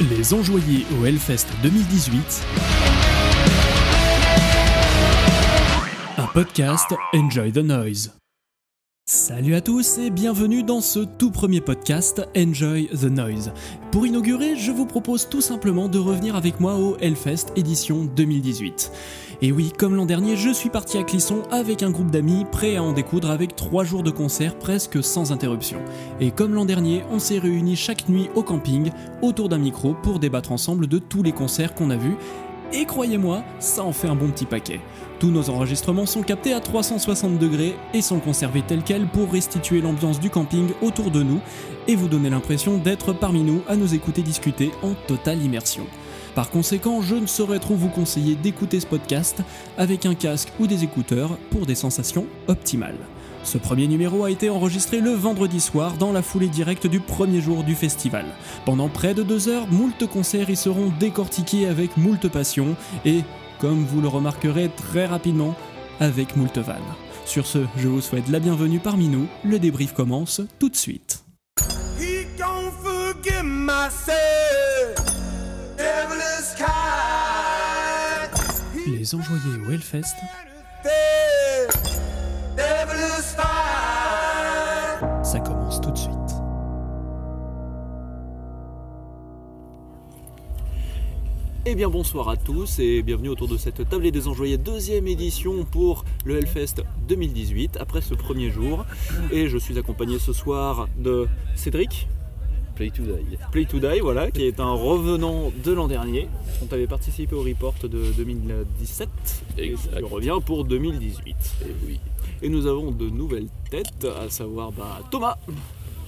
les enjoyés au Hellfest 2018. Un podcast Enjoy the Noise. Salut à tous et bienvenue dans ce tout premier podcast Enjoy the Noise. Pour inaugurer, je vous propose tout simplement de revenir avec moi au Hellfest édition 2018. Et oui, comme l'an dernier, je suis parti à Clisson avec un groupe d'amis prêt à en découdre avec 3 jours de concert presque sans interruption. Et comme l'an dernier, on s'est réunis chaque nuit au camping autour d'un micro pour débattre ensemble de tous les concerts qu'on a vus et croyez-moi, ça en fait un bon petit paquet. Tous nos enregistrements sont captés à 360 degrés et sont conservés tels quels pour restituer l'ambiance du camping autour de nous et vous donner l'impression d'être parmi nous à nous écouter discuter en totale immersion. Par conséquent, je ne saurais trop vous conseiller d'écouter ce podcast avec un casque ou des écouteurs pour des sensations optimales. Ce premier numéro a été enregistré le vendredi soir dans la foulée directe du premier jour du festival. Pendant près de deux heures, moult concerts y seront décortiqués avec moult passion et, comme vous le remarquerez très rapidement, avec moult vannes. Sur ce, je vous souhaite la bienvenue parmi nous. Le débrief commence tout de suite. He gon' forgive myself. Devil is kind. Les enjoyés au Hellfest, Thirsty. Devil is fine. ça commence tout de suite. Eh bien bonsoir à tous et bienvenue autour de cette table des enjoyés deuxième édition pour le Hellfest 2018 après ce premier jour et je suis accompagné ce soir de Cédric Play to Die. Play to Die voilà qui est un revenant de l'an dernier on avait participé au report de 2017 et Exact. qui revient pour 2018 Et oui. et nous avons de nouvelles têtes à savoir bah, Thomas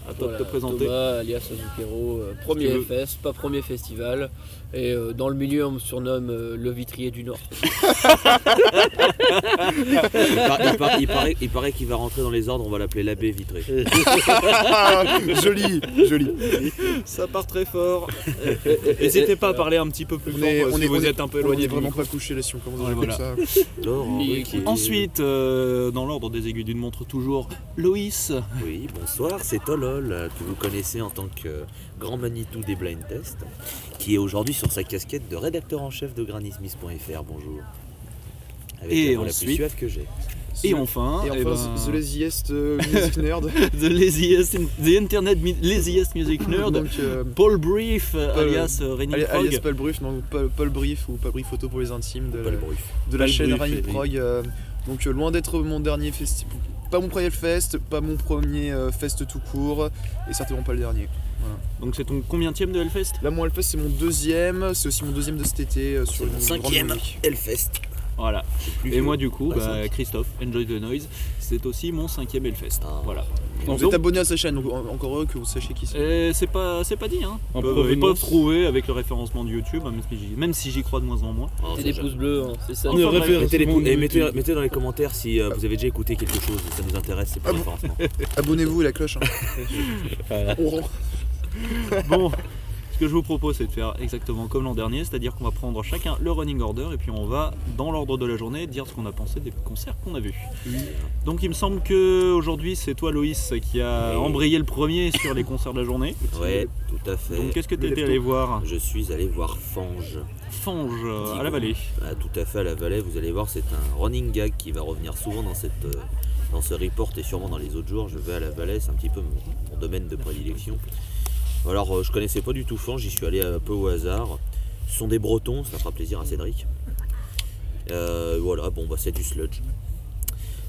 à toi Voilà, de te présenter Thomas, alias Zucchero, euh, premier Tu FS, pas premier festival. Et euh, dans le milieu, on me surnomme euh, le vitrier du Nord. Il, par- il par- il paraît, il paraît qu'il va rentrer dans les ordres, on va l'appeler l'abbé vitré. joli, joli. ça part très fort n'hésitez pas à parler un petit peu plus fort euh, si vous êtes un peu on éloigné est du vraiment micro. pas couché là si on commence Ouais, à jouer voilà. comme ça. Laurent, Il- qui est- Ensuite, euh, dans l'ordre des aiguilles d'une montre, toujours Loïs. Oui, bonsoir, c'est Tolol, euh, que vous connaissez en tant que euh, grand Manitou des blind tests, qui est aujourd'hui sur sa casquette de rédacteur en chef de granitmiss.fr. Bonjour. Avec Et la voix la ensuite- plus suave que j'ai. Et enfin, Et eh ben, enfin, The Laziest euh, Music Nerd. the laziest, in- the internet mi- laziest music nerd, Donc, euh, Paul Brief, euh, Paul- alias euh, Raining ali- Frog. alias Paul Brief, non, Paul, Paul Brief ou Paul Brief Photo pour les intimes de, Pas euh, le bruit. de la Paul chaîne Brief, Ryan oui. Prog. euh, donc, euh, loin d'être mon dernier festival. Pas mon premier fest, pas mon premier euh, fest tout court, et certainement pas le dernier. Donc c'est ton combienième de Hellfest Là, mon Hellfest, c'est mon deuxième, c'est aussi mon deuxième de cet été euh, sur C'est une mon grande cinquième musique. Hellfest. Voilà. Plus Et que- moi du coup, Pas bah, cinq. Christophe, Enjoy the Noise, c'est aussi mon cinquième Hellfest. Ah. Voilà. Vous Donc, êtes abonné à sa chaîne, donc en- encore heureux que vous sachiez qui c'est. euh, c'est pas, c'est pas dit, hein. Ils peuvent, ils peuvent trouver avec le référencement de YouTube, hein, même si j'y- même si j'y crois de moins en moins. Oh, Et c'est des ja- pouces bleus, hein, c'est ça. On aurait pu Mettez les pou- Et mettez, mettez dans les commentaires si euh, vous avez déjà écouté quelque chose, ça nous intéresse, Ah c'est pas le référencement. Abonnez-vous et la cloche. hein. On- Bon, ce que je vous propose, c'est de faire exactement comme l'an dernier, c'est-à-dire qu'on va prendre chacun le running order et puis on va, dans l'ordre de la journée, dire ce qu'on a pensé des concerts qu'on a vus. Donc il me semble que aujourd'hui c'est toi, Loïs, qui a Oui. embrayé le premier sur les concerts de la journée. Ouais, tout à fait. Donc qu'est-ce que le tu étais lève-tôt. allé voir Je suis allé voir Fange. Fange euh, à Digo. la vallée. Ah, tout à fait à la vallée, vous allez voir, c'est un running gag qui va revenir souvent dans, cette, euh, dans ce report et sûrement dans les autres jours. Je vais à la vallée, c'est un petit peu mon, mon domaine de prédilection. Alors, euh, je connaissais pas du tout Fan, j'y suis allé un peu au hasard. Ce sont des Bretons, ça fera plaisir à Cédric. Euh, voilà, bon, bah c'est du sludge.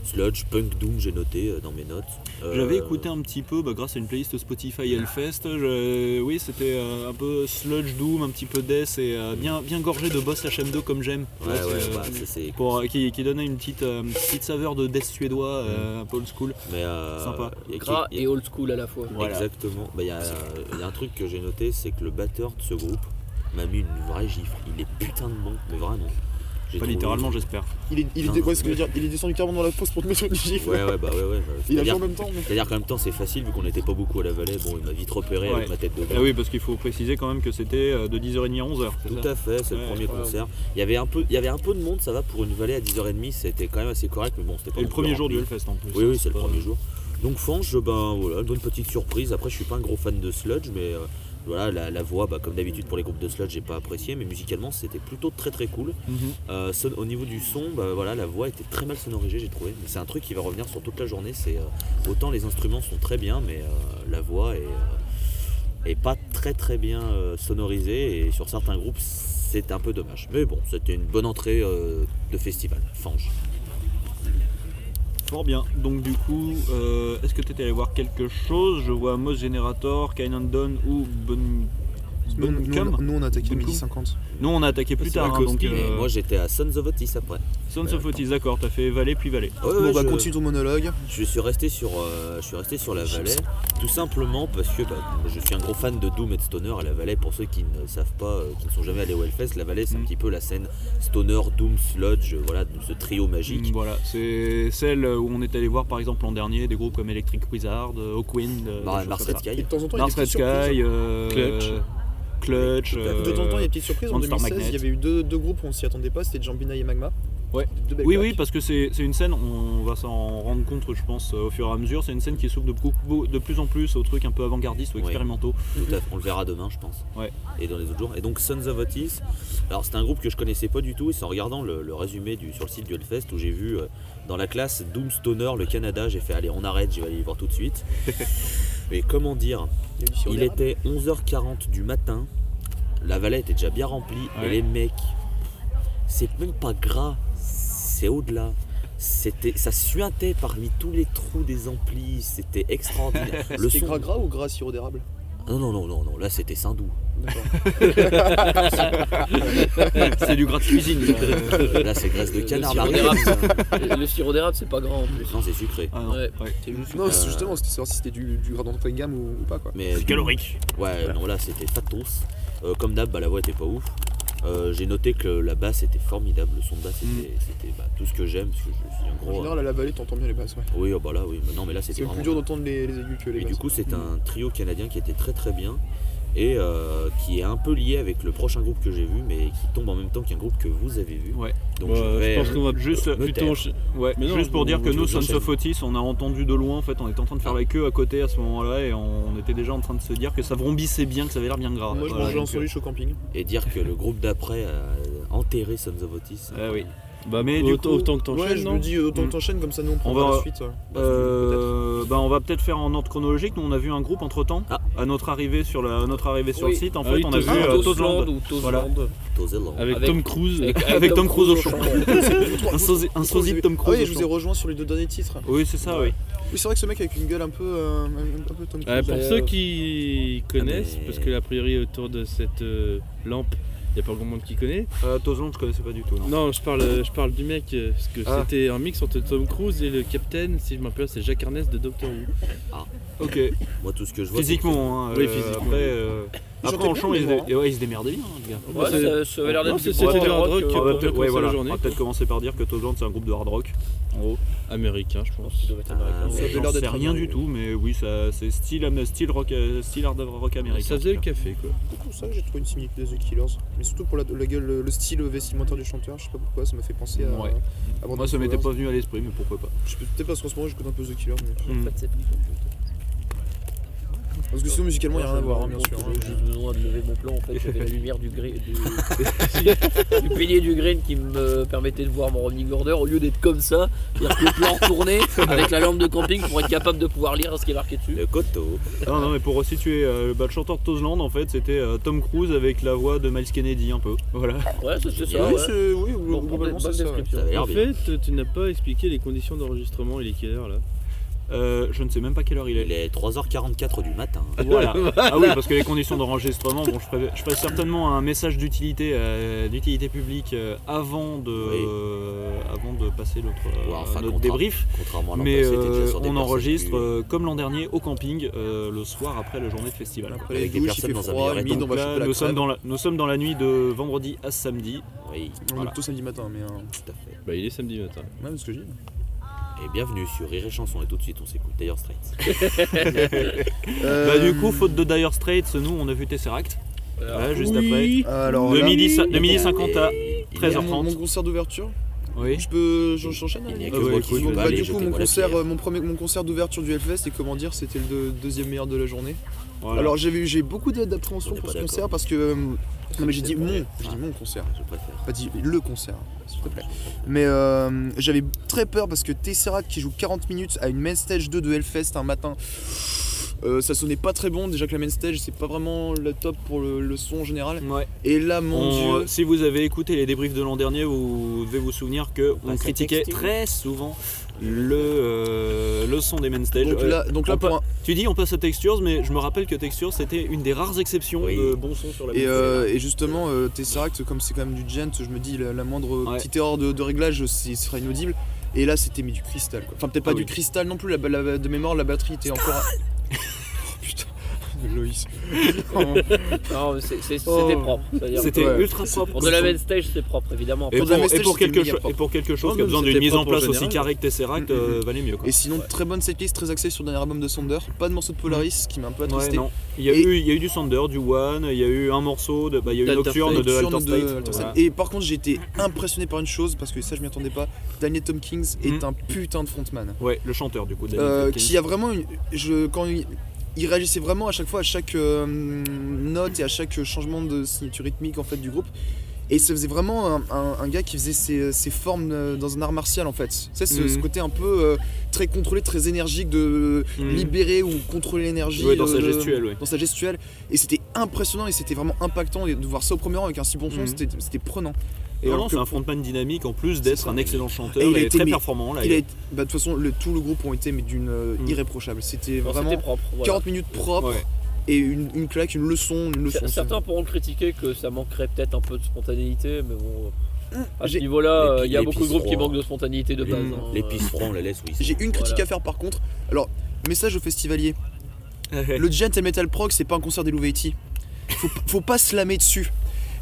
Sludge, punk, doom, j'ai noté euh, dans mes notes. Euh, J'avais écouté un petit peu, bah, grâce à une playlist Spotify Hellfest, je- oui c'était euh, un peu sludge doom, un petit peu death et euh, bien, bien gorgé de boss HM2 comme j'aime. Ouais, ouais, Euh, bah, ça, c'est. pour, euh, qui, qui donnait une petite, euh, petite saveur de death suédois, euh, un peu old school. Mais, euh, Sympa. y a- Gras y a- et old school à la fois. Voilà. Exactement. Bah, Il y, a, y a un truc que j'ai noté, c'est que le batteur de ce groupe m'a mis une vraie gifle. Il est putain de bon, mais vraiment. J'ai Pas trouvé- littéralement, j'espère. Il est, il est- Non, non, ouais, ce que je veux dire, il est descendu carrément dans la fosse pour te mettre une gifle. Ouais, ouais, bah ouais, ouais. bah, Il a vu C'est-à-dire en même temps. mais- c'est-à-dire qu'en même temps, c'est facile vu qu'on n'était pas beaucoup à la vallée. Bon, il m'a vite repéré Ouais. avec ma tête de Ah gars. oui, parce qu'il faut préciser quand même que c'était euh, de 10h30 à 11h. c'est Tout ça à fait, c'est Ouais, le premier ouais. concert. Il y, avait un peu, il y avait un peu de monde, ça va, pour une vallée à 10h30, c'était quand même assez correct, mais bon, c'était pas Et le non plus premier jour du rempli. Hellfest en plus. hein, Oui, oui, c'est le pas- premier jour. Donc Fange, ben voilà, elle donne une petite surprise. Après, je suis pas un gros fan de sludge, mais euh, Voilà, la, la voix, bah, comme d'habitude pour les groupes de sludge, j'ai pas apprécié, mais musicalement c'était plutôt très très cool. Mhm. Euh, son- au niveau du son, bah, voilà, la voix était très mal sonorisée, j'ai trouvé. Mais C'est un truc qui va revenir sur toute la journée. C'est euh, autant les instruments sont très bien, mais euh, la voix est, euh, est pas très très bien euh, sonorisée et sur certains groupes c'est un peu dommage. Mais bon, c'était une bonne entrée euh, de festival. Fange. Fort bien. Donc du coup, euh, est-ce que tu étais allé voir quelque chose Je vois Moss Generator, Kainandon ou Bun... Nous, nous, Buncombe. nous, on a attaqué Buncombe. midi 50. Nous, on a attaqué plus C'est tard, hein, donc Makowski, mais euh, moi j'étais à Sons of Otis après. Sons of Otis, d'accord, t'as fait Valley puis Valley. Euh, Ouais, bon, ouais, bah, je- continue ton monologue. Je suis resté sur, euh, je suis resté sur la vallée, tout simplement parce que bah, je suis un gros fan de Doom et de Stoner à la vallée. Pour ceux qui ne savent pas, euh, qui ne sont jamais allés au Hellfest, la vallée c'est un Mm. petit peu la scène Stoner, Doom, Sludge, euh, voilà, de ce trio magique. Mm, Voilà, c'est celle où on est allé voir par exemple l'an dernier des groupes comme Electric Wizard, euh, Hawkwind, euh, Mar- des Mars choses Red comme ça. Sky. de temps en temps, il y a des Mars Red petites Sky, surprises. euh, Clutch. Clutch, Tout à De temps en temps, il y a des petites surprises. En euh, Monster 2016, Magnet. il y avait eu deux, deux groupes où on s'y attendait pas, c'était Jambina et Magma. Ouais. Deux belles Oui, claques. oui, parce que c'est c'est une scène, on va s'en rendre compte, je pense, euh, au fur et à mesure. C'est une scène qui s'ouvre de, beaucoup- de plus en plus aux trucs un peu avant-gardistes ou Oui. expérimentaux. Tout à- on le verra demain, je pense. Ouais. Et dans les autres jours. Et donc Sons of Otis, alors c'est un groupe que je connaissais pas du tout. Et c'est en regardant le, le résumé du, sur le site du Hellfest où j'ai vu euh, dans la classe Doom Stoner, le Canada. J'ai fait allez, on arrête, je vais aller y voir tout de suite. Mais comment dire Il y a eu du sirop Il d'érable. était 11h40 du matin, la vallée était déjà bien remplie, Ouais. et les mecs, c'est même pas gras, c'est au-delà. C'était, ça suintait parmi tous les trous des amplis, c'était extraordinaire. Le C'était son. gras gras ou gras sirop d'érable Non, non, non, non, non, là c'était Sindou. D'accord. c'est du gras de cuisine. euh, ça. là c'est graisse de Euh, Le canard sirop marine. Et Le sirop d'érable, c'est pas grand en plus. Non, c'est sucré. Ah non, Ouais. ouais. C'est juste- Non, c'est Euh, justement, c'était savoir si c'était du, du gras dans ta gamme ou, ou pas quoi. Mais Calorique. Ouais, non, là c'était fatos. Euh, comme d'hab, bah, la voix était pas ouf. Euh, j'ai noté que la basse était formidable, le son de basse Mm. était, c'était, bah, tout ce que j'aime, parce que je suis un En gros. général, à la vallée, t'entends bien les basses, ouais. Oui, ah bah là, oui. mais Non, mais là, C'est c'était plus vraiment- dur d'entendre les, les aigus que les Et basses. Mm. du coup, c'est un trio canadien qui était très très bien et euh, qui est un peu lié avec le prochain groupe que j'ai vu, mais qui tombe en même temps qu'un groupe que vous avez vu. Ouais. Donc Bah, je je vais. pense euh, qu'on va me Juste, taire. plutôt encha- ouais, Mais non, juste pour on- dire que on- nous, Sons j'enchaîne. of Otis, on a entendu de loin, en fait, on était en train de faire la queue à côté à ce moment-là et on était déjà en train de se dire que ça vrombissait bien, que ça avait l'air bien grave. Moi, je Voilà, mangeais en donc, sandwich au camping. Et dire que le groupe d'après a enterré Sons of Otis. Ah oui. Bah, Mais du autant, coup, autant que t'enchaînes. Ouais, je non me dis euh, autant Mm. que t'enchaînes, comme ça nous on prend va- la suite. hein. ouais. Euh, bah, on va peut-être faire en ordre chronologique. Nous, on a vu un groupe entre temps, Ah. à notre arrivée sur, la, à notre arrivée sur Oui. le site. En Ah fait, oui, on a vu Tozland. euh, Tozland Tozland. ou Tozland. Voilà. Tozel, hein. Avec Avec- Tom Cruise. Avec Tom Cruise au chant. Un Vous- sosie, un vous- sosie de Tom Ah Cruise. oui, au je vous ai chant. rejoint sur les deux derniers titres. Oui, c'est ça, oui. Oui, c'est vrai que ce mec avec une gueule un peu, euh, un un peu Tom Cruise. hein. Ouais, Ouais, pour Mais, ceux euh, qui connaissent, mais- parce que a priori autour de cette euh, lampe, il n'y a pas grand monde qui connaît. Euh, Tozland, je connaissais pas du tout. non. Non, je parle, euh, je parle du mec, euh, parce que Ah. c'était un mix entre Tom Cruise et le Captain, si je m'appelle, c'est Jacques Arnès de Doctor Who. Ok, Moi, tout ce que je vois. c'est que- physiquement. hein, Oui, euh, physiquement. Après, euh, Ils après chantaient en chant, bien, ils se les dé- ouais, ils se démerdaient bien, le gars. Ouais, c'est- ça, ça avait l'air Non, d'être c'est- du c'était gros du hard rock, euh, qui On va pour- peut-être- pour ouais, ça, voilà. la journée. On va peut-être commencer par dire que Tozland c'est un groupe de hard rock. En gros, Américain, je pense. qui doit être américain. Ah, ça ouais. avait l'air d'être rien un- du tout, mais oui, ça c'est style, am- style rock, euh, style hard rock américain. Ça faisait le café, quoi. C'est pour ça que J'ai trouvé une similitude à The Killers. Mais surtout pour la, la gueule, le, le style vestimentaire du chanteur, je sais pas pourquoi, ça m'a fait penser à. Ouais. à Moi, Brandon ça m'était Flowers. pas venu à l'esprit, mais pourquoi pas. Je sais peut-être parce qu'en ce moment j'écoute un peu The Killer. Mais... Mm. Parce que sinon musicalement il a rien à voir, hein, bien sûr. hein. J'ai juste besoin de lever mon plan. En fait, j'avais la lumière du, gré, du... du pilier du green qui me permettait de voir mon running order au lieu d'être comme ça. C'est-à-dire que le plan retourné avec la lampe de camping pour être capable de pouvoir lire ce qui est marqué dessus. Le coteau. Ah Non, non, mais pour resituer euh, bah, le chanteur de Tozland, en fait, c'était euh, Tom Cruise avec la voix de Miles Kennedy, un peu. Voilà. Ouais, c'est c'est ça. Ah Oui, ouais. c'est- Euh, oui, Bon, globalement bonne c'est bah, ça. ouais. description. Ça avait l'air En bien. fait, tu n'as pas expliqué les conditions d'enregistrement et les quelle heure là. Euh, je ne sais même pas quelle heure il est. Il est 3h44 du matin. Voilà. ah oui, parce que les conditions d'enregistrement, bon, je ferai, je ferai certainement un message d'utilité, euh, d'utilité publique euh, avant de, Oui. euh, avant de passer notre, euh, Ouais, enfin, notre contrat- débrief. Contrairement à l'an Mais passé, t'es déjà euh, sur des on personnes enregistre plus- euh, comme l'an dernier au camping euh, le soir après la journée de festival. Après les Avec des douches, il personnes fait dans un froid, meilleur état. humide, on va Là, choper la nous, sommes crème. dans la, nous sommes dans la nuit de vendredi à samedi. On Oui, est voilà, plutôt samedi matin, mais. euh, Ouais, tout à fait. Bah, il est samedi matin. c'est ce que j'ai dit. Et bienvenue sur Rire et Chanson, et tout de suite, on s'écoute d'ailleurs Straits. Bah, du coup, faute de Dire Straits, nous on a vu Tesseract. Voilà, juste après. Euh, Alors, De là, Oh midi, mon- de midi 50 à Et- il y a- 13h30. Mon, mon concert d'ouverture, Oui. Je peux, je- j'enchaîne. Il n'y a hein que Ah ouais, moi écoute, qui suis Bon, bah, bah, mal et du je coup, t'ai mon pas la concert, fièvre. euh, mon premier mon concert d'ouverture du Hellfest et comment dire, c'était le deux- deuxième meilleur de la journée. Voilà. Alors j'avais eu- j'ai beaucoup On d'appréhension n'est pour pas ce d'accord. concert parce que euh, non mais j'ai dit Ouais. mon, j'ai Ah. dit mon concert, Je préfère. pas dit le concert, s'il te plaît. Mais euh, j'avais très peur parce que Tesseract qui joue 40 minutes à une main stage 2 de Hellfest un matin. euh, ça sonnait pas très bon, déjà que la main stage c'est pas vraiment le top pour le, le son en général. Ouais. Et là, mon On- dieu, Si vous avez écouté les débriefs de l'an dernier, vous devez vous souvenir que Bah, on ça critiquait texte, oui. très souvent le, euh, le son des main stage. donc Euh, là, donc là on pour un- Tu dis on passe à Textures, mais je me rappelle que Textures c'était une des rares exceptions Oui. de bon son sur la Et, musique. euh, et justement, euh, Tesseract, comme c'est quand même du gent, je me dis la, la moindre Ouais. petite erreur de, de réglage, c'est- ce sera inaudible. Et là, c'était mis du cristal. Quoi. Enfin, peut-être pas Ah du oui. cristal non plus, la, la- de mémoire, la batterie était encore. à- Oh putain, Loïs. Non, mais c'est- c'est- c'était Oh. propre. c'est-à-dire C'était que- ouais. ultra propre. Pour de la main stage, c'est propre, évidemment. Et Pour pour, de la et message, pour c'était quelque méga cho- et propre. pour quelque chose qui Non, a mais besoin c'était d'une mise en propre en place aussi général. carrée que Tesseract, Mm, mm, euh, valait mieux. Quoi. Et sinon, très bonne setlist, très axée sur le dernier album de Sonder. Pas de morceau de Polaris, ce qui m'a un peu Mm. Ouais, attristé. non. Il y, a Et- eu, il y a eu du Sander, du One, il y a eu un morceau, de, bah, il y a eu D'Alter Nocturne de Nocturne Alter de State. Alter State. Voilà. Et par contre, j'ai été impressionné par une chose, parce que ça, je m'y attendais pas. Daniel Tompkins est Mm. un putain de frontman. Ouais, le chanteur du coup. Danny Euh, Hopkins. qui a vraiment une. Je, quand il, il réagissait vraiment à chaque fois, à chaque euh, note et à chaque changement de signature rythmique en fait du groupe. Et ça faisait vraiment un, un- un gars qui faisait ses, ses formes euh, dans un art martial en fait. Tu sais, ce, Mhm. ce côté un peu euh, très contrôlé, très énergique de Mhm. libérer ou contrôler l'énergie. Ouais, dans euh, sa le- gestuelle, ouais. Dans sa gestuelle. Et c'était impressionnant et c'était vraiment impactant. Et de voir ça au premier rang avec un si bon son, Mhm. c'était c'était prenant. Et alors non, que- c'est un frontman dynamique en plus C'est d'être ça. un excellent chanteur. Et il il a est été très mis- performant là. Il a été- bah, de toute façon, le, tout le groupe ont été mais d'une euh, Mhm. irréprochable. C'était Non, vraiment C'était propre. voilà. 40 minutes propres Ouais. et une, une claque, une leçon, une leçon. C- Certains pourront critiquer que ça manquerait peut-être un peu de spontanéité, mais bon. Mm. À ce J'ai Les niveau-là, euh, pi- il y a les beaucoup de groupes qui pisserons. manquent de spontanéité de Les- base. hein. Les pistes on les laisse, oui. J'ai une critique Voilà. à faire par contre. Alors, message aux festivaliers. Ouais. Le Gent et le Metal Prog, c'est pas un concert d'Elouvetti. Faut, faut pas se lamer dessus.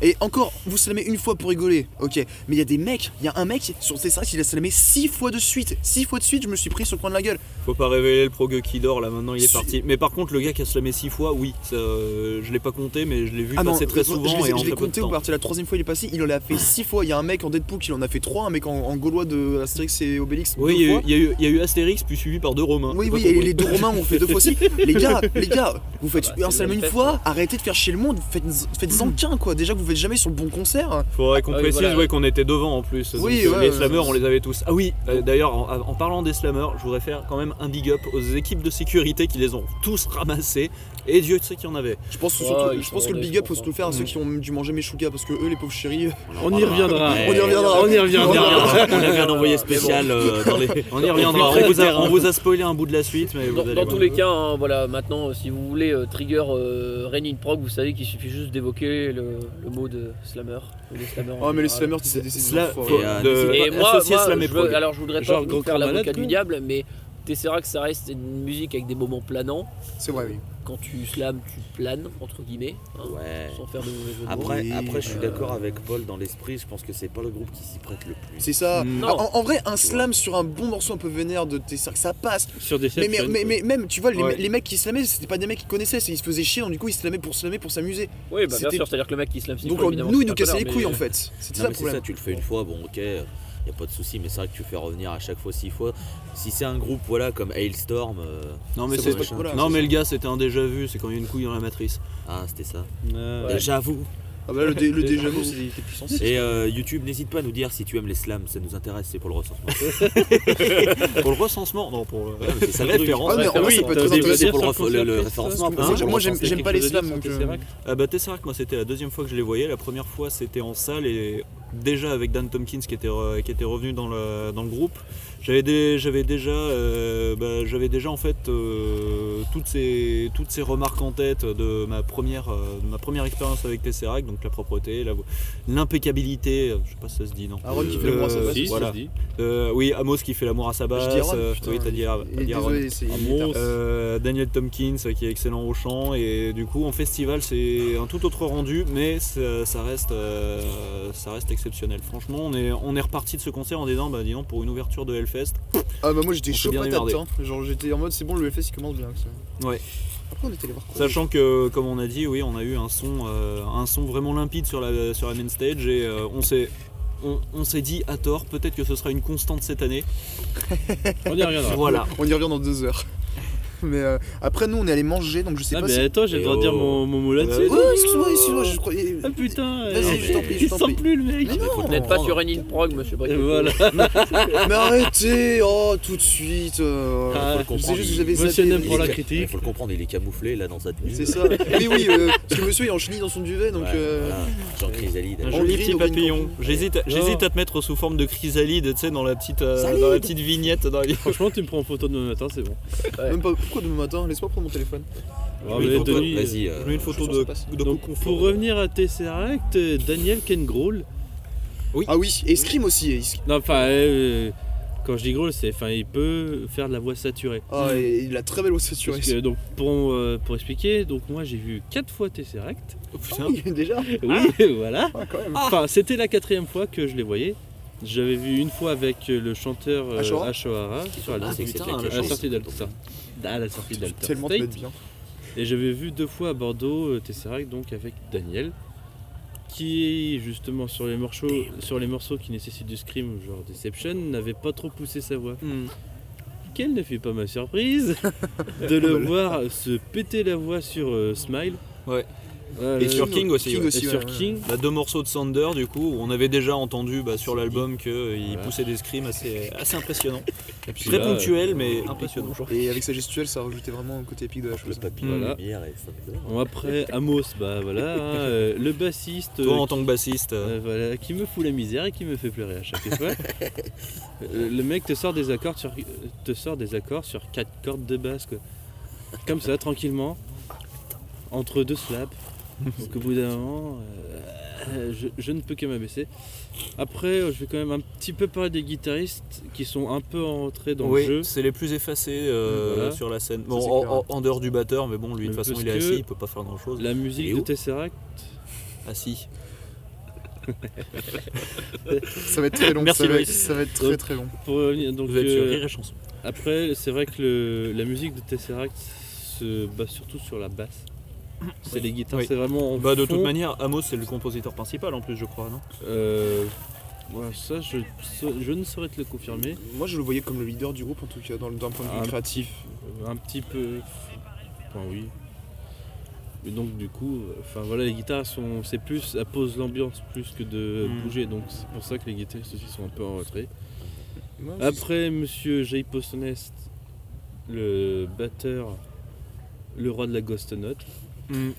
Et encore, vous slamez une fois pour rigoler, ok. Mais il y a des mecs, il y a un mec sur ces qui il a slamé six fois de suite. Six fois de suite, je me suis pris sur le coin de la gueule. Faut pas révéler le prog qui dort là maintenant, il est Si. parti. Mais par contre, le gars qui a slamé 6 fois, oui, ça, euh, je l'ai pas compté, mais je l'ai vu non, passer très Ah, je- je souvent les ai- et en je très l'ai peu de compté au temps. parti la troisième fois il est passé, il en a fait six fois. Il y a un mec en Deadpool qui en a fait trois, un mec en, en gaulois de euh, Astérix et Obélix. Oui, deux il y, a fois. eu- il y a eu- il y a eu Astérix, puis suivi par deux Romains. Oui, J'ai oui, pas et compris. les deux Romains ont fait deux fois aussi. Les gars, les gars, vous faites Ah bah, un c'est slam le une fait, fois, arrêtez de faire chier le monde, faites, faites-en qu'un quoi. Déjà que vous faites jamais sur le bon concert. Faudrait qu'on Ah oui, précise voilà. ouais, qu'on était devant en plus. Oui, Donc, euh, ouais, les slammers, ouais. on les avait tous. Ah oui, euh, d'ailleurs, en, en parlant des slammers, je voudrais faire quand même un big up aux équipes de sécurité qui les ont tous ramassés. Et Dieu sait qu'il y en avait. Je pense, Ouais, surtout- ils je pense sont que le honnêtes, big up je faut se le faire à pense. ceux qui ont dû manger mes chougas parce que eux, les pauvres chéris. On en On y reviendra. Ouais. On y reviendra. Eh, On y On y reviendra. reviendra. On avait un envoyé spécial euh, dans les. On y reviendra. plus On près vous du a, terrain. on vous a spoilé un bout de la suite, mais vous Dans, allez dans voir. tous les cas, hein, voilà, maintenant, euh, si vous voulez euh, trigger euh, Raining Prog, vous savez qu'il suffit juste d'évoquer le, le mot de slammer. ou les slammers en Oh, mais général. les slammers, c'est des c'est des Sla- enfants, faut- ouais. euh, de- Et moi, associer moi, slam et je prog. veux- alors je voudrais pas Genre vous Grand faire Corps Malade, l'avocat du quoi. diable, mais Tesseract, ça reste une musique avec des moments planants. C'est vrai, oui. Quand tu slams, tu planes, entre guillemets, hein, Ouais. sans faire de mauvais jeu de mots. Après, Oui, après, je suis euh, d'accord avec Paul dans l'esprit. Je pense que c'est pas le groupe qui s'y prête le plus. C'est ça. Non. Ah, en, en vrai, un slam sur un bon morceau un peu vénère de tes cercles, ça passe. Sur des Mais, mais, mais, mais même, tu vois, les, Ouais. les mecs qui slamaient, c'était pas des mecs qui connaissaient, c'est- ils se faisaient chier, donc du coup, ils slamaient pour slamamer, pour s'amuser. Oui, bah, bien c'était- sûr, c'est-à-dire que le mec qui slame, c'est Donc pas, on- évidemment, nous, c'est ils nous pas cassaient les planant, couilles mais- en fait. C'était Non, mais ça c'est ça, le problème. tu le fais une fois, bon ok, euh, y a pas de souci, mais c'est vrai que tu fais revenir à chaque fois six fois. Si c'est un groupe voilà comme Hailstorm, euh, Non, mais, C'est c'est- vrai, voilà. non, mais le gars, c'était un déjà vu. C'est quand il y a une couille dans la matrice. ah c'était ça. Ouais. Déjà vous. Ah bah là, le, dé- le déjà vu, c'est- c'était plus sensible. Et euh, YouTube, n'hésite pas à nous dire si tu aimes les slams, ça nous intéresse, c'est pour le recensement. Pour le recensement, non, pour. euh, Ouais, mais c'est ça le Ah, référence. mais en vrai, Oui, ça peut être t'as très des- intéressant c'est dire pour le, sur ref- le le- le concert, référencement. ça, après, c'est c'est Moi, pour moi, le j'aime- recenser. j'aime pas les slams. donc, euh, Ah bah Tesseract, moi c'était la deuxième fois que je les voyais. La première fois c'était en salle et déjà avec Dan Tompkins qui était, re- qui était revenu dans le, dans le groupe. J'avais dé- j'avais déjà, euh, bah, j'avais déjà en fait euh, toutes, ces, toutes ces remarques en tête de ma première, euh, de ma première expérience avec Tesseract, donc la propreté, la- l'impeccabilité, euh, je sais pas si ça se dit non. Aaron qui fait le Euh, bras, ça passe. si, voilà. voilà. Euh, oui, Amos qui fait l'amour à sa Je basse. dis Aaron, euh, putain, oui, t'as il- dit, Aaron, il t'as est dit Aaron. désolé, c'est- il est tard. Euh, Daniel Tompkins euh, qui est excellent au chant et du coup en festival c'est un tout autre rendu mais ça, ça reste euh, ça reste exceptionnel franchement on est on est reparti de ce concert en disant bah dis donc pour une ouverture de Hellfest Ah bah moi j'étais On s'est chaud bien patate, emmerdé. hein. genre j'étais en mode c'est bon le LFS il commence bien. ça. Ouais. Après on était allé voir quoi sachant que comme on a dit oui on a eu un son euh, un son vraiment limpide sur la sur la main stage et euh, on s'est on, on s'est dit à tort, peut-être que ce sera une constante cette année. On y reviendra. Voilà. On y revient dans deux heures. Mais euh, après, nous, on est allé manger, donc je sais Ah, pas mais si. attends, j'ai le droit de dire oh. mon, mon mot Ouais, là-dessus. Ouais, excuse-moi, excuse-moi, je croyais. Ah putain, Vas-y, euh, je t'en prie, je il t'en sent prie. plus le mec. Mais non, Vous n'êtes pas sur une prog, monsieur Et Briquet. voilà. Mais arrêtez, oh, tout de suite. euh, Ah, faut le je sais comprendre. juste que il- vous avez Monsieur zappé, Nem mais- pour la il est- critique. ouais, faut le comprendre, il est camouflé là dans sa tenue. C'est ça. Oui, oui, euh, parce que monsieur est en chenille dans son duvet, donc. Ouais, euh, voilà, Jean Chrysalide. Un On joli grille, petit on grille papillon. complètement. J'hésite j'hésite à te mettre sous forme de chrysalide, tu sais, dans la petite euh, dans la petite vignette. Dans les... Franchement, tu me prends en photo demain matin, c'est bon. Même pas. Pourquoi demain matin Laisse-moi prendre mon téléphone. Ah, mets mais une photo, Denis, euh, Vas-y. Je euh, mets une photo je- de, de donc, cocon pour fort. revenir à Tesseract, euh, Daniel Kengroll. Ah oui, et Scream aussi. et Scream. Non, enfin, euh, quand je dis Groll, c'est. Enfin, il peut faire de la voix saturée. Ah, et il a très belle voix Hmm. Parce saturée. que, donc, pour, euh, pour expliquer, donc moi j'ai vu 4 fois Tesseract. Oh, putain. Oui, Déjà Oui, voilà. Ah, quand même. Enfin, c'était la quatrième fois que je les voyais. J'avais vu une fois avec euh, le chanteur euh, Ashora Ashora sur la, Ah, c'est que c'était sortie- putain, quelque à la chose. sortie d'Alter. À la sortie Je vais d'Alter tellement te State. mettre bien. Et j'avais vu deux fois à Bordeaux euh, Tesseract donc avec Daniel qui justement sur les morceaux sur les morceaux qui nécessitent du scream genre Deception n'avait pas trop poussé sa voix. Hmm. Quelle ne fut pas ma surprise de le voir se péter la voix sur euh, Smile. Ah, Ouais. Ouais, Et ouais, sur ouais. Euh, King aussi. King ouais. Et aussi, sur ouais, ouais. King. Bah, deux morceaux de Sander du coup où on avait déjà entendu bah, sur l'album qu'il Voilà. poussait des screams assez, assez impressionnants. puis Très là, ponctuel mais impressionnant. Et avec sa gestuelle, ça rajoutait vraiment un côté épique de la Le chose. papillon Voilà. lumière et ça. Bon, après Amos bah voilà hein, euh, le bassiste Toi euh, en tant que bassiste, euh, Euh, voilà, qui me fout la misère et qui me fait pleurer à chaque fois. Euh, le mec te sort des accords sur te sort des accords sur quatre cordes de basse quoi. Comme ça tranquillement entre deux slaps. Donc au bout d'un moment euh, je, je ne peux que m'abaisser. Après euh, je vais quand même un petit peu parler des guitaristes qui sont un peu entrés dans oui, le jeu. c'est les plus effacés euh, Voilà. sur la scène. Euh, Ça, Bon, c'est en, clair. en- en dehors du batteur, mais bon, lui de toute Mais façon parce il est que- assis, il peut pas faire grand chose. La Il est musique de où Tesseract. Assis. Ça va être très long. Merci, ça, va Loïs. être, ça va être très très long. Pour revenir donc Vous êtes sur euh, Rire et Chanson. Après, c'est vrai que le- la musique de Tesseract se base surtout sur la basse. C'est les guitares, Oui. c'est vraiment en Bah, de fond. toute manière, Amos c'est le compositeur principal en plus, je crois, non Euh, voilà, ça, je, sa- je ne saurais te le confirmer. Moi, je le voyais comme le leader du groupe, en tout cas, dans le- d'un point de vue Un créatif. Un petit peu. Enfin, oui. Et donc, du coup, euh, enfin voilà, les guitares sont, c'est plus, elles posent l'ambiance plus que de Mm. bouger. Donc, c'est pour ça que les guitaristes aussi sont un peu en retrait. Ouais, Après, monsieur Jay Postonest, le batteur, le roi de la Ghost Note. Mm.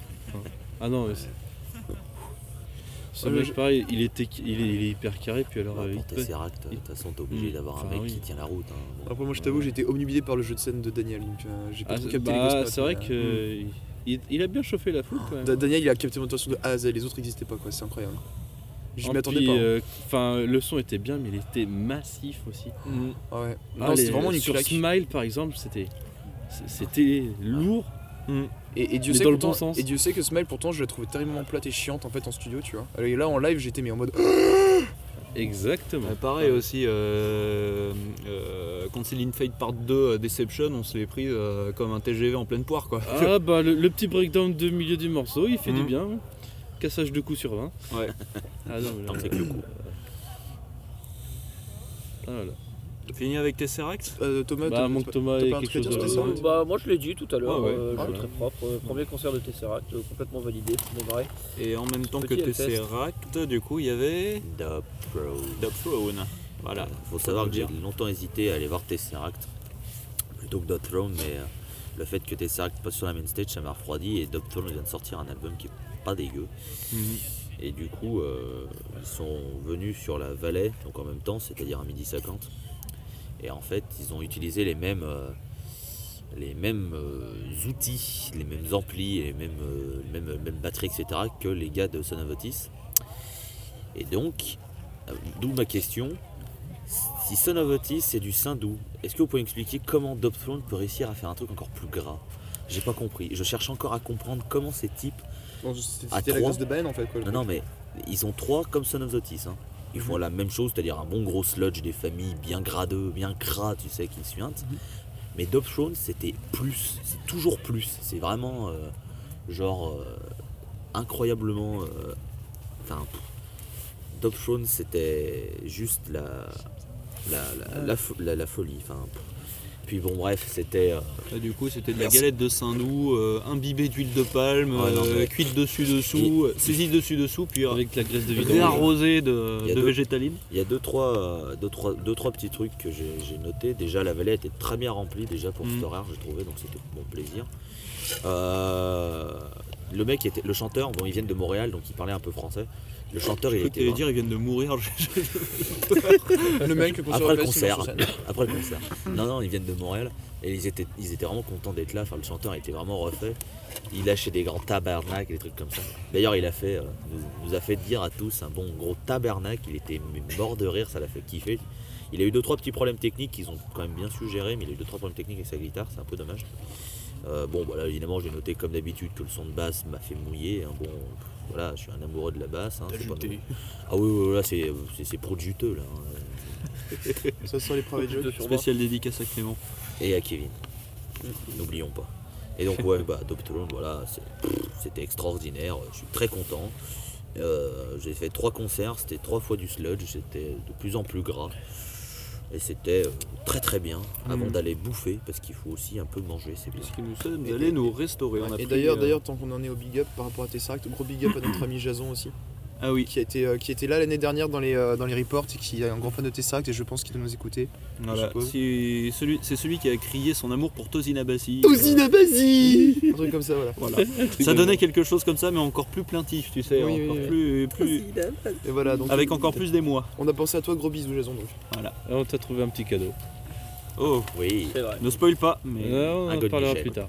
Ah non, mais c'est. Ce Ouais, mec, je- pareil, il, était, il, est, il est hyper carré, puis alors. euh, Pour il te- Tesseract, de toute façon, t'es obligé Mm. d'avoir un Enfin, mec oui. qui tient la route. hein. Bon. Après, moi, je t'avoue, j'étais omnibulé par le jeu de scène de Daniel. Donc, euh, j'ai pas Ah, trop c'est capté les bah, grosses notes, c'est vrai mais, que. Il, il a bien chauffé la foule quand euh, même. Da- Daniel, il a capté l'intention de A à Z. Les autres n'existaient pas, quoi. C'est incroyable. Je Ah, m'attendais puis, pas. hein. euh, Enfin, le son était bien, mais il était massif aussi. Ah ouais. Ah, non, les- c'était vraiment une Sur claque. Smile, par exemple, c'était. C'était lourd. Mm. Et, et Dieu Mais sait dans que le bon pourtant- sens. et Dieu sait que Smile, pourtant, je la trouvais terriblement plate et chiante en fait en studio, tu vois. Et là, en live, j'étais mais en mode. Exactement. Ouais, pareil aussi, euh, euh, Concealing Fate Part 2 euh, Deception, on se l'est pris euh, comme un TGV en pleine poire quoi. Ah bah le, le petit breakdown de milieu du morceau, il fait du Mm. bien. Cassage de coups sur 20. Ouais. Ah non, mais là, Tant que c'est que le coup. ah, voilà. Fini avec Tesseract Euh, Thomas, Bah, t'as- manque Thomas t'as et pas un quelque truc à chose. dire à- sur Tesseract Bah, moi je l'ai dit tout à l'heure, Ah ouais. euh, Ah jeu ouais. très propre, euh, premier concert de Tesseract, euh, complètement validé, c'est vrai. Et en même temps que Petit Hellfest. Tesseract, du coup il y avait Da Pro. The Throne. Voilà. Faut savoir le que j'ai dire. longtemps hésité à aller voir Tesseract plutôt que Dot Throne, mais euh, le fait que Tesseract passe sur la main stage, ça m'a refroidi et Dot Throne vient de sortir un album qui est pas dégueu. Et du coup, euh, ils sont venus sur la vallée, donc en même temps, c'est-à-dire à midi 50. Et en fait, ils ont utilisé les mêmes, euh, les mêmes euh, outils, les mêmes amplis, et les mêmes, euh, les mêmes, mêmes batteries, etc. que les gars de Son of Otis. Et donc, euh, d'où ma question, si Son of Otis c'est du Sindou, est-ce que vous pouvez expliquer comment Dopthrone peut réussir à faire un truc encore plus gras J'ai pas compris. Je cherche encore à comprendre comment ces types Non, C'était À c'était la trois. grosse de Bane en fait. Quoi, le non, coup. non, mais ils ont trois comme Son of the Otis, hein. Ils font la même chose, c'est-à-dire un bon gros sludge des familles bien gradeux, bien gras, tu sais, qui suintent. Mais Dobthrone, c'était plus, c'est toujours plus. C'est vraiment, euh, genre, euh, incroyablement. euh, Enfin, pff, Top Shown, c'était juste la, la, la, la fo- la- la folie. Enfin, pff. puis bon, bref, c'était. euh, Là, du coup, c'était de la Merci. galette de Saint-Loup, euh, imbibée d'huile de palme, Ouais, non, euh, mais- cuite dessus-dessous, euh, saisie dessus-dessous, puis euh, Avec la graisse de vidange. réarrosée Il y de, a de deux- végétaline. Il y a deux trois, euh, deux, trois, deux, trois petits trucs que j'ai j'ai notés. Déjà, la vallée était très bien remplie déjà pour Mhm. cet horaire, j'ai trouvé, donc c'était mon plaisir. Euh, le mec était, le chanteur, bon, ils viennent de Montréal, donc ils parlaient un peu français. Le chanteur, Je il crois que était t'allais vraiment- dire, ils viennent de mourir. J'ai- j'ai- Le mec, le après le concert. Après le concert. Non, non, ils viennent de Montréal et ils étaient, ils étaient vraiment contents d'être là. Enfin, le chanteur était vraiment refait. Il lâchait des grands tabernacles, des trucs comme ça. D'ailleurs, il a fait, euh, nous, nous a fait dire à tous un bon gros tabernacle. Il était mort de rire, ça l'a fait kiffer. Il a eu deux trois petits problèmes techniques qu'ils ont quand même bien suggéré, mais il a eu deux trois problèmes techniques avec sa guitare, c'est un peu dommage. Euh, bon, voilà, évidemment, j'ai noté comme d'habitude que le son de basse m'a fait mouiller. hein. Bon, pff, voilà, je suis un amoureux de la basse. hein, c'est pas jeté. mon- ah oui, oui, oui, là, c'est- c'est c'est pro de juteux là. hein. Ça sent les private jokes. Spécial dédicace à Clément. et à Kevin. N'oublions pas. Et donc ouais, bah Doptron, voilà, c'est- pff, c'était extraordinaire, je suis très content. Euh, j'ai fait trois concerts, c'était trois fois du sludge, j'étais de plus en plus gras. Et c'était euh, très très bien Mm. avant d'aller bouffer, parce qu'il faut aussi un peu manger, c'est bien. Parce que nous sommes Et- allés et- nous restaurer. On a Et pris, d'ailleurs, euh, d'ailleurs, tant qu'on en est au big up par rapport à Tesseract, gros big up à notre ami Jason aussi, Ah oui. qui, a été, euh, qui était là l'année dernière dans les, euh, dans les reports et qui est un grand fan de Tesseract et je pense qu'il doit nous écouter. Voilà. suppose. C'est celui, c'est celui qui a crié son amour pour Tosina Bassi. Tosinabasi Un truc comme ça, voilà. Voilà. Ça donnait quelque chose comme ça, mais encore plus plaintif, tu sais, Oui, oui, encore oui. plus, plus- Et voilà, donc euh, avec encore plus d'émoi. On a pensé à toi, gros bisous Jason donc. Ah, On t'a trouvé un petit cadeau. Oh, Oui, C'est vrai. ne spoil pas, mais Ah, on un en God parlera Michel. plus tard.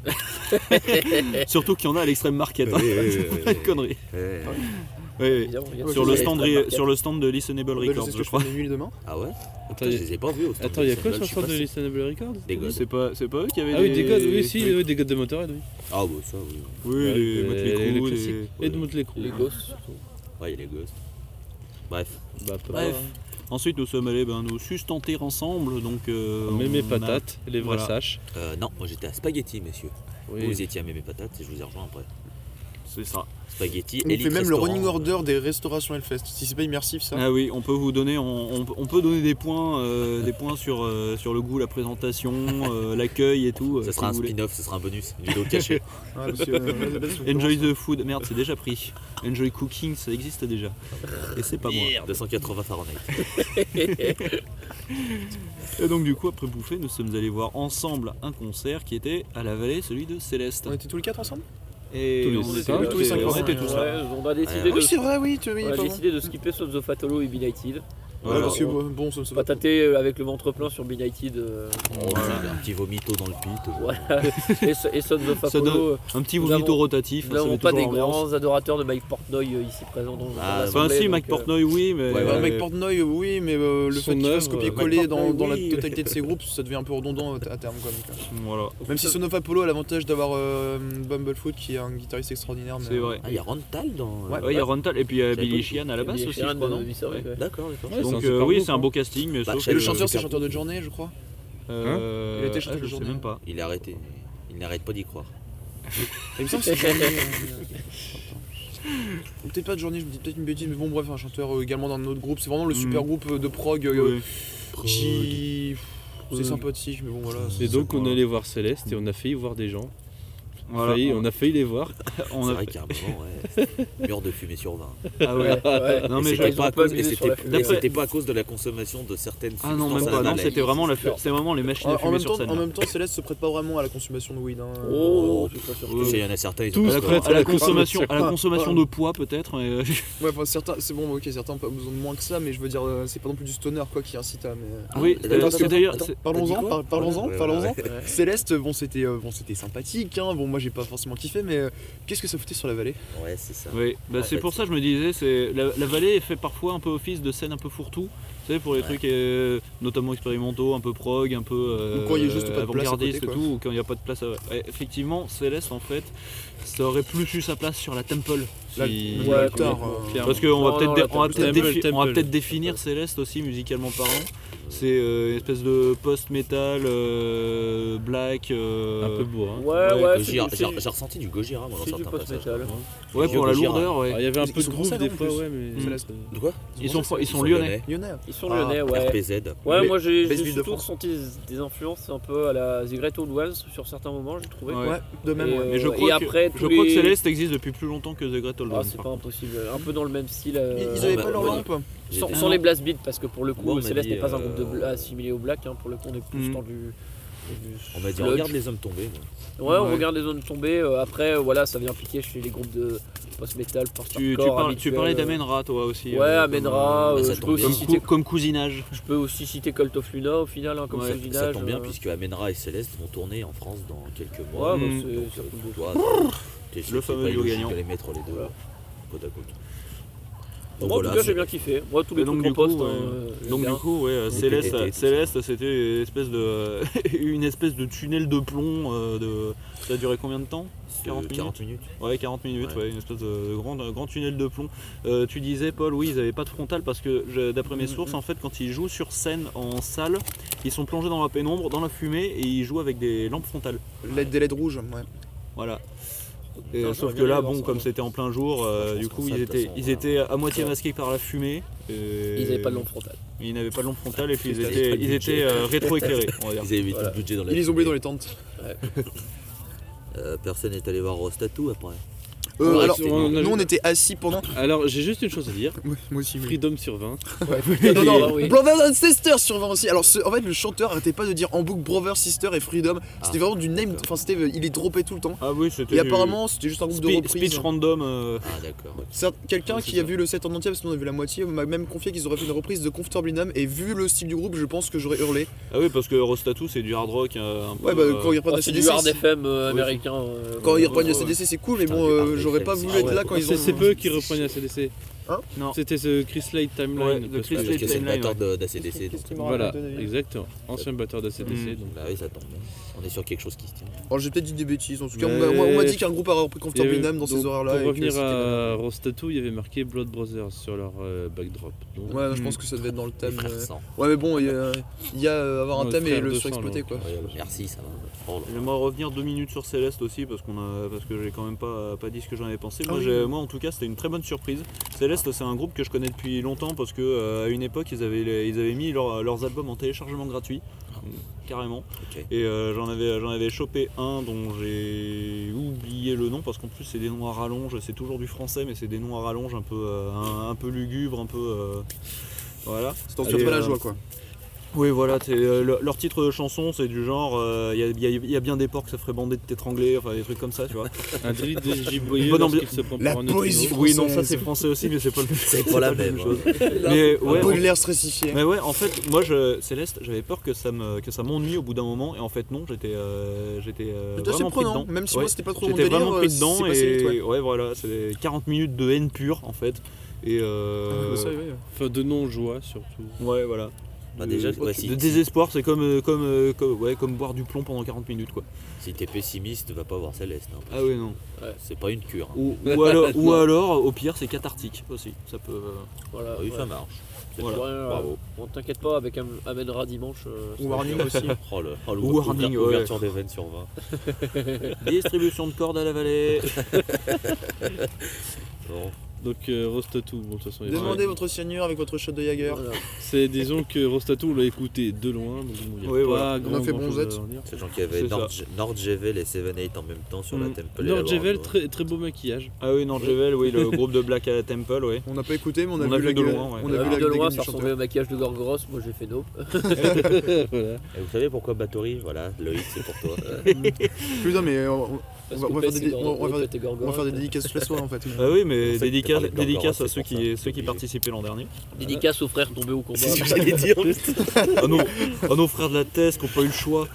surtout qu'il y en a à l'extrême market. hein. Oui, oui, oui, C'est oui, pas une oui. connerie. Eh. Oui, oui. Évidemment, regarde. Sur, le Ouais, stand, c'est ré- pas sur le stand de Listenable Bah, je Records, sais ce je que je crois. fais de nuit demain. Ah ouais Putain, Attends, je les ai pas vus au stand Attends, il y a de quoi Seven, sur le je suis stand passé. de Listenable Records Des godes. C'est pas, c'est pas eux qui avaient Ah oui, des godes, codes, oui, si, oui, des godes de Motorhead, oui. Ah ouais, ça oui. Oui, Ouais, les des- Motley les Crue, classiques. les- Et de Motley Crue. Les gosses. Ouais, il y a les gosses. Bref, Bah, pas Bref. mal, hein. Ensuite, nous sommes allés ben, nous sustenter ensemble. Donc, euh, Mais mes on a- patates, les vrais voilà. saches. euh, non, moi j'étais à Spaghetti, messieurs. Vous Oui. étiez à mes patates et je vous ai rejoint après. C'est ça. Spaghetti On et fait même le running order des restaurations Hellfest. Si c'est pas immersif ça. Ah oui, on peut vous donner, on, on- on peut donner des points, euh, des points sur, euh, sur le goût, la présentation, euh, l'accueil et tout. euh, Ce si sera un vous voulez. spin-off, ce sera un bonus, une vidéo cachée. Ouais, parce que, euh, parce que- Enjoy the food, merde, c'est déjà pris. Enjoy cooking, ça existe déjà. Et c'est pas moi. Merde. 280 Fahrenheit. Et donc du coup, après bouffer, nous sommes allés voir ensemble un concert qui était à la vallée, celui de Céleste. On était tous les quatre ensemble Et Tous les on était cinq, là, tous les c'est- cinq on ensemble, était ouais. tous là. Ouais, on a décidé Ouais. Ah oui de. c'est vrai oui, tu oui, On a pardon. décidé de skipper Sons of Fatalo et Benighted. Ouais, Voilà. parce que bon, bon, ça me On ça va va. tâter euh, avec le ventre plein sur Benighted. euh, Oh, Un petit vomito dans le pit. voilà. et, so- et Sons of Ça donne- Fatalo. euh, Un petit Nous vomito n'avons- rotatif. Nous ça met n'avons pas des toujours l'ambiance. grands adorateurs de Mike Portnoy euh, ici présents dans dans Ah, Enfin l'assemblée, si, donc, Mike euh, Portnoy, oui, mais... Ouais, Ouais, ouais. Mike Portnoy, oui, mais euh, le Son fait qu'il fasse œuvre, copier-coller Mike dans, Portnoy, dans la oui. totalité de ses groupes, ça devient un peu redondant à à terme. Quoi, donc, euh. Voilà, Même si Sonofa Polo a l'avantage d'avoir euh, Bumblefoot qui est un guitariste extraordinaire. mais, c'est euh, vrai. Ah, il y a Rontal dans. Ouais. Ouais, il y a Rontal et puis euh, J'avais pas Billy vu. Sheehan à la il y a basse des aussi, je chiens crois, de non Viscera, Ouais. ouais. D'accord, d'accord. Ouais, c'est un Donc super euh, oui, groupe, c'est un hein. beau casting, mais Bah, sauf Chad euh. Et le que- chanteur, c'est Hein le chanteur de journée, je crois. Euh, Il était chanteur ah, je sais journée. même pas. Il a arrêté. Il n'arrête pas d'y croire. Il me semble que c'est journée. euh, Peut-être pas de journée, je me dis peut-être une bêtise, mais bon, bref, un chanteur euh, également dans un autre groupe. C'est vraiment le Mm. super groupe euh, de prog euh, Oui. qui. C'est Prog. sympathique, mais bon, voilà. Et donc, on Voilà. allait voir Céleste et on a failli voir des gens. Voilà, Failli- on- on a failli les voir. on C'est a- vrai qu'il y a un moment, ouais. c'est Mur de fumée sur 20. Ah ouais. Ouais. Non Et mais c'était je- ils ont pas, à pas cause- abusé et sur la c'était- fumée. et c'était pas à cause de la consommation de certaines Ah non, substances même pas. Non, anales. c'était vraiment la fu- Sûr. c'est vraiment les machines En, à en fumer même sur temps, scène. hein. en même temps, Céleste se prête pas vraiment à la consommation de weed. hein. Oh, je suis pas sûr. Tu sais, Il y en a certains, ils Tous ont pas À la- peur. prêts. à la Ouais. consommation, à la Ouais. consommation de poids peut-être. mais, euh, Ouais, enfin, certains, c'est bon, ok, certains ont pas besoin de moins que ça, mais je veux dire, euh, c'est pas non plus du stoner quoi qui incite à. Mais... Oui, Attends, euh, parce attends, que d'ailleurs, Attends, c'est- t'as parlons-en, dit quoi par- parlons-en, Ouais, ouais, parlons-en. ouais. Céleste, bon, c'était euh, bon, c'était sympathique, hein. bon, moi j'ai pas forcément kiffé, mais euh, qu'est-ce que ça foutait sur la vallée Ouais, c'est ça. oui, bah, Ah, En c'est fait, pour ça que je me disais, c'est la, la vallée fait parfois un peu office de scène un peu fourre-tout, tu sais, pour les Ouais. trucs euh, notamment expérimentaux, un peu prog, un peu euh, Ou quand il y a juste pas de place à avant-gardiste côté, et quoi. tout, ou quand il n'y a pas de place. à- Ouais, effectivement, Céleste en fait, ça aurait plus eu sa place sur la Temple, qui. Ouais, plus tard, complètement, euh, clairement. Parce qu'on Non, va peut-être non, dé- la on va Temple, peut-être Temple, défi- on va Temple. peut-être définir Céleste aussi musicalement parlant. C'est euh, une espèce de post-metal, euh, black. euh, Un peu bourrin. Ouais, Ouais, ouais, c'est Euh, Gojira. du- c'est J'ai du- j'ai ressenti du Gojira moi dans c'est du certains passages. post-metal. hein. hein. Ouais, pour la Gojira. lourdeur, Ah, Il ouais. y avait un Ils peu de sont groove français, des non, en fois, plus ouais, mais. euh, Mm. Céleste, De quoi Ils sont, fr- ils sont lyonnais. Lyonnais. Ils sont Ah, lyonnais, ouais. RPZ. Ouais, Mais- moi j'ai Best j'ai Ville de surtout France. ressenti des- des influences un peu à la Zigrette Old Ones sur certains moments, j'ai trouvé. Ouais. Ouais, de même. Et, ouais. euh, Mais je et crois, après, que, je tous crois que les- Céleste existe depuis plus longtemps que The Great Old Ah, Ones, c'est par pas contre. impossible. Un peu dans le même style. euh, Ils, ils avaient bah, pas leur ouais. langue, quoi. J'ai Sans, des- sans les blast beats, parce que pour le coup, Moi, on m'a Céleste dit, n'est pas un groupe de bla- euh, assimilé au black. hein, Pour le coup, on est plus Mhm. dans du. du- On m'a dit sludge. regarde les hommes tombés. moi. Ouais, on regarde les zones tombées. euh, après, euh, voilà, ça vient piquer chez les groupes de post-metal, Tu, tu post-hardcore. parles- tu habituels, parlais euh, d'Amenra, toi aussi. Ouais, euh, Amenra. comme, euh, euh, ça je, tombe peux aussi Comme, bien. comme citer, cou- comme cousinage. je peux aussi citer Cult of Luna au final, hein, comme Ouais, ça cousinage. Ça tombe bien euh, puisque Amenra et Céleste vont tourner en France dans quelques mois. Ouais, bah, Mm. c'est- Donc, ça euh, coule de toi, t'es sûr Le que fameux c'est pas duo illogique gagnant. de les mettre les deux Voilà. là, côte à côte. Donc, Moi, en tout voilà, cas, c'est- j'ai bien kiffé. Moi, tous Et les donc, trucs du qu'on poste. coup, hein, euh, j'aime Donc bien. du coup, ouais, euh, Les Céleste, PPT, tout ça. Céleste, c'était une espèce de, une espèce de tunnel de plomb. euh, de, ça a duré combien de temps c'est 40 40 minutes. Ouais, 40 minutes, ouais. Ouais. une espèce de grand, de grand tunnel de plomb. Euh, tu disais, Paul, oui, ils n'avaient pas de frontal parce que, je- d'après Mm, mes sources, en fait, quand ils jouent sur scène en salle, ils sont plongés dans la pénombre, dans la fumée et ils jouent avec des lampes frontales. LED, des LED rouges, ouais. Voilà. Et, Putain, sauf j'aurais que bien là, aimé voir bon, ça, comme ouais. c'était en plein jour, euh, Ouais, je du pense coup, qu'en ils salle, de toute étaient, façon, ils ouais. étaient à moitié masqués par la fumée. et- Ils avaient pas de lampe frontale. Ils n'avaient pas de lampe frontale et puis ils Ils avaient étaient, pas de ils budget. étaient euh, rétroéclairés, on va dire. Ils avaient mis Voilà. tout le budget dans la Ils les ont oubliés dans fumée. les tentes. Euh, Personne n'est allé voir Rostatou après. Euh, Ouais, alors, c'est- on a- nous, on était assis pendant. Alors, j'ai juste une chose à dire Moi aussi, Freedom sur 20. non, Oui, non, oui. Brothers and Sisters sur 20 aussi. Alors, ce- en fait, le chanteur arrêtait pas de dire en boucle Brothers, Sisters et Freedom. Ah, C'était vraiment du name. d'accord. Enfin, c'était, euh, il est droppé tout le temps. Ah oui, c'était. Et du- apparemment, c'était juste un groupe de spe- reprises. speech random. euh, Ah d'accord. ok. Certes, Quelqu'un Ouais, qui c'est a ça. vu le set en entier, parce qu'on a vu la moitié, m'a même confié qu'ils auraient fait une reprise de Comfortably Numb. Et vu le style du groupe, je pense que j'aurais hurlé. Ah oui, parce que Rostatou, c'est du hard rock. euh, un peu, Ouais, bah, euh, quand ils reprennent Oh, la C'est du hard CDC. FM euh, américain. euh, Quand ouais. ils reprennent ouais, la ouais. CDC, c'est cool, mais Putain, bon, du euh, hard rock, j'aurais pas c'est- voulu ah être ouais. là quand ils C'est ont. c'est peu qui reprennent la CDC. Hein Non. C'était ce Chris Light Ouais, Timeline. the parce Chris que- Parce Light que c'est euh, le timeline, batteur de- d'ACDC. donc- Voilà, exactement. Ancien batteur d'ACDC. Mm. donc. Bah oui, ça tombe bien. On est sur quelque chose qui se tient. Alors, j'ai peut-être dit des bêtises, en tout cas. Mais- on m'a- On m'a dit qu'un groupe a repris Comfortably Et, euh, Numb dans donc, ces horaires-là. et Pour que revenir c'était- à Rostatou, il y avait marqué Blood Brothers sur leur euh, backdrop. Donc, Ouais, je Hmm. pense que ça devait être dans le Les thème. frères euh, sang. Ouais, mais bon, il y a, il y a, euh, avoir un Ouais, thème et frère le 200, surexploiter, quoi. Ouais, Merci, ça va. Oh là. J'aimerais revenir deux minutes sur Céleste aussi parce qu'on a parce que j'ai quand même pas, pas dit ce que j'en avais pensé. Ah Moi, oui. j'ai- moi en tout cas c'était une très bonne surprise. Céleste c'est un groupe que je connais depuis longtemps parce que euh, à une époque ils avaient les- ils avaient mis leur- leurs albums en téléchargement gratuit. Carrément. Ok. Et euh, j'en avais j'en avais chopé un dont j'ai oublié le nom parce qu'en plus c'est des noms à rallonge, c'est toujours du français mais c'est des noms à rallonge un peu euh, un, un peu lugubre, un peu euh, voilà. C'est en Allez, pas la euh, joie, quoi. Oui, voilà, t'es- euh, le- leur titre de chanson, c'est du genre, il y, a- y a bien des porcs que ça ferait bander de t'étrangler, enfin des trucs comme ça, tu vois. un drill de giboyer Bonne lorsqu'il ambiance. se prend La pour un autre poésie kilo. oui, non, française. ça c'est français aussi, mais c'est pas le même. C'est pas la le même. chose. hein. Mais ouais, en- Baudelaire stressifié. mais ouais, en fait, moi, je, Céleste, j'avais peur que ça me, que ça m'ennuie au bout d'un moment, et en fait non, j'étais, euh, j'étais euh, C'était assez vraiment pris prenant, dedans. même si Ouais. moi c'était pas trop mon J'étais délire. vraiment pris euh, dedans c'est et passé vite, ouais. ouais. voilà, c'est 40 minutes de haine pure en fait. Et euh, Ah, Ça, ouais. Enfin, de non-joie surtout. ouais, voilà. Bah, de, déjà, ouais, si- de si- désespoir, c'est comme, euh, comme, euh, comme- ouais, comme boire du plomb pendant 40 minutes quoi. Si t'es pessimiste, va pas voir Céleste. hein. Ah oui non. C'est pas une cure. hein. Ou, ou alors, ou alors, au pire, c'est cathartique aussi. Ça peut. euh, Voilà, Ah oui, ouais. ça marche. C'est Voilà. bien. Ouais, ouais, Bravo. ouais. Bon, t'inquiète pas, avec Am- Amènera dimanche. euh, ça- Ou Warning aussi. Oh le, oh, le Warning, ouver- ouais. ouverture des veines sur 20. Distribution de cordes à la vallée. Bon. Donc euh, Rostatou, bon de toute façon, il y a- Demandez votre seigneur avec votre shot de Jagger. Voilà. C'est disons que Rostatou, on l'a écouté de loin, donc bon, il y a Oui, pas voilà. grand, On a fait grand chose bronzette. à en dire. C'est gens qui avaient C'est ça. Nord- Nordjevel et Seven Eight en même temps sur la Mm. Temple. Nordjevel, Elaborate. Hmm. très, très beau maquillage. Ah oui, Nordjevel, oui, le groupe de Black à la Temple, oui. On n'a pas écouté, mais on a, On a vu, vu la de gueule- loin, ouais. On Vu a vu la de gueule loin, du ça ressemblait chanteur. au maquillage de Gorgoros. Moi, j'ai fait no. voilà. Et vous savez pourquoi Bathory Voilà, Loïc, c'est pour toi. Euh, Putain, mais euh, on Parce va- que on va Pest, faire des- c'est on va- Gorgoros, on va faire des- Pest, c'est on va Gorgoros. faire des dédicaces la soirée en fait. Ah oui, mais C'est pour ça que dédicace, t'as parlé de Gorgoras, dédicace à c'est ceux pour ça, qui, ceux qui obligé. participaient l'an dernier. Dédicace aux frères tombés au combat. c'est ce que j'allais dire. Ah non, ah non frères de la thèse qui n'ont pas eu le choix.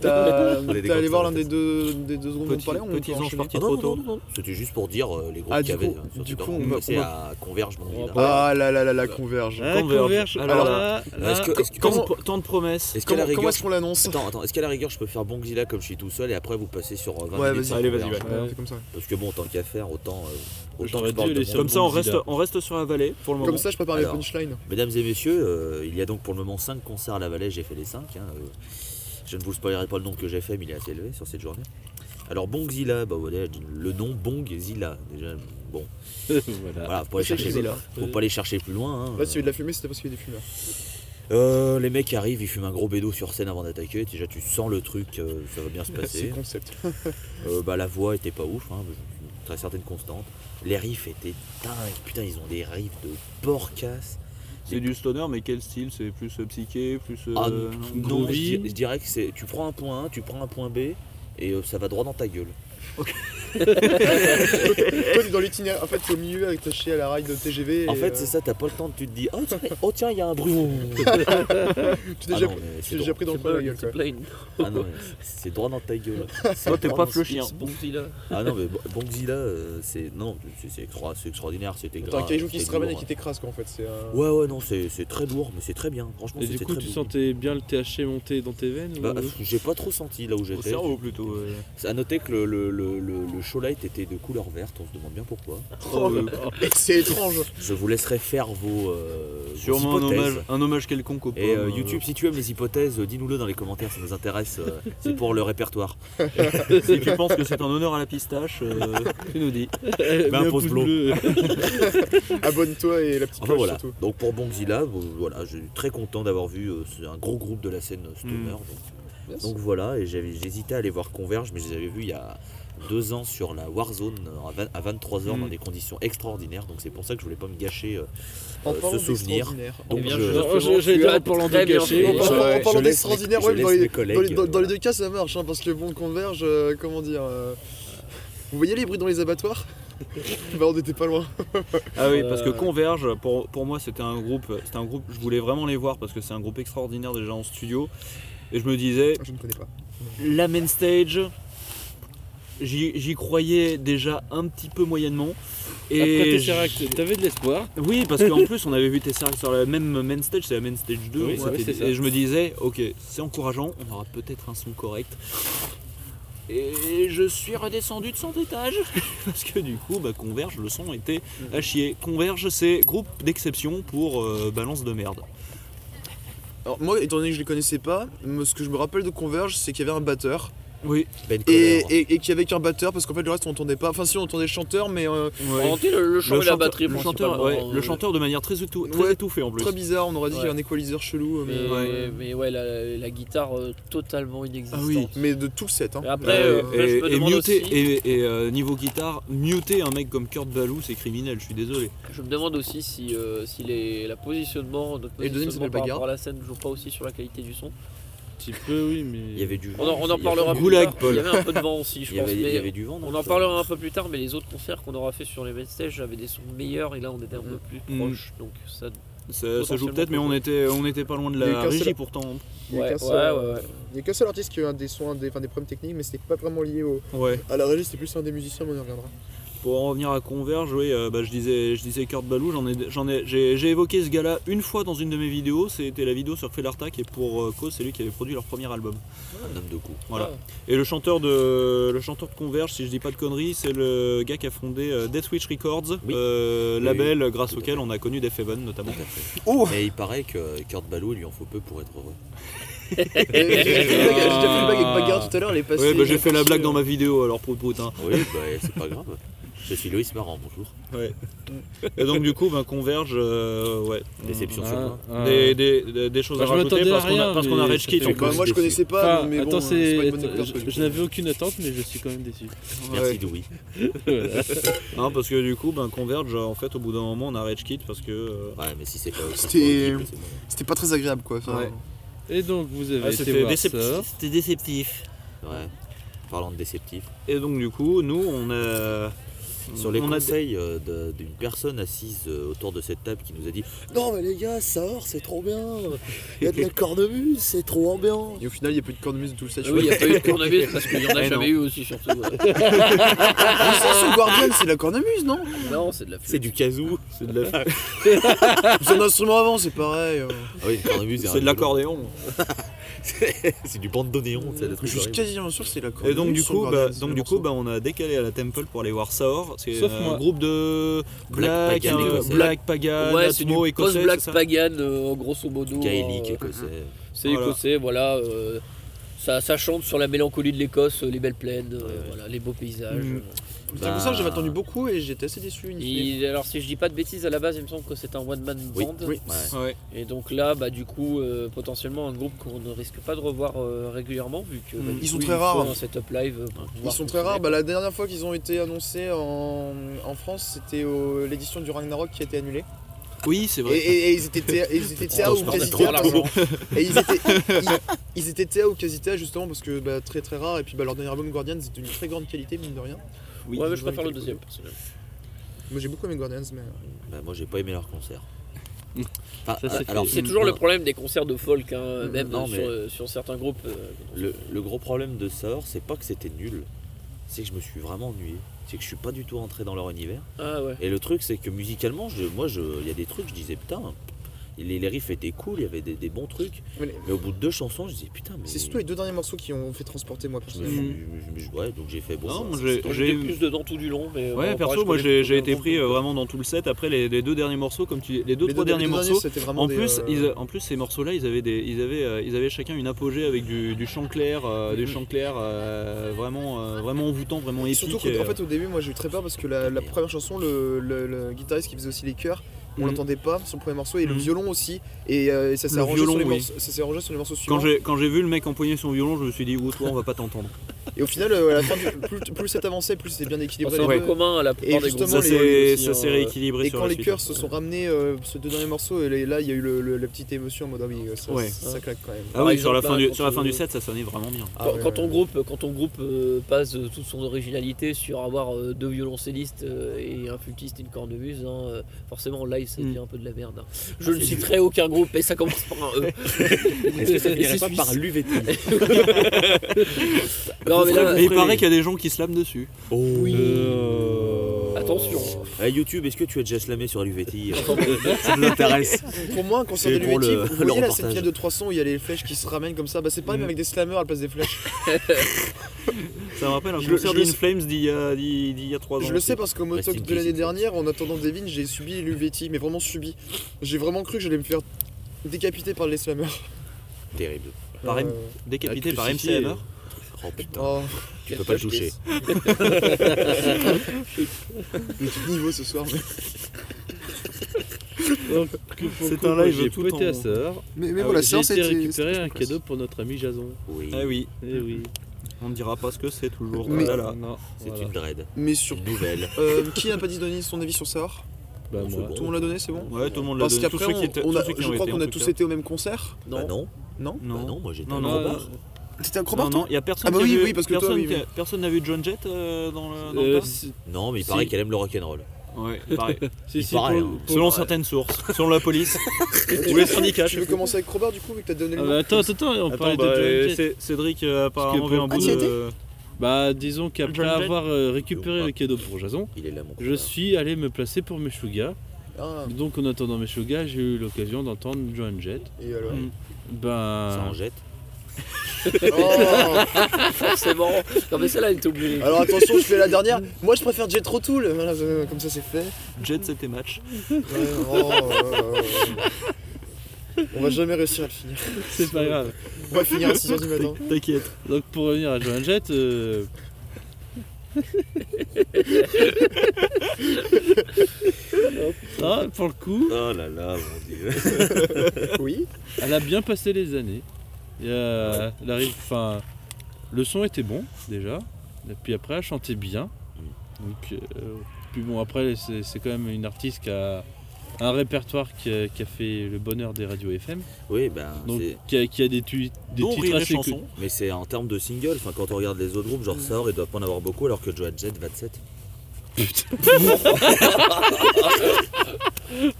T'as On est des t'as Euh, allé voir l'un grands des deux des deux secondes dont on Petit- parlait on petits peut anges enchaîner partis Ah trop non, non, tôt. non, non, non. C'était juste pour dire euh, les groupes Ah, qu'il y du avait. coup- hein, sur du Twitter. coup, on va- C'est on à Converge, mon On va gars. pas- Ah là là là là, converge. Ah, Converge. Converge. Alors Alors là, là, Euh, Est-ce que- est-ce que- Tant, de- tant de promesses. est-ce qu'à la ah, Comment comment rigueur, est-ce qu'on l'annonce Attends, attends, est-ce qu'à la rigueur je peux faire Bongzilla comme je suis tout seul et après vous passez sur euh, 20 Ouais, minutes vas-y, Allez, vas-y, converge. ouais. Ouais, on fait comme ça. Parce que bon, tant qu'à faire, autant. euh, autant J'aurais que je parle dû de laisser mon- Comme ça, on Godzilla. reste, on reste sur la vallée pour le moment. Comme ça, je prépare Alors. les punchlines. Mesdames et messieurs, euh, il y a donc pour le moment 5 concerts à la Vallée, j'ai fait les 5. je ne vous spoilerai pas le nombre que j'ai fait, mais il est assez élevé sur cette journée. Alors Bongzilla, bah, voilà, le nom Bongzilla, déjà, bon, Ah, voilà. voilà, faut pas aller chercher, faut pas aller chercher plus loin. hein. Là, s'il y avait de la fumée, c'était parce qu'il y avait des fumeurs. Euh, les mecs arrivent, ils fument un gros bédo sur scène avant d'attaquer, déjà tu sens le truc, euh, ça va bien se C'est passer. le concept. Euh, bah, la voix était pas ouf, hein, très certaine constante. Les riffs étaient dingues, putain ils ont des riffs de porcasse. C'est du stoner, mais quel style C'est plus euh, psyché, plus. euh, Ah, non non, je, dir- je dirais que c'est. Tu prends un point A, tu prends un point B, et euh, ça va droit dans ta gueule. Toi, t'es dans l'itinéraire. En fait, t'es au milieu attaché à la rail de TGV. en et, fait, euh, c'est ça, t'as pas le temps, de- tu te dis, oh tiens, oh, tiens, il y a un bruit. Tu t'es ah déjà, non, mais tu t'es c'est déjà droit. pris dans le coin de la gueule, quoi. Plane. Ah non, mais c'est droit dans ta gueule. C'est Toi, t'es droit pas dans- le chien. Bonzilla. Ah non, mais Bon- Bonzilla, euh, c'est. Non, c'est- c'est extra- c'est extraordinaire, c'était T'as un grave. caillou qui se c'était ramène et Ah, lourd, qui t'écrase, quoi, en fait. C'est un. hein. Ouais, ouais, non, c'est c'est très lourd, mais c'est très bien. Franchement, Et c'était du coup, très tu beau. sentais bien le THC monter dans tes veines Bah, ou- j'ai pas trop senti là où Au j'étais. cerveau plutôt. ouais. À noter que le, le, le, le, le show light était de couleur verte, on se demande bien pourquoi. Oh, euh, oh. C'est étrange. Je vous laisserai faire vos, euh, vos Sûrement un hypothèses. hommage, un hommage quelconque au Et pomme, euh, euh, YouTube, si tu aimes les hypothèses, euh, dis-nous-le dans les commentaires, ça nous intéresse. euh, c'est pour le répertoire. si tu penses que c'est un honneur à la pistache, euh, Ben, tu nous dis. Mets un pouce bleu. Abonne-toi et la petite Enfin cloche, voilà. surtout. Donc pour Bongzilla, euh, voilà, je suis très content d'avoir vu euh, c'est un gros groupe de la scène euh, Hmm. stoner. Donc, Yes. donc voilà, et j'avais- j'hésitais à aller voir Converge, mais je les avais vus il y a deux ans sur la Warzone euh, à vingt- à 23h dans Mm. des conditions extraordinaires. Donc c'est pour ça que je voulais pas me gâcher. euh, En euh, parlant ce souvenir. d'extraordinaire. donc Eh bien, je- je- Non, j'ai- J'allais dire en parlant de Très bien gâcher. fait. En parlant- Ouais, en parlant je laisse d'extraordinaire, mes- ouais, je dans laisse les, mes collègues, dans les- dans- dans les euh, deux cas, ça marche, hein, parce que bon, converge, euh, comment dire. euh, Vous voyez les bruits dans les abattoirs Bah, on était pas loin. Ah oui, parce que Euh, Converge, pour, pour moi, c'était un groupe, c'était un groupe, je voulais vraiment les voir parce que c'est un groupe extraordinaire déjà en studio. Et je me disais, Je ne connais pas. la main stage, j'y j'y croyais déjà un petit peu moyennement. Et Après je- Tesseract, t'avais de l'espoir. Oui, parce qu'en plus, on avait vu Tesseract sur la même main stage, c'est la main stage 2. Oui, on ouais, s'était c'est dit- ça. et je me disais, ok, c'est encourageant, on aura peut-être un son correct. Et je suis redescendu de 100 étages parce que du coup, bah, Converge, le son était Mm. à chier. Converge, c'est groupe d'exception pour euh, balance de merde. Alors, moi, étant donné que je les connaissais pas, me- ce que je me rappelle de Converge, c'est qu'il y avait un batteur. Oui, Ben Et, Colère. et, et qu'il y avait qu'un batteur, parce qu'en fait, le reste, on entendait pas. Enfin, si, on entendait le chanteur, mais euh, On entend le, le chant et la batterie. le chanteur, ouais, principalement, le euh, chanteur de manière très, étou- très Ouais, étouffée en plus. très bizarre. On aurait dit Ouais. qu'il y a un équaliseur chelou, euh, mais, Mais Ouais. ouais, mais ouais la, la guitare euh, totalement inexistante. Ah oui. mais de tout le set. Hein. Et après, euh, et, je me et demande muter- aussi- et- et, euh, niveau guitare, muter un mec comme Kurt Balou, c'est criminel, je suis désolé. Je me demande aussi si, euh, si les, la positionnement, notre Et le deuxième, positionnement c'est par Bagarre. rapport à la scène ne joue pas aussi sur la qualité du son. Un petit peu, oui, mais. Il y avait du vent. On en, on en il y parlera avait- plus Goulag, tard. Paul. Il y avait un peu de vent aussi, je Il y avait, pense. il y mais avait du vent. dans on le en show. parlera un peu plus tard, mais les autres concerts qu'on aura fait sur les main stage avaient des sons meilleurs et là on était un peu plus Mm. proche. Donc ça. Ça, ça joue Potentiellement peut-être, mais on possible. était, on était pas loin de Il y la a eu qu'un seul- régie pourtant. Il y a Ouais, qu'un ouais, seul- ouais, ouais. Il n'y a qu'un seul artiste qui a eu un des soins, des, enfin, des problèmes techniques, mais c'était pas vraiment lié au... Ouais. Ah, à la régie, c'était plus un des musiciens, mais on y reviendra. Pour en revenir à Converge, oui, euh, bah, je disais, je disais Kurt Balou, j'en ai, j'en ai, j'ai, j'ai évoqué ce gars-là une fois dans une de mes vidéos. C'était la vidéo sur Felartak et pour euh, cause, c'est lui qui avait produit leur premier album. Un homme de coup. Voilà. Et le chanteur de, le chanteur de Converge, si je dis pas de conneries, c'est le gars qui a fondé euh, Death Witch Records, Oui. euh, Oui, label grâce tout à auquel fait. on a connu Def Heaven notamment. Tout à fait. Oh Et il paraît que Kurt Ballou, il lui en faut peu pour être heureux. Eh, J'ai déjà fait une blague- j'ai déjà fait une blague avec Bagarre tout à l'heure, elle est Ah, passée. euh, Ouais, bah, j'ai fait la blague dans ma vidéo alors pour hein. Oui, bah, c'est pas grave. Je suis Loïs Marant, bonjour. Et donc du coup, ben Converge, euh, ouais. Déception Ah, sur moi. ah. Des, des- des- des choses Bah, à je m'attendais rajouter à parce qu'on a, rien, parce qu'on a mais Rage ça Kit fait en quoi Bah, plus. moi je connaissais pas, Enfin, mais bon, euh, attends, pas c'est. une bonne attends, découverte, Je, je n'avais aucune attente, mais je suis quand même déçu. Merci Ouais. Louis. Voilà. Non, parce que du coup, ben Converge, en fait, au bout d'un moment, on a Rage Kit parce que. euh, Ouais, mais si c'est pas. C'était- horrible, c'est bon. C'était pas très agréable quoi. enfin, Ouais. Et donc, vous avez ah, été c'était voir déceptif. ça. C'était déceptif. Ouais. Parlant de déceptif. Et donc du coup, nous, on a. sur les On a- conseils euh, de- d'une personne assise euh, autour de cette table qui nous a dit Non, mais les gars, ça or, c'est trop bien. Il y a de la cornemuse, c'est trop ambiant. Et au final, il n'y a plus de cornemuse d'où le Ah sèche. oui, il n'y a pas eu de cornemuse parce qu'il n'y en a Eh jamais eu aussi, surtout. ouais. sous Guardian, Ah, c'est de la cornemuse, non Non, c'est de la flûte. C'est du kazoo, c'est de la, C'est un instrument avant, c'est pareil. euh. ah, oui, une cornemuse, C'est de l'accordéon. c'est du bandoneon, c'est le Je truc. suis horrible. quasiment sûr que c'est de la cornemuse. Et donc du sous coup, Guardian, bah, c'est donc le du coup, morceau. bah, on a décalé à la Temple pour aller voir Saor. C'est Sauf un moi. groupe de Black Black, Pagan euh, écossais. Black Pagan, Ouais, c'est du Atmo écossais. post-black c'est ça pagan, euh, grosso modo. Gaélique, euh, écossais. C'est Voilà. écossais, voilà. euh, ça, ça chante sur la mélancolie de l'Écosse, euh, les belles plaines, euh, Ouais. voilà, les beaux paysages. Mm. euh. C'est pour ça bah, que j'avais attendu beaucoup et j'étais assez déçu. in fine. Il- alors si je dis pas de bêtises, à la base il me semble que c'est un one man Oui, band. oui. Ouais. Ouais. Et donc là, bah du coup, euh, potentiellement un groupe qu'on ne risque pas de revoir euh, régulièrement vu que bah, Mm. du Ils sont coup, très il faut rares. Un setup live. euh, pour Ils pouvoir sont très consommer. rares. Bah, la dernière fois qu'ils ont été annoncés en, en France, c'était au- l'édition du Ragnarok qui a été annulée. Oui, c'est Et, vrai. et- et ils étaient TA, ils étaient TA ou quasi trop TA. tard. parce- Et ils étaient, ils, ils étaient TA ou quasi TA justement parce que bah, très très rare. Et puis bah, leur dernier album Guardians est d'une très grande qualité, mine de rien. Oui. ouais, mais je Ils ont préfère le été deuxième personnellement. Moi j'ai beaucoup aimé Guardians, mais. Bah, moi, j'ai pas aimé leur concert. Enfin, euh, Ça, c'est alors, C'est toujours le problème des concerts de folk, Mm-hmm. hein, même Non, euh, mais- sur, euh, sur certains groupes. euh, Le, le gros problème de Saor, c'est pas que c'était nul, c'est que je me suis vraiment ennuyé. C'est que je suis pas du tout rentré dans leur univers. Ah ouais. Et le truc, c'est que musicalement, je, moi, je- il y a des trucs, je disais putain, les, les riffs étaient cool, il y avait des, des bons trucs. Mais les- Mais au bout de deux chansons, je disais putain, mais. C'est surtout les deux derniers morceaux qui ont fait transporter moi je me- personnellement. je me- je me- je- ouais, donc j'ai fait bon. Non, bah, moi, c'est- j'ai- c'est- J'étais plus dedans tout du long, mais. Ouais, bon, pareil, perso, je moi connais j'ai plutôt j'ai bien été le groupe, pris euh, donc, vraiment dans tout le set. Après les, les deux derniers morceaux, comme tu dis, les deux Les trois deux- les derniers deux morceaux. c'était vraiment En des, plus, euh, ils- en plus ces morceaux-là, ils avaient des, ils avaient, euh, ils avaient chacun une apogée avec du, du chant clair, euh, Mhm. du chant clair euh, vraiment, euh, vraiment envoûtant, vraiment épique. Surtout qu'au et, euh, en fait, au début, moi j'ai eu très peur parce que la, la première chanson, le, le- le guitariste qui faisait aussi les chœurs, on Mhm. l'entendait pas, son premier morceau, et le Mhm. violon aussi. Et, euh, et ça s'est Le arrangé, violon, sur les oui. morceaux- ça s'est arrangé sur les morceaux Quand suivants. j'ai quand j'ai vu le mec empoigner son violon, je me suis dit, ou toi, on va pas t'entendre. Et au final, euh, à la fin, du- plus, plus le set avançait, plus c'était bien équilibré. Ah, C'est un les peu deux. commun à la plupart des groupes. justement, euh, Ça les- s'est aussi, ça hein, s'est euh, rééquilibré Et sur quand la les suite. hein. chœurs se sont ramenés, euh, ce deux derniers morceaux, et là il y a eu le- le- la petite émotion en mode ah oui, ça, Ouais. ça claque quand même. Ah Par oui, sur la exemple, fin là, du quand sur la fin tu- du set, ça sonnait vraiment bien. Ah Quand, ouais, quand ouais. ton groupe, quand ton groupe euh, passe euh, toute son originalité sur avoir euh, deux violoncellistes euh, et un flûtiste et une cornemuse, hein, euh, forcément live ça Mm. devient un peu de la merde. hein. Je ne citerai aucun groupe et ça commence par un E. Est-ce que ça Et finirait c'est pas suisse. par l'UVT Non mais là, Et il paraît qu'il y a des gens qui se lament dessus. Oui. Attention. Eh, YouTube, est-ce que tu as déjà slamé sur l'UVT Ça nous intéresse. Pour moi, un concert C'est de pour Lumetti, le- vous le voyez la reportage. cette finale de 300 où il y a les flèches qui se ramènent comme ça, bah c'est pareil Mhm. mais avec des slammers à la place des flèches. Ça me rappelle un Je- concert je le d'In sais- Flames d'il y a d'il d'il y a trois ans. Je le sais aussi. parce qu'au Rest in motoc de peace, l'année Ethan. dernière, en attendant Devin, j'ai subi l'UVT, mais vraiment subi. J'ai vraiment cru que j'allais me faire décapiter par les slammers. Terrible. Par M- Euh, décapité par MC Crucifié. Hammer. Oh putain, oh, tu peux pas le toucher. le petit niveau ce soir. mais- C'est un live j'ai tout pété en- à Saor. Mais, mais Ah oui, voilà, J'ai ça été c'était. récupérer un cadeau pour notre ami Jason. Oui, Ah oui, Eh oui. on ne dira pas ce que c'est toujours. Mais- Ah là là. Non, c'est voilà. une dread. Mais sur. Une nouvelle. Euh, qui n'a pas dit donné son avis sur Sahar Bah, On se moi. bat. Tout le monde l'a donné, c'est bon Ouais, tout le monde l'a Parce donné. Tous qu'après, ceux qui étaient- on, on tous a- ceux qui ont je crois été, qu'on en a tout tous cas. été au même concert. Bah non, Non bah Non, non, moi j'étais non, Ah, en non. Robert. T'étais à Non, Crobar non, il y a personne Ah bah qui a oui, vu- oui, parce que toi, personne oui, qui a- oui. personne n'a vu John Jett euh, dans le dans Euh, le tas si, Non, mais il paraît Si. qu'elle aime le rock'n'roll. Ouais, il paraît. si, si, paraît, pour- hein. pour- Selon certaines sources, selon la police ou les syndicats. Tu veux commencer avec Crobar du coup, vu que t'as donné Ah le nom bah, attends, attends, attends, on Attends, parlait bah, de Johnny euh, c'est- Cédric euh, a apparemment pour vu un le bout coup, de. Bah disons qu'après John Jett. avoir euh, Ou récupéré pas. le cadeau pour Jason, Il est là, mon je copain. suis allé me placer pour Meshuga. Ah, Donc en attendant Meshuga, j'ai eu l'occasion d'entendre John Jett. et alors Mm. Ça Ben... en Ah, jette. Oh Forcément. Non mais celle-là elle est obligée. Alors attention, je fais la dernière. Moi, je préfère Jet Rotoul. Voilà, euh, comme ça, c'est fait. Jett, c'était match. Ouais, oh, euh, On va jamais réussir à le finir. C'est pas grave. On va finir à 6h du matin. T'inquiète. Donc pour revenir à Joan Jett, euh, ah, pour le coup, Oh là là, mon dieu. Oui. elle a bien passé les années. Et, euh, elle arrive- enfin, le son était bon déjà, et puis après elle chantait bien. Donc, euh, puis bon après c'est c'est quand même une artiste qui a un répertoire qui a, qui a fait le bonheur des radios FM. Oui, ben, Donc c'est- qui a, qui a des, tu- des Dont titres rire et assez chanson. mais c'est en termes de single, enfin, quand on regarde les autres groupes, genre Saur, il doit pas en avoir beaucoup, alors que Joan Jett, 27. ok,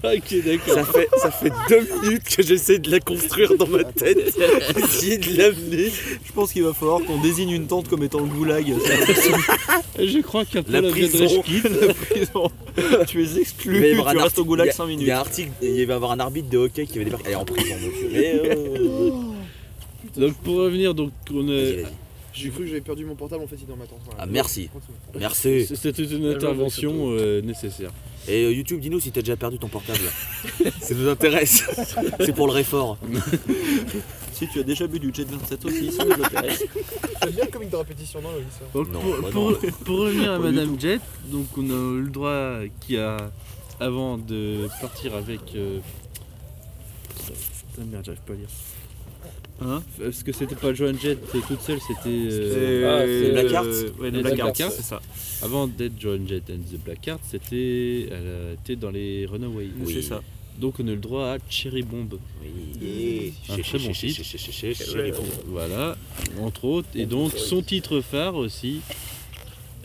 d'accord. Ça fait, ça fait deux minutes que j'essaie de la construire dans ma tête, essayer de l'amener. Je pense qu'il va falloir qu'on désigne une tente comme étant le goulag. Je crois La qu'après la prison. prison, la prison. tu es exclu, Mais il tu y aura un restes au article- goulag il y a- 5 Il minutes. y a un article, il va y avoir un arbitre de hockey qui va débarquer. Elle est en prison, le curé. euh. donc pour revenir, donc on Vas-y, est. vas-y. J'ai cru que j'avais perdu mon portable, en fait il est dans ma tente. Voilà. Ah, merci. Continue. Merci. C'était une intervention euh, nécessaire. Et euh, YouTube, dis-nous si t'as déjà perdu ton portable. Ça nous intéresse. C'est pour le réfort. Si tu as déjà bu du jet 27 aussi, ça nous intéresse. J'aime bien comme il de répétition dans Loïs. hein. Donc Non, pour, bah pour- non. pour revenir à Pas du Madame Jet, donc on a le droit qui a avant de partir avec. euh, putain, merde, j'arrive pas à lire. Hein Parce que c'était pas Joan Jett toute seule, c'était. euh, Ah, c'est Black Black Heart Ouais, Les les Black Black Heart, Hearts. c'est ça. Ah Avant d'être Joan Jett and the Black Heart, c'était. Elle était dans les Runaways. Oui. C'est ça. Donc on a le droit à Cherry Bomb. Oui. Un très bon titre. Eh ben, Voilà, entre autres. Et donc son titre phare aussi.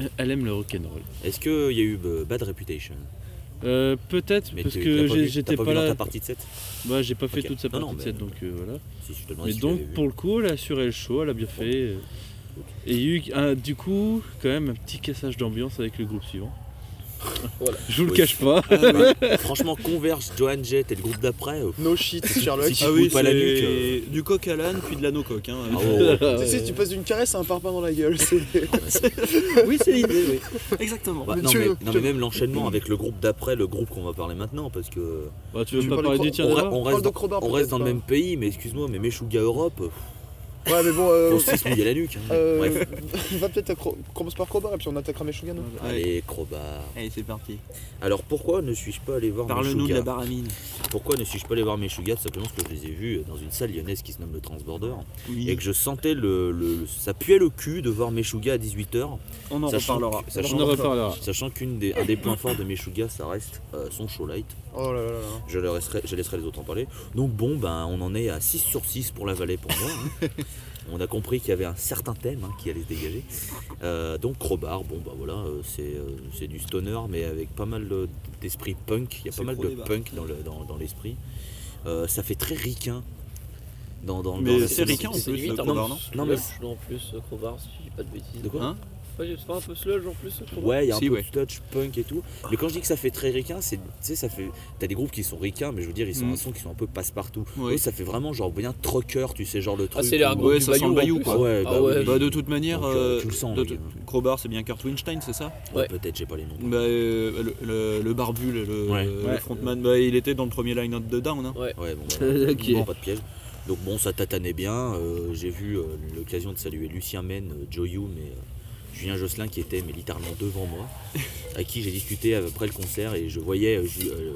euh, Elle aime le rock'n'roll. Est-ce qu'il y a eu euh, Bad Reputation Euh, Peut-être parce tu- que t'as pas vu- j'ai- t'as j'étais pas, pas, vu dans là. ta partie de 7 Moi, j'ai pas fait Ok. toute sa Non, partie non, de mais- set, donc euh, voilà. Si, je te demandais Mais si tu l'avais donc, vu. pour le coup, elle a assuré le show, elle a bien fait. Et il y a eu, un- du coup, quand même, un petit cassage d'ambiance avec le groupe suivant. Voilà. Je vous le Oui. cache pas. Bah, Franchement, Converge, Joan Jett et le groupe d'après. euh, No shit, Sherlock. Si tu Ah te oui, coupes pas la c'est nuque. euh, du coq à l'âne, puis de l'anneau coq. Hein. ah ouais, Bah, ouais. Tu sais, tu passes d'une caresse à un parpaing dans la gueule. c'est- oui, c'est l'idée, oui. Exactement. Bah, Mais non, tu- mais, tu- non, mais même l'enchaînement avec le groupe d'après, le groupe qu'on va parler maintenant, parce que Bah, tu veux Tu pas parles parler de du quoi tien on, d'abord on Parle Ah, reste, de dans, Crowbar, on reste dans le peut-être même pays, mais excuse-moi, mais Meshuga Europe, pff, Ouais, mais bon, euh, on se mouille à la nuque. hein. euh, Bref, va peut-être à Cro- commence par Crowbar et puis on attaquera Meshugan. allez, Crowbar. Allez, c'est parti. Alors pourquoi ne suis-je pas allé voir Parle-nous de la Meshuga baramine. Pourquoi ne suis-je pas allé voir Meshuga Tout Simplement parce que je les ai vus euh, dans une salle lyonnaise qui se nomme le Transborder et Oui, que je sentais le, le- ça puait le cul de voir Meshuga à 18h. on en sachant reparlera. que- On sachant- en Ah. reparlera. Sachant qu'un des, un des points forts de Meshuga, ça reste euh, son show light. Oh là là là. là. Je, le laisserai, je laisserai les autres en parler. Donc bon, ben, on en est à 6 sur 6 pour la vallée pour moi. hein. on a compris qu'il y avait un certain thème hein, qui allait se dégager. Euh, donc Crowbar, bon bah voilà, euh, c'est euh, c'est du stoner mais avec pas mal de- d'esprit punk. Il y a C'est pas mal de Crowbar. punk dans le- dans- dans l'esprit. Euh, ça fait très ricain. Dans, dans, dans Mais la c'est ricain en scène. C'est plus, le limite un Crowbar, non Non, Non, mais- mais en plus, euh, Crowbar, si je dis pas de bêtises. De quoi Hein Ouais, c'est pas un peu sludge en plus, Crowbar Ouais, il y a un Si, peu ouais. de touch punk et tout. Mais quand je dis que ça fait très ricain, c'est tu sais ça fait t'as des groupes qui sont ricains mais je veux dire ils sont Mm. un son qui sont un peu passe-partout. Oui. Eux, ça fait vraiment genre bien trucker, tu sais genre le truc. Ah, c'est l'argot où- euh, Ouais, du ça sent le Bayou, bayou, en quoi. plus. Ouais, Ah ouais. oui. Bah, de toute manière, Donc, euh, euh, tu le sens, de le toute- gars. Crowbar, c'est bien Kurt Weinstein, c'est ça Ouais, Ouais. peut-être j'ai pas les noms. bah, euh, le, le- le barbu, le, le- Ouais. le Ouais. frontman, bah, il était dans le premier line-up de Down. Hein. Ouais, bon, Euh, voilà. ok. Bon, pas de piège. Donc bon, ça tatanait bien. Euh, J'ai vu euh, l'occasion de saluer Lucien Men, euh, Joe Hume et euh, Julien Josselin qui était mais littéralement devant moi, à qui j'ai discuté euh, après le concert et je voyais euh, Ju- euh,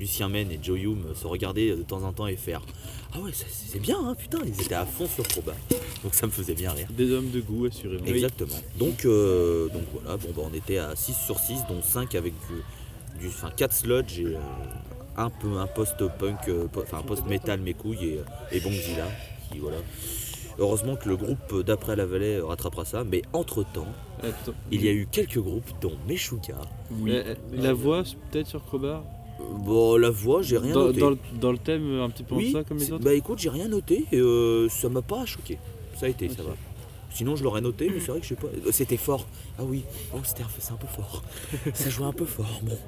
Lucien Men et Joe Hume se regarder euh, de temps en temps et faire Ah ouais, ça, c'est bien, hein, putain, ils étaient à fond sur Proba. Donc ça me faisait bien rire. Des hommes de goût, assurément. Exactement. Donc, euh, donc voilà, bon, bah, on était à 6 sur 6, dont 5 avec euh, du, du- enfin 4 sludge et euh, un peu un post-punk, euh, po- enfin un post-metal mes couilles et, et Bongzilla. Qui, voilà. Heureusement que le groupe d'après la vallée rattrapera ça, mais entre-temps, Attends. il y a eu quelques groupes dont Meshuga. Euh, euh, La voix, c'est peut-être sur Crowbar Euh, bon, la voix, j'ai rien dans, noté. dans le, dans le thème, euh, un petit peu en Oui, ça, comme les c'est- autres bah écoute, j'ai rien noté et euh, ça m'a pas choqué. Ça a été, ça Ok. Mm. va. Sinon, je l'aurais noté, mais c'est vrai que je sais pas. euh, C'était fort. Ah oui, oh, c'était un, c'est un peu fort. ça jouait un peu fort. Bon,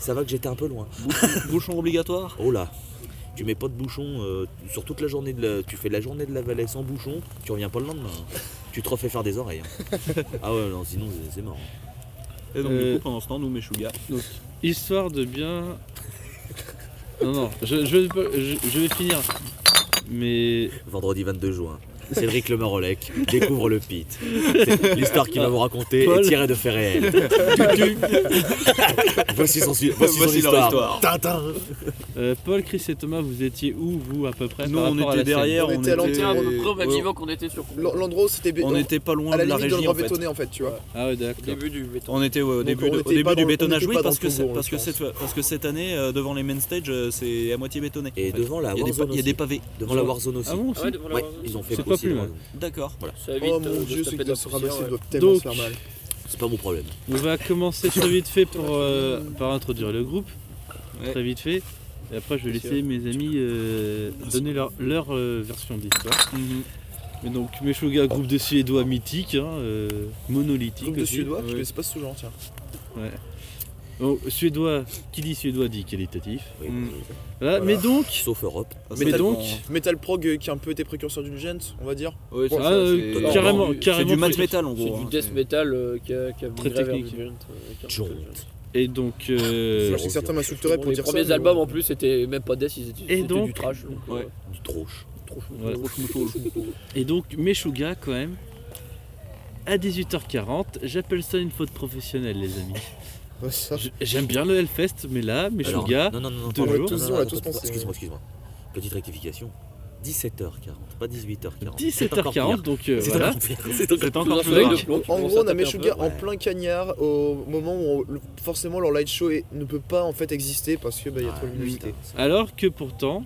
ça va que j'étais un peu loin. Bouchon- Bouchon obligatoire Oh là, tu mets pas de bouchon euh, sur toute la journée de la. Tu fais la journée de la vallée sans bouchon, tu reviens pas le lendemain. hein. Tu te refais faire des oreilles. hein. ah ouais, non, sinon c'est- c'est mort. Et donc, Euh, du coup, pendant ce temps, nous, Meshuga. Histoire de bien. Non, non, je, je vais pas- je- je vais finir. Mais Vendredi 22 juin. Cédric Le Marolec découvre le pit. C'est L'histoire qu'il va vous raconter Paul. est tirée de faits réels. voici son, su- voici son Voici leur histoire. histoire. Euh, Paul, Chris et Thomas, vous étiez où, vous, à peu près Nous, par on rapport à était la scène derrière, On on était à était, euh, On l'antenne, est Et- près vivant qu'on était sur L'en- L'endroit où c'était bé- on était pas loin à de la la limite de régie, l'endroit en fait. bétonné en fait, tu vois. Ah ouais, d'accord. au début du métro. On était ouais, au début, on de- était au début pas dans du le- on bétonnage, était oui, pas parce dans que, le c'est- fourgon, parce, je que pense. cette, parce que cette année, euh, devant les main stage, euh, c'est à moitié bétonné. Et devant la Il y a des, pa- Warzone il y a des aussi. pavés. Devant la Warzone aussi. Ah bon, aussi Ah ouais, devant la Ouais, Warzone. ils ont fait C'est aussi pas plus la mal. Warzone. D'accord. Ça évite Oh euh, mon de dieu, se c'est taper que de la de se poussière, ramasser ouais. doit tellement Donc- se faire mal. C'est pas mon problème. On va commencer très vite fait pour, euh, par introduire le groupe. Ouais. Très vite fait. Et après, je vais laisser mes amis euh, donner leur, leur, euh, version d'histoire. Mhm. Mais donc, Meshuga, groupe de Suédois mythique, hein, euh, monolithique. Groupe de aussi. Suédois, je Ouais. connaissais pas ce genre, tiens. Donc, Suédois, qui dit Suédois dit qualitatif. Oui, Mm. oui. Voilà, Voilà. Mais donc, Sauf Europe. Mais donc- Metal prog euh, qui a un peu été précurseur du gent, on va dire. Ouais, c'est Ah, ça, euh, c'est- carrément- c'est du- carrément C'est du math truc. metal en C'est gros. du hein, death c'est- metal euh, qui a, qui a migré Très vers technique. du grunt, euh, avec un Jaunt. peu de- et donc, euh, Zéro. Je sais que certains m'insulteraient pour Les dire ça. premiers mais albums ouais. en plus c'était même pas death, ils étaient Et c'était donc- du trash. donc, Ouais. euh, Du troche. trop chaud. Voilà. et donc Meshuga quand même. À 18h40, j'appelle ça une faute professionnelle, les amis. Ouais, c'est ça. Je- J'aime bien le Hellfest, mais là, Alors, Meshuga, Non, non, non, non, deux pardon, jours. non, non, Tous, non, on l'a attends, tous attends, pensé. Excuse-moi, excuse-moi. Petite rectification. 17h40, pas 18h40. 17h40, donc euh, C'est voilà. encore pire. C'est encore C'est pire. encore Tout plus un grave. truc, donc, En tu gros, commences à on a taper un peu. Meshuga en ouais. plein cagnard au moment où on- le- forcément leur light show est- ne peut pas en fait exister parce que bah, il y a trop de Ah, luminosité. putain, c'est- Alors que pourtant,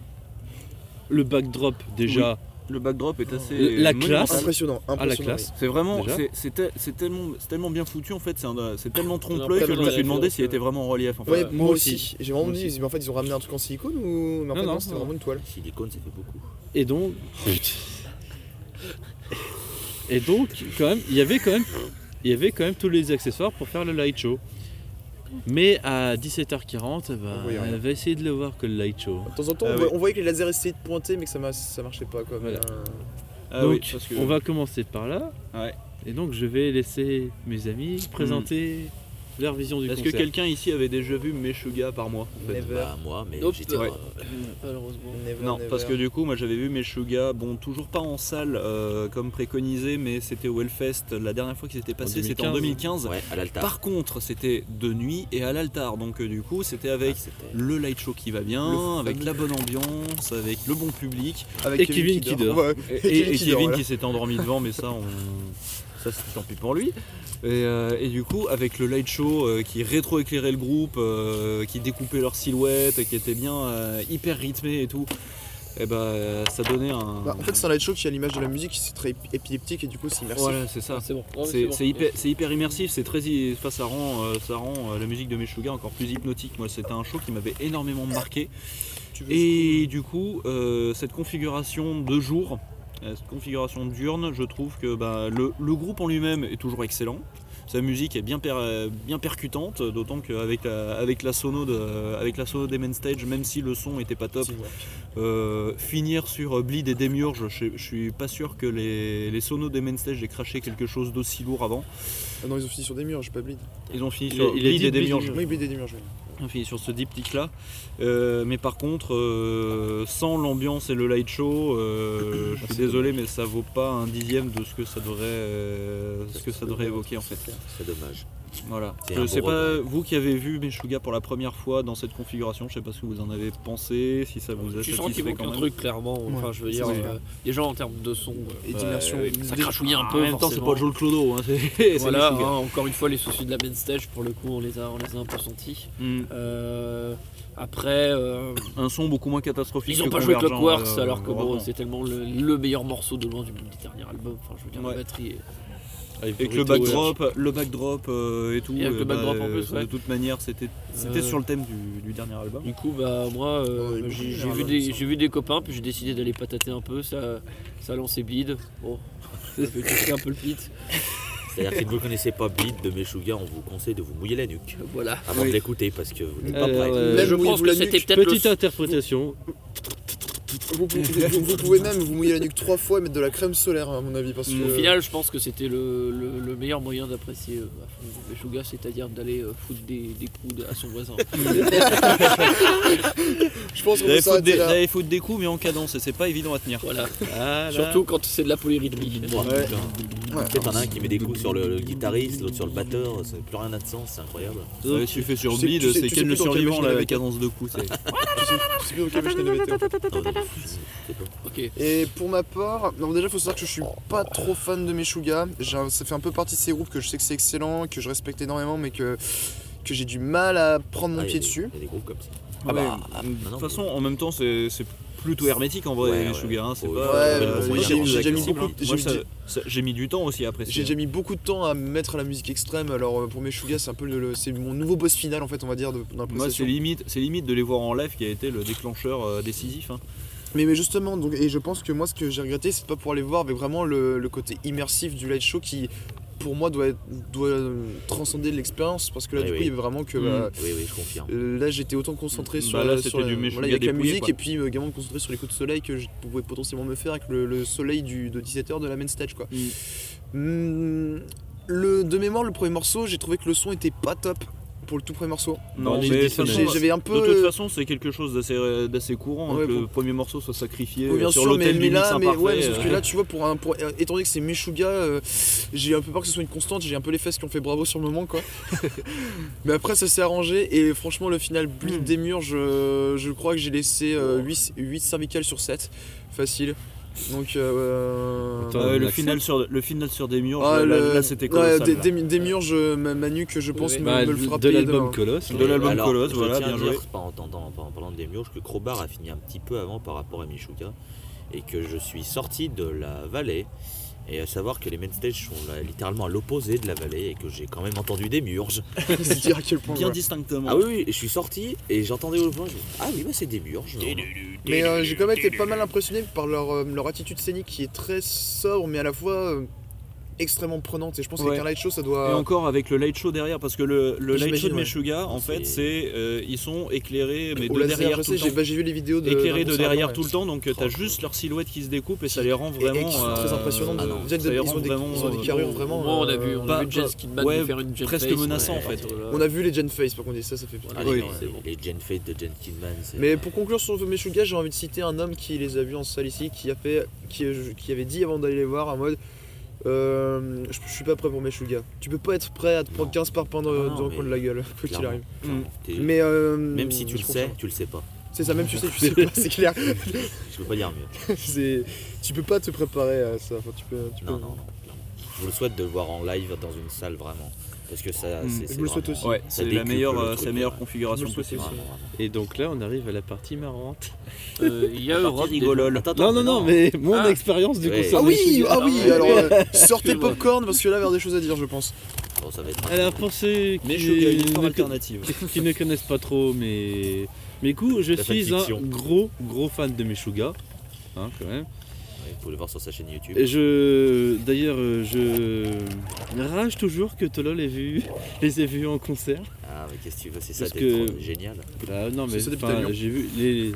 le backdrop déjà, Le backdrop est assez. La monumental. classe. Impressionnant, impressionnant. à la classe. C'est vraiment, Déjà. c'est- c'est te- c'est tellement, c'est tellement bien foutu en fait, c'est un- c'est tellement Ouais, trompe-l'œil que je me suis demandé s'il était vraiment en relief. En fait. Ouais, Ouais, moi moi aussi. aussi. J'ai vraiment Moi dit, aussi. mais en fait, ils ont ramené un truc en silicone ou. Mais en Non, fait, non, non, c'était non. vraiment une toile. Silicone, ça fait beaucoup. Et donc. Et donc, quand même, il y avait quand même, il y avait quand même tous les accessoires pour faire le light show. Mais à 17h40, bah, On voyait rien. on va essayer de le voir que le light show. De temps en temps, Ah on, oui. voit- on voyait que les lasers essayaient de pointer, mais que ça, ma- ça marchait pas quoi. mais, Voilà. euh, Ah donc, oui, parce que- on va commencer par là. Ouais. Et donc, je vais laisser mes amis Hmm. présenter leur vision du Est-ce concert. que quelqu'un ici avait déjà vu Meshuga par mois en fait Never, Bah, moi, mais Nope. j'étais. Ouais. euh, Malheureusement. never, Non, never. parce que du coup, moi j'avais vu Meshuga, bon, toujours pas en salle euh, comme préconisé, mais c'était au Hellfest. La dernière fois qu'ils étaient passés, c'était en 2015. Ouais, à l'altar. Par contre, c'était de nuit et à l'altar, donc euh, du coup, c'était Ah, avec c'était- le light show qui va bien, Le avec fameux- la bonne ambiance, avec le bon public, Avec Et Kevin qui dort. Ouais. et, Kevin et qui dort, Kevin voilà. qui s'était endormi devant, mais ça, on... ça c'est tant pis pour lui. Et, euh, et du coup, avec le light show euh, qui rétroéclairait le groupe, euh, qui découpait leur silhouette, qui était bien euh, hyper rythmé et tout, et bah euh, ça donnait un. Bah, en fait, c'est un light show qui a l'image de la musique, c'est très épi- épileptique et du coup, c'est immersif. voilà, c'est ça. Ah, C'est bon. Non, mais C'est bon. c'est hyper, c'est hyper immersif, c'est très, i- enfin, ça rend, euh, ça rend euh, la musique de Meshuga encore plus hypnotique. Moi, c'était un show qui m'avait énormément marqué. Tu veux- Et du coup, euh, cette configuration de jour, euh, cette configuration diurne, je trouve que bah, le, le groupe en lui-même est toujours excellent. Sa musique est bien, per- euh, bien percutante, d'autant qu'avec la, avec la sono de, euh, avec la sono des main stage, même si le son était pas top, C'est- ouais. euh, finir sur euh, Bleed et Demiurge, je, je suis pas sûr que les, les sonos des main stage aient craché quelque chose d'aussi lourd avant. Ah non, ils ont fini sur des murs, j'ai pas bleed. Ils ont fini Il sur a- il a Bleed dit et Bleed et Demiurge. Oui, bleed et des murs, je On finit sur ce diptyque là. mais par contre, euh, sans l'ambiance et le light show, euh, je suis désolé, mais ça vaut pas un dixième de ce que ça devrait, euh, ce que ça devrait évoquer en fait. C'est dommage. Voilà. C'est Je un sais beau pas, vous qui avez vu Meshuga pour la première fois dans cette configuration, je sais pas ce que vous en avez pensé, si ça vous a Tu sens qu'il satisfait manque quand un même. truc clairement, enfin je veux dire, c'est euh, déjà en termes de son, euh, Et d'immersion. euh, ça crachouillait un peu. Ah, en même temps, c'est forcément. pas Joel Clodo, hein, c'est c'est Voilà, Meshuga. hein, encore une fois, les soucis de la main stage, pour le coup, on les a, on les a un peu sentis. Mm. Euh, après, euh, Un son beaucoup moins catastrophique. ils ont que pas joué Convergent, Clockworks, euh, alors que bon, heureusement. c'est tellement le, le meilleur morceau de loin du, du dernier album. Enfin, je veux dire, Ouais. la batterie est- Avec Et que le Burrito backdrop, le backdrop euh, et tout. Et avec le euh, bah, backdrop en plus, euh, ouais. De toute manière, c'était c'était Euh, sur le thème du, du dernier album. Du coup, bah moi, euh, Ouais, il est j'ai beaucoup j'ai meilleur, vu, là, des- il me j'ai vu des copains, puis j'ai décidé d'aller patater un peu. Ça, ça a lancé bide. Bon, ça fait toucher un peu le pit. C'est-à-dire que si vous ne connaissez pas Beat de Meshuga, on vous conseille de vous mouiller la nuque Voilà. avant de l'écouter parce que vous n'êtes pas Alors, prêt. euh, Mais Là, je mouille pense vous que la c'était nuque. peut-être Petite le. interprétation. Vous, vous- vous- vous pouvez même vous mouiller la nuque trois fois et mettre de la crème solaire, à mon avis. Parce que, Au final, je pense que c'était le, le- le meilleur moyen d'apprécier euh, à fond Meshuga, c'est-à-dire d'aller euh, foutre des, des coudes à son voisin. je pense qu'on J'avais peut faute s'arrêter des, là. j'avais faute des coups, mais en cadence, et c'est pas évident à tenir. Ah voilà. Voilà. Surtout quand c'est de la polyrythmie. Moi, putain. Peut-être en a un qui met des coups sur le, le guitariste, l'autre sur le batteur, ça n'a plus rien n'a de sens, c'est incroyable. Ouais, tu fais sur Tu sais- Bleed, tu sais- c'est tu sais Ken le plus dans quelle survivant, machine la, elle la avait cadence de coups. c'est- Je sais- je sais plus auquel machine elle était, en fait. Non, mais Ah, c'est bon. Ok. Et pour ma part, non, déjà, faut savoir que je suis pas trop fan de Meshuga. J'ai un- Ça fait un peu partie de ces groupes que je sais que c'est excellent, que je respecte énormément, mais que, que j'ai du mal à prendre mon Ah, il y a pied des- dessus. Il y a des groupes comme ça. Ouais, bah, ah, de non, toute façon, en même temps, c'est c'est plutôt hermétique en vrai, Ouais, les ouais. Sugar. hein, c'est Ouais, pas. ouais, euh, ouais, le ouais, bon j'ai- exemple, j'ai déjà mis exactement. beaucoup- Moi, j'ai- ça- ça- j'ai mis du temps aussi après. J'ai déjà mis beaucoup de temps à me mettre à la musique extrême, alors euh, pour mes Shugas, c'est un peu le, le- c'est mon nouveau boss final en fait, on va dire, de- dans la Moi, Bah, c'est prestation. limite, c'est limite de les voir en live qui a été le déclencheur euh, décisif. hein. Mais, mais justement, donc, et je pense que moi ce que j'ai regretté, c'est de pas pouvoir les voir, mais vraiment le, le côté immersif du light show qui, pour moi, doit, être- doit euh, transcender l'expérience, parce que là, Oui, du coup, oui. il y avait vraiment que. Mm. bah, Oui, oui, je confirme. Euh, Là, j'étais autant concentré Bah sur, là, la- c'était sur la- du Meshuggah voilà, il y a que la dépouillé, musique quoi. et puis euh, également concentré sur les coups de soleil que je pouvais potentiellement me faire avec le, le soleil du, de 17h de la main stage. Quoi. Mm, le, de mémoire, le premier morceau, j'ai trouvé que le son était pas top pour le tout premier morceau. Non, mais Ah, mais dis ça, de toute mais- J'ai- façon, J'avais un de peu. toute euh, façon, c'est quelque chose d'assez, d'assez courant hein, Ouais, que le bon. premier morceau soit sacrifié oui, bien euh, sur sûr, mais, l'autel mais du mix là, mais, imparfait. ouais, parce que euh, là, tu vois, pour un, pour- euh, étant donné que c'est Meshuga, j'ai un peu peur que ce soit une constante. J'ai un peu les fesses qui ont fait bravo sur le moment, quoi. mais après, ça s'est arrangé et franchement, le final Hmm. blip des murs, je, je crois que j'ai laissé 8, cervicales sur 7, facile. Donc, euh, Attends, euh, on le accepte. final sur le final sur des murs, ah, là, là- le- là, c'était ouais, colossal. des, là. des, des murs, je, ma, ma nuque, je pense, Oui, me, oui. Bah, me le de- fera de payer l'album demain. hein. Colosse. de l'album Alors, Colosse, je voilà, tiens à bien dire, joué. en, entendant- en parlant des mioches, que Crobar a fini un petit peu avant par rapport à Michuka et que je suis sorti de la vallée. Et à savoir que les main stages sont là, littéralement à l'opposé de la vallée et que j'ai quand même entendu des murges. C'est dire à quel point. Bien ouais. distinctement. Ah oui, oui, je suis sorti et j'entendais au loin. je dis, Ah oui, bah c'est des murges. Mais euh, j'ai quand même été pas mal impressionné par leur, euh, leur attitude scénique qui est très sobre mais à la fois euh, extrêmement prenante. Et je pense Ouais. qu'avec un light show, ça doit. Et encore avec le light show derrière, parce que le, le light show Ah. J'imagine, de ouais. Meshuga, en fait, c'est euh, ils sont éclairés, mais Au de laser, derrière je tout le sais, j'ai temps. bah, j'ai vu les vidéos de. Éclairés d'un de concert derrière avant, tout le ouais. temps, donc euh, t'as Oh. juste leur silhouette qui se découpe et ça les rend Et- et vraiment. qui sont très euh, impressionnants. de- ah non, déjà, ça les ils rend ont des- vraiment, ils ont euh, des carrures Au vraiment. moins, on a vu, on a pas- vu Jen Skidman ouais, nous faire une jet presque face, menaçant, ouais. en fait. Voilà. on a vu les Gen Face par contre, et ça, ça fait plaisir. Ah, Oui. les, c'est bon. les Gen Fate de Jen Kidman. c'est- Mais pour conclure sur Meshuga, j'ai envie de citer un homme qui les a vus en salle ici, qui a fait, qui, qui avait dit avant d'aller les voir en mode, euh, je, je suis pas prêt pour Meshuga. Tu peux pas être prêt à te prendre Non. 15 parpaings dans, Ah non, dans le mais coin de la gueule, quoi qu'il clairement, arrive. clairement, t'es- Mais euh, Même si tu le je sais, confirme. tu le sais pas. c'est ça. Même tu sais, tu sais pas, c'est clair. Je peux pas dire mieux. C'est- tu peux pas te préparer à ça. Enfin, tu peux, tu Non, peux- non, non. clairement. Je vous le souhaite de le voir en live dans une salle vraiment. Parce que ça, Mm. c'est. Je c'est me le souhaite vraiment- aussi. Ouais, Ça c'est la décuple meilleure, le euh, truc, c'est la meilleure ouais. configuration Je me le souhaite possible. Vraiment, vraiment. Et donc là, on arrive à la partie marrante. Euh, Il y a Europe. déjà. Attends, attends, Non, non, non, mais mon Ah. expérience du Ouais. concert. Ah de oui, Meshuggah. ah oui. Alors euh, sortez Excuse-moi. popcorn parce que là, il va y avoir des choses à dire, je pense. Bon, ça va être. Alors pour ceux qui, Mais Meshuga, une histoire ne, con- alternative. qui ne connaissent pas trop mes, mes goûts, je La suis un fanfiction. gros gros fan de Meshuga. Hein, quand même. Ouais, Vous pouvez le voir sur sa chaîne YouTube. Et je, d'ailleurs, euh, je rage toujours que Tolo les, vu, les ait vus en concert. Ah, mais qu'est-ce que tu veux, c'est ça, Parce t'es que- trop génial. Ah, non mais C'est ça, depuis enfin, ta Lyon. j'ai vu les,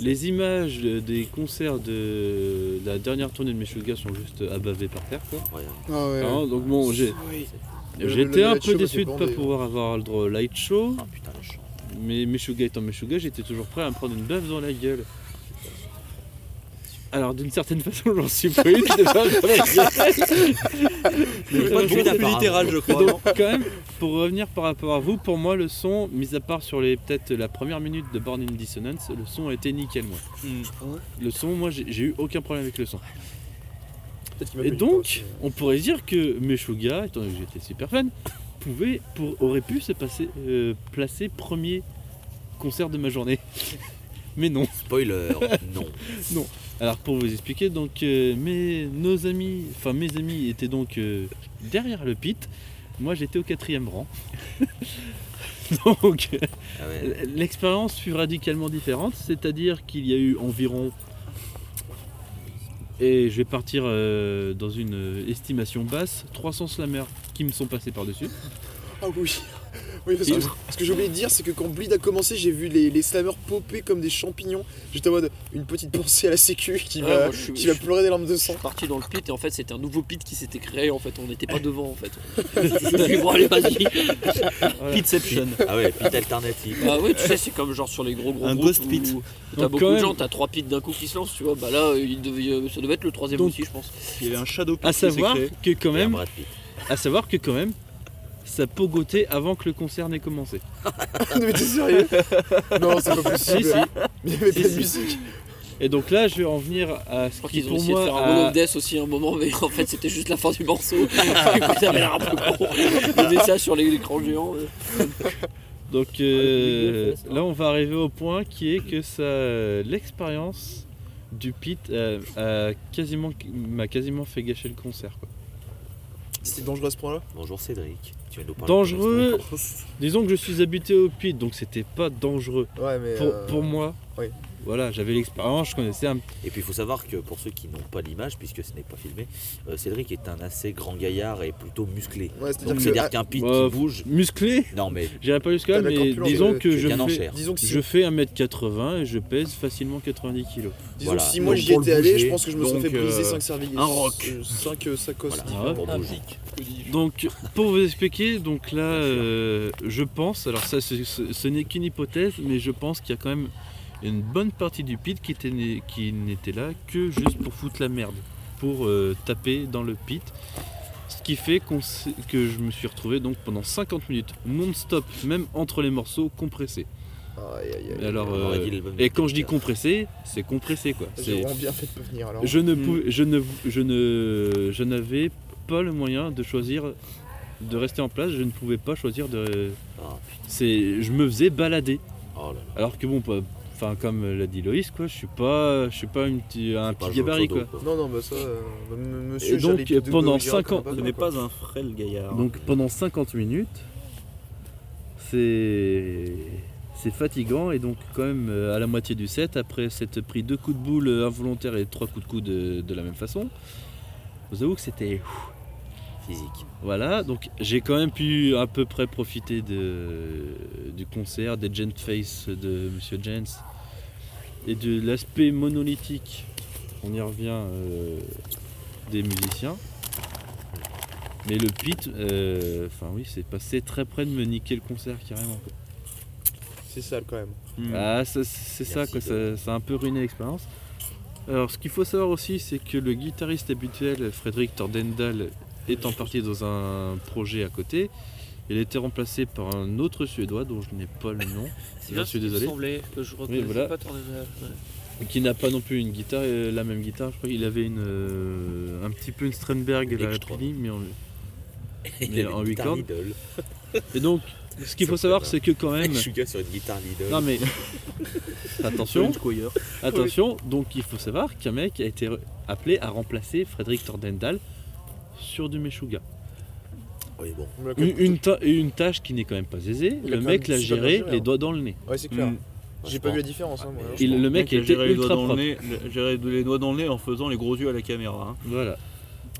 les images de- des concerts de la dernière tournée de Meshuga sont juste abavées par terre. Quoi. Ouais, ouais. Ah ouais. Hein, donc bon, j'ai, Le- j'étais le un light show peu était déçu de ne pas bandé, ouais. pouvoir avoir le droit au light show. Ah putain, le chant. Mais Meshuga étant Meshuga, j'étais toujours prêt à me prendre une baffe dans la gueule. Alors d'une certaine façon, j'en suis pas une, c'est pas vrai. Pas de Mais bruit d'apparat, littéral, hein. je crois. donc quand même, pour revenir par rapport à vous, pour moi le son, mis à part sur les peut-être la première minute de Born in Dissonance, le son a été nickel moi. Mm. Le son, moi j'ai j'ai eu aucun problème avec le son. Peut-être qu'il m'a Et pas dit donc, on pourrait dire que Meshuga, étant donné que j'étais super fan, pouvait, pour, aurait pu se passer, euh, placer premier concert de ma journée. Mais non. Spoiler, non. Alors pour vous expliquer, donc euh, mes, nos amis, enfin mes amis étaient donc euh, derrière le pit. Moi j'étais au quatrième rang. donc euh, Ah ouais. l'expérience fut radicalement différente, c'est-à-dire qu'il y a eu environ, et je vais partir euh, dans une euh, estimation basse, 300 slammers qui me sont passés par-dessus. Ah oui. Oui, parce que ce que j'ai oublié de dire, c'est que quand Bleed a commencé, j'ai vu les, les slammers popper comme des champignons. J'étais en mode une petite pensée à la sécu qui Ouais, va, Ah, moi, je suis- qui va je suis- pleurer des larmes de Je sang. suis parti dans le pit et en fait c'était un nouveau pit qui s'était créé en fait on n'était pas devant en fait. Je suis bon allez vas-y. Pitception. Ah ouais, pit alternative. Bah oui tu sais c'est comme genre sur les gros gros Un groupes ghost où- pit. où T'as Donc, beaucoup quand de même- gens, t'as trois pits d'un coup qui se lancent tu vois bah là il devait- ça devait être le troisième Donc, aussi je pense. Il y avait un shadow pit À qui s'est savoir créé. que quand Et un même, Brad Pitt. à savoir que quand même, ça pogotait avant que le concert n'ait commencé. non, mais t'es sérieux Non, c'est pas possible. Si, si. Il y avait Si, pas de si. musique. Et donc là, je vais en venir à Je ce crois qui qu'ils ont pour essayé de moi faire un Wall a- of Death aussi à un moment mais en fait c'était juste la fin du Ah, morceau. Du coup, ça avait l'air un peu con. Ils faisaient ça sur les- l'écran géant. euh. Ah, Donc euh, là, on va arriver au point qui est que ça, euh, l'expérience du pit euh, a quasiment, m'a quasiment fait gâcher le concert. quoi. C'était dangereux à ce point-là Bonjour Cédric. Tu vas nous parler Dangereux. Disons que je suis habitué au pit, donc c'était pas dangereux Ouais, mais. pour, euh, pour moi. oui. Voilà, j'avais l'expérience, je connaissais un petit. Et puis il faut savoir que pour ceux qui n'ont pas l'image, puisque ce n'est pas filmé, euh, Cédric est un assez grand gaillard et plutôt musclé. Ouais, Donc c'est-à-dire que. ah, c'est-à-dire qu'un pit euh, qui bouge. Musclé, Non mais j'irai pas jusqu'à là, T'as la mais corpulence, disons euh, que tu es je bien en fais, chair. Disons que si, je fais 1m80 et je pèse facilement 90 kg. disons voilà. que si moi Donc, j'y pour étais le allé, bouger, je pense que je me serais donc, fait briser euh, 5 cervicales. un roc. 5 sacos. voilà, Ah ouais. pour bouger. Donc, pour vous expliquer, donc là, euh, je pense, alors ça, ce, ce- ce n'est qu'une hypothèse, mais je pense qu'il y a quand même une bonne partie du pit qui était né- qui n'était là que juste pour foutre la merde, pour euh, taper dans le pit. Ce qui fait qu'on s'est- que je me suis retrouvé donc pendant 50 minutes non-stop, même entre les morceaux, compressé. Aïe, aïe, aïe. Et alors, On aurait euh, dit l'album de et quand je dis Peter. compressé, c'est compressé quoi. J'ai C'est- vraiment bien fait de me venir alors. je ne Hmm. pouvais, je ne, je ne, je n'avais pas le moyen de choisir de rester en place. Je ne pouvais pas choisir de. Ah, C'est, je me faisais balader. Oh là là. Alors que bon, pas- enfin comme l'a dit Loïs, quoi, je suis pas, je suis pas une petit- un Pas petit Joe gabarit Todo, quoi. quoi. Non, non, bah ça. euh, m- monsieur, donc, j'allais de pendant Gojira cinq ans, comme Ce un n'est quoi. pas un frêle gaillard. Donc pendant 50 minutes, c'est, c'est fatigant et donc quand même euh, à la moitié du set, après s'être pris deux coups de boule euh, involontaires et trois coups de coude euh, de la même façon, je vous avoue que c'était Physique. Voilà, donc j'ai quand même pu à peu près profiter de, du concert, des Genface de Monsieur Jens et de l'aspect monolithique, on y revient, euh, des musiciens. Mais le pit, euh, enfin oui, c'est passé très près de me niquer le concert carrément. quoi. C'est sale quand même. Hmm. Ah, ça, c'est ça, Merci quoi, de- ça, ça a un peu ruiné l'expérience. Alors, ce qu'il faut savoir aussi, c'est que le guitariste habituel, Frédéric Tordendal, étant parti dans un projet à côté, il a été remplacé par un autre Suédois dont je n'ai pas le nom, C'est J'en bien ce suis qu'il désolé. semblait que je reconnaissais voilà. pas ton ouais. et qui n'a pas non plus une guitare, euh, la même guitare. Je crois qu'il avait une, euh, un petit peu une Strandberg à la Electro. Pini, mais en- Il Mais avait en une huit guitare cordes. Lidl. Et donc, ce qu'il Ça faut me savoir, fait c'est que quand même. Suga sur une guitare Lidl. Non mais attention, Une squire. attention. Donc il faut savoir qu'un mec a été re- appelé à remplacer Frédéric Tordendal sur du Meshuga. Oui, bon. On me l'a quand même- Une, une, ta- et une tâche qui n'est quand même pas aisée. Il a le quand mec même l'a super bien géré géré, les hein. doigts dans le nez. Ouais, c'est clair. Hmm. J'ai pas vu la différence, hein, moi. Ah, mais- Il- le Le mec mec a a été géré les ultra doigts dans propre. le nez, le- gérer les doigts dans le nez en faisant les gros yeux à la caméra. hein. Voilà.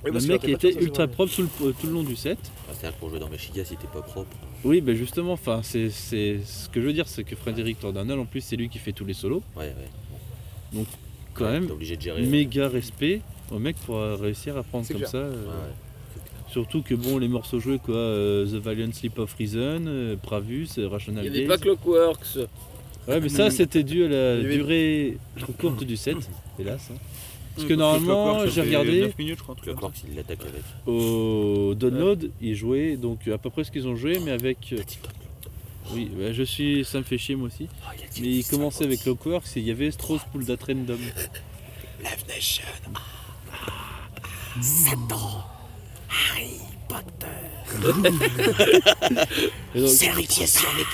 Oui, Le parce mec qu'il arrêtait pas était de faire ça, ultra c'est propre tout le, tout le long du set. Ah, C'est-à-dire qu'on jouait dans Meshuga si t'es pas propre. Oui, ben justement, enfin, c'est c'est- ce que je veux dire, c'est que Frédéric Tordendal, en plus, c'est lui qui fait tous les solos, Ouais, ouais. quand Ouais, même. T'es obligé de gérer. Méga respect au mec pour euh, réussir à prendre C'est comme clair. ça. euh, Ouais, ouais. Surtout que bon, les morceaux joués quoi, euh, The Valiant Sleep of Reason, euh, Bravus, euh, Rational Il n'y avait Gaze. pas Clockworks. Ouais, mais ça c'était dû à la Il y avait- durée trop courte du set, hélas. hein. Parce que Oui, normalement, Clockwork, ça j'ai fait regardé 9 minutes, je crois. un truc comme ça. Clockworks, il l'attaque avec. au download, ils jouaient donc à peu près ce qu'ils ont joué, mais avec. euh, Oui, bah, je suis, ça me fait chier moi aussi. Ah, il a dit Mais ils commençaient avec Clockworks et il y avait Strauss Pool Dat Random. Ah, Mmh. Love Nation. Satan. Harry Potter. sur les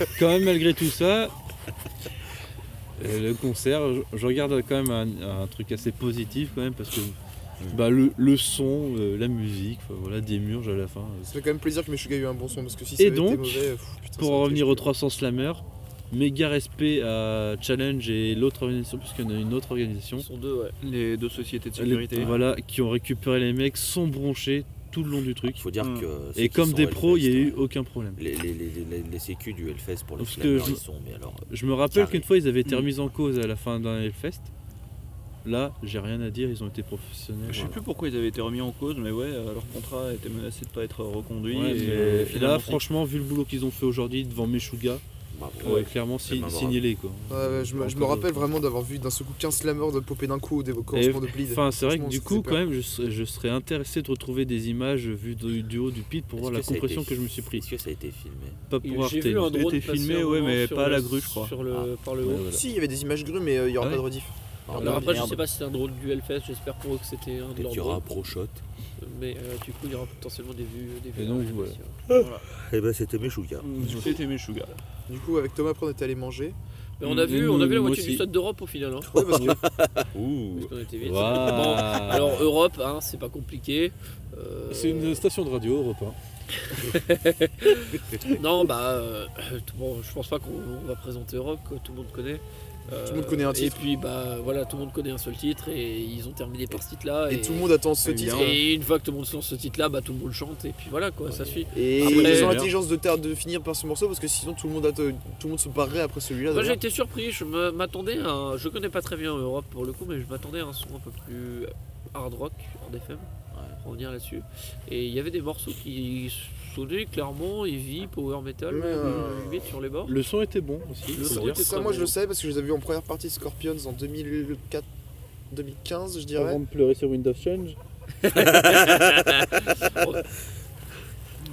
hein, quand même malgré tout ça, euh, le concert, je, je regarde quand même un, un truc assez positif quand même parce que bah, le, le son, euh, la musique, enfin, voilà, des murs à la fin. euh, Ça fait quand même plaisir que Meshuga ait eu un bon son parce que si Et ça avait donc, été mauvais, pff, putain, ça Pour aurait en été revenir aux euh, chiant. 300 slammers, méga respect à Challenge et l'autre organisation, puisqu'il y en a une autre organisation. Ils sont deux, ouais. Les deux sociétés de Les- sécurité. voilà, qui ont récupéré les mecs sans broncher tout le long du truc. Il faut dire Hmm. que. ceux Hum. Et qui comme sont des pros, il n'y a eu Hellfest, aucun problème. Les, les, les, les, les, les sécu du Hellfest pour les Parce que flammeurs, je- ils sont, mais alors. Je me rappelle Carré. qu'une fois, ils avaient été Mm. remis en cause à la fin d'un Hellfest. Là, j'ai rien à dire, ils ont été professionnels. Je sais plus pourquoi ils avaient été remis en cause, mais ouais, euh, leur contrat était menacé de pas être reconduit. Ouais, et mais euh, là, finalement, si. franchement, vu le boulot qu'ils ont fait aujourd'hui devant Meshuga, Bravo. euh, clairement, si- Vraiment bravo. signez-les quoi. Ouais, ouais, je, me, je me rappelle vraiment d'avoir vu d'un seul coup 15 slammers de popper d'un coup des Et- correspondants de bleed. Enfin, c'est vrai que Franchement, du ça coup, faisait quand même, je, serais- je serais intéressé de retrouver des images vues du, du haut du pit pour voir Est-ce la que ça a été compression que je me suis filmé pris. Est-ce que ça a été filmé Pas pour Arte. J'ai vu un C'était drone filmé, passer un ouais, moment mais sur pas à le- la grue, je crois. Sur le, Par le haut. Ouais, voilà. Si, il y avait des images grues, mais euh, il n'y aura Ah pas de ouais rediff. Alors, Alors après, je merde. sais pas si c'est un drôle du Hellfest, j'espère pour eux que c'était un de peut-être leurs qu'il y aura un drôles. pro shot. Mais euh, du coup, il y aura potentiellement des vues. Des vues donc, Ouais, voilà. bien sûr. Eh ben, c'était Meshuga. C'était mes chougas. Du coup, avec Thomas, après, on était allé manger. Mais on a Mm, vu, nous, on a vu la moi moitié du aussi. stade d'Europe au final. Hein. Ouais, parce que Ouh. Parce qu'on était vite. Bon, alors Alors, Europe, hein, c'est pas compliqué. Euh, c'est une station de radio Europe. hein. Non, bah, euh, tout- bon, je pense pas qu'on on va présenter Europe, que tout le monde connaît. Euh, Tout le monde connaît un titre. Et puis, bah, voilà, tout le monde connaît un seul titre et ils ont terminé par ce titre-là. et tout le monde attend ce titre. Et une fois que tout le monde se lance ce titre-là, bah, tout le monde chante et puis voilà, quoi, ça suit. Et euh, Après- ils ont l'intelligence de, ter- de finir par ce morceau parce que sinon tout le monde, atte- tout le monde se barrerait après celui-là. Moi j'ai d'ailleurs. été surpris, je me- m'attendais à. un- Je connais pas très bien Europe pour le coup, mais je m'attendais à un son un peu plus hard rock, hard FM, pour revenir là-dessus. Et il y avait des morceaux qui sonnaient clairement heavy, power metal, euh, Ouais, ouais, ouais. limite sur les bords. Le son était bon aussi. Le faut son dire. était- Ça, moi je le savais parce que je les avais vus en première partie de Scorpions en 2004, 2015, je dirais. Avant de pleurer sur Windows Change.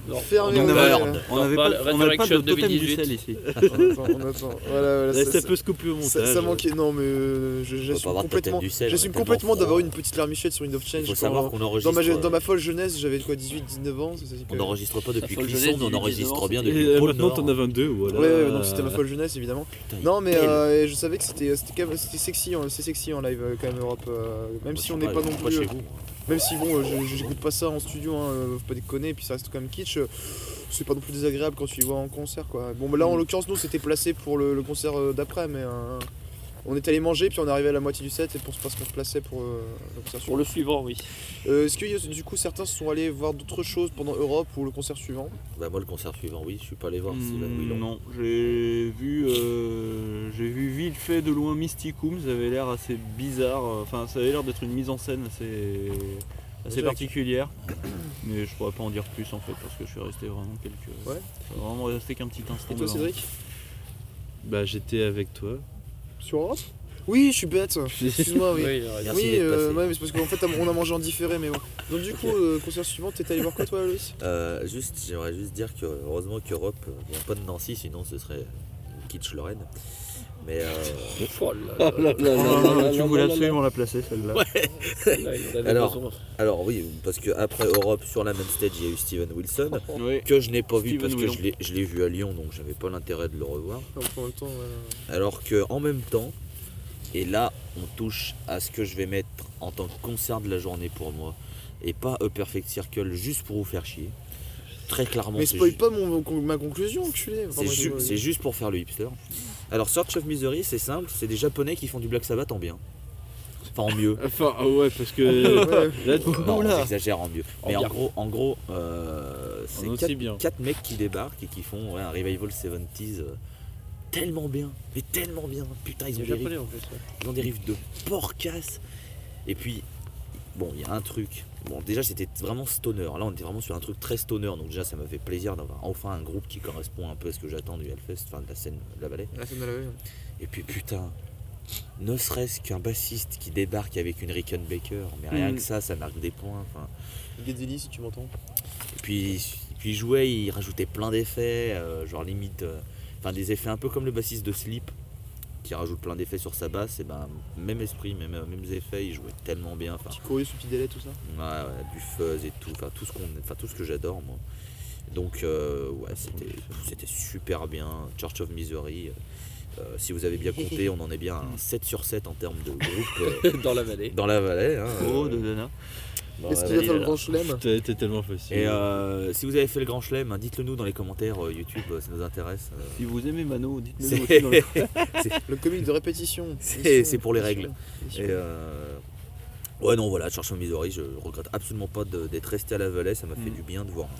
Non, Fermez on- vos on- oreilles. On n'avait pas, on avait pas de Resurrection totem du 2018. sel ici. Attends, on attend. Voilà, voilà, Là, ça- ça ça- peut se couper au ça- montage. ça manquait. Non, mais euh, je- On peut pas j'assume avoir de complètement. totem du sel, on est J'assume tellement complètement froid. d'avoir une petite larmichette sur Wind of Change. Il faut quand- savoir qu'on enregistre. dans, ma, dans ma folle jeunesse, j'avais quoi 18, 19 ans ça, ça, c'est On que- n'enregistre pas depuis Ça fait le Clisson, jeunesse, mais on 18, enregistre 19, bien Et depuis le euh, pôle maintenant Nord. t'en as 22, Ouais, voilà. ouais, non, c'était ma folle jeunesse évidemment. Euh, Putain, Non, mais pelle. euh, je savais que c'était c'était quand même- c'était sexy, en- c'est sexy en live euh, quand même Europe. euh, même Moi, si je on sais n'est pas non je suis plus. chez vous. hein. moi. Même si bon, euh, je- je- j'écoute pas ça en studio, hein, euh, faut pas déconner, puis ça reste quand même kitsch. euh, C'est pas non plus désagréable quand tu les vois en concert, quoi. Bon, bah là Mm. en l'occurrence, nous c'était placé pour le, le concert euh, d'après, mais euh, on est allé manger, puis on est arrivé à la moitié du set, et pour se parce qu'on se plaçait pour euh, le concert Pour suivant. le suivant, oui. Euh, Est-ce que y a- du coup certains sont allés voir d'autres choses pendant Europe ou le concert suivant Bah, moi, le concert suivant, oui, je suis pas allé voir. c'est là où ils Hmm, l'ont. Non, j'ai vu, euh, j'ai vu vite fait de loin Mysticum. Ça avait l'air assez bizarre. Enfin, ça avait l'air d'être une mise en scène assez, assez Jack. particulière. Mais je pourrais pas en dire plus en fait parce que je suis resté vraiment quelques. Ouais. je suis Vraiment resté qu'un petit instant. Et toi dedans. Cédric Bah j'étais avec toi. Sur Europe Oui, je suis bête. Excuse-moi, oui. Oui, il a raison. Merci oui, d'être euh, passé. ouais, mais c'est parce qu'en fait on a mangé en différé, mais bon. Donc du coup, euh, concert suivant, t'es allé voir quoi toi, Aloïs Euh, juste, j'aimerais juste dire que heureusement qu'Europe euh, vient pas de Nancy, sinon ce serait une kitsch Lorraine. Mais euh, Oh là là, Oh là là, tu voulais absolument la placer celle-là. là, il en avait Alors, besoin. alors oui, parce que après Europe sur la main stage, il y a eu Steven Wilson Oui. que je n'ai pas vu Steven parce que Wilson. je l'ai- je l'ai vu à Lyon, donc j'avais pas l'intérêt de le revoir. En même temps, voilà. Alors que en même temps, et là on touche à ce que je vais mettre en tant que concert de la journée pour moi, et pas A Perfect Circle juste pour vous faire chier. Très clairement, Mais c'est spoil ju- pas mon, mon- ma conclusion, enculé. Enfin, c'est moi, ju- je- c'est juste pour faire le hipster. Alors Search of Misery, c'est simple, c'est des japonais qui font du Black Sabbath en bien. Enfin en mieux. Enfin ah ouais parce que Ouais, ouais. là Non, j'exagère Euh, en mieux. En Mais en bien. gros, en gros, euh, c'est on est quatre- aussi Ah, hein. bien. quatre mecs qui débarquent et qui font ouais, un revival 70s euh, tellement bien, mais tellement bien. Putain, ils Il ont est des riffs japonais en plus. ouais. ils ont des riffs de porcasse. Et puis, bon, il y a un truc. Bon, déjà, c'était vraiment stoner. Là, on était vraiment sur un truc très stoner. Donc, déjà, ça m'a fait plaisir d'avoir enfin un groupe qui correspond un peu à ce que j'attends du Hellfest, enfin de la scène de la vallée. La scène de la hein. veille. Et puis, putain, ne serait-ce qu'un bassiste qui débarque avec une Rickenbacker, mais rien Mm. que ça, ça marque des points. Enfin, Gazeli, si tu m'entends. et puis, et puis il jouait, il rajoutait plein d'effets, euh, genre limite, euh, enfin des effets un peu comme le bassiste de Sleep, qui rajoute plein d'effets sur sa basse, et ben même esprit, même, mêmes effets, il jouait tellement bien, enfin Petit chorus, petit délai, tout ça. ouais, ouais, du fuzz et tout, enfin tout ce qu'on, enfin tout ce que j'adore moi. Donc euh, ouais, c'était, pff, c'était super bien, Church of Misery. euh, si vous avez bien compté, on en est bien à un 7 sur 7 en termes de groupe euh, Dans la vallée. dans la vallée. hein, Oh, euh, de Dana. dans Est-ce la qu'il va vallée, faire le là. grand chelem T'es t'es tellement facile. Et euh, si vous avez fait le grand chelem, hein, dites-le nous dans les commentaires euh, YouTube, euh, ça nous intéresse. euh. Si vous aimez Mano, dites-le nous aussi dans les C'est- Le comique de répétition. C'est- Mission, c'est pour les règles. mission. et, euh, Ouais, non, voilà, Church of Misery, je regrette absolument pas de- d'être resté à la Valais, ça m'a fait Mm. du bien de voir un,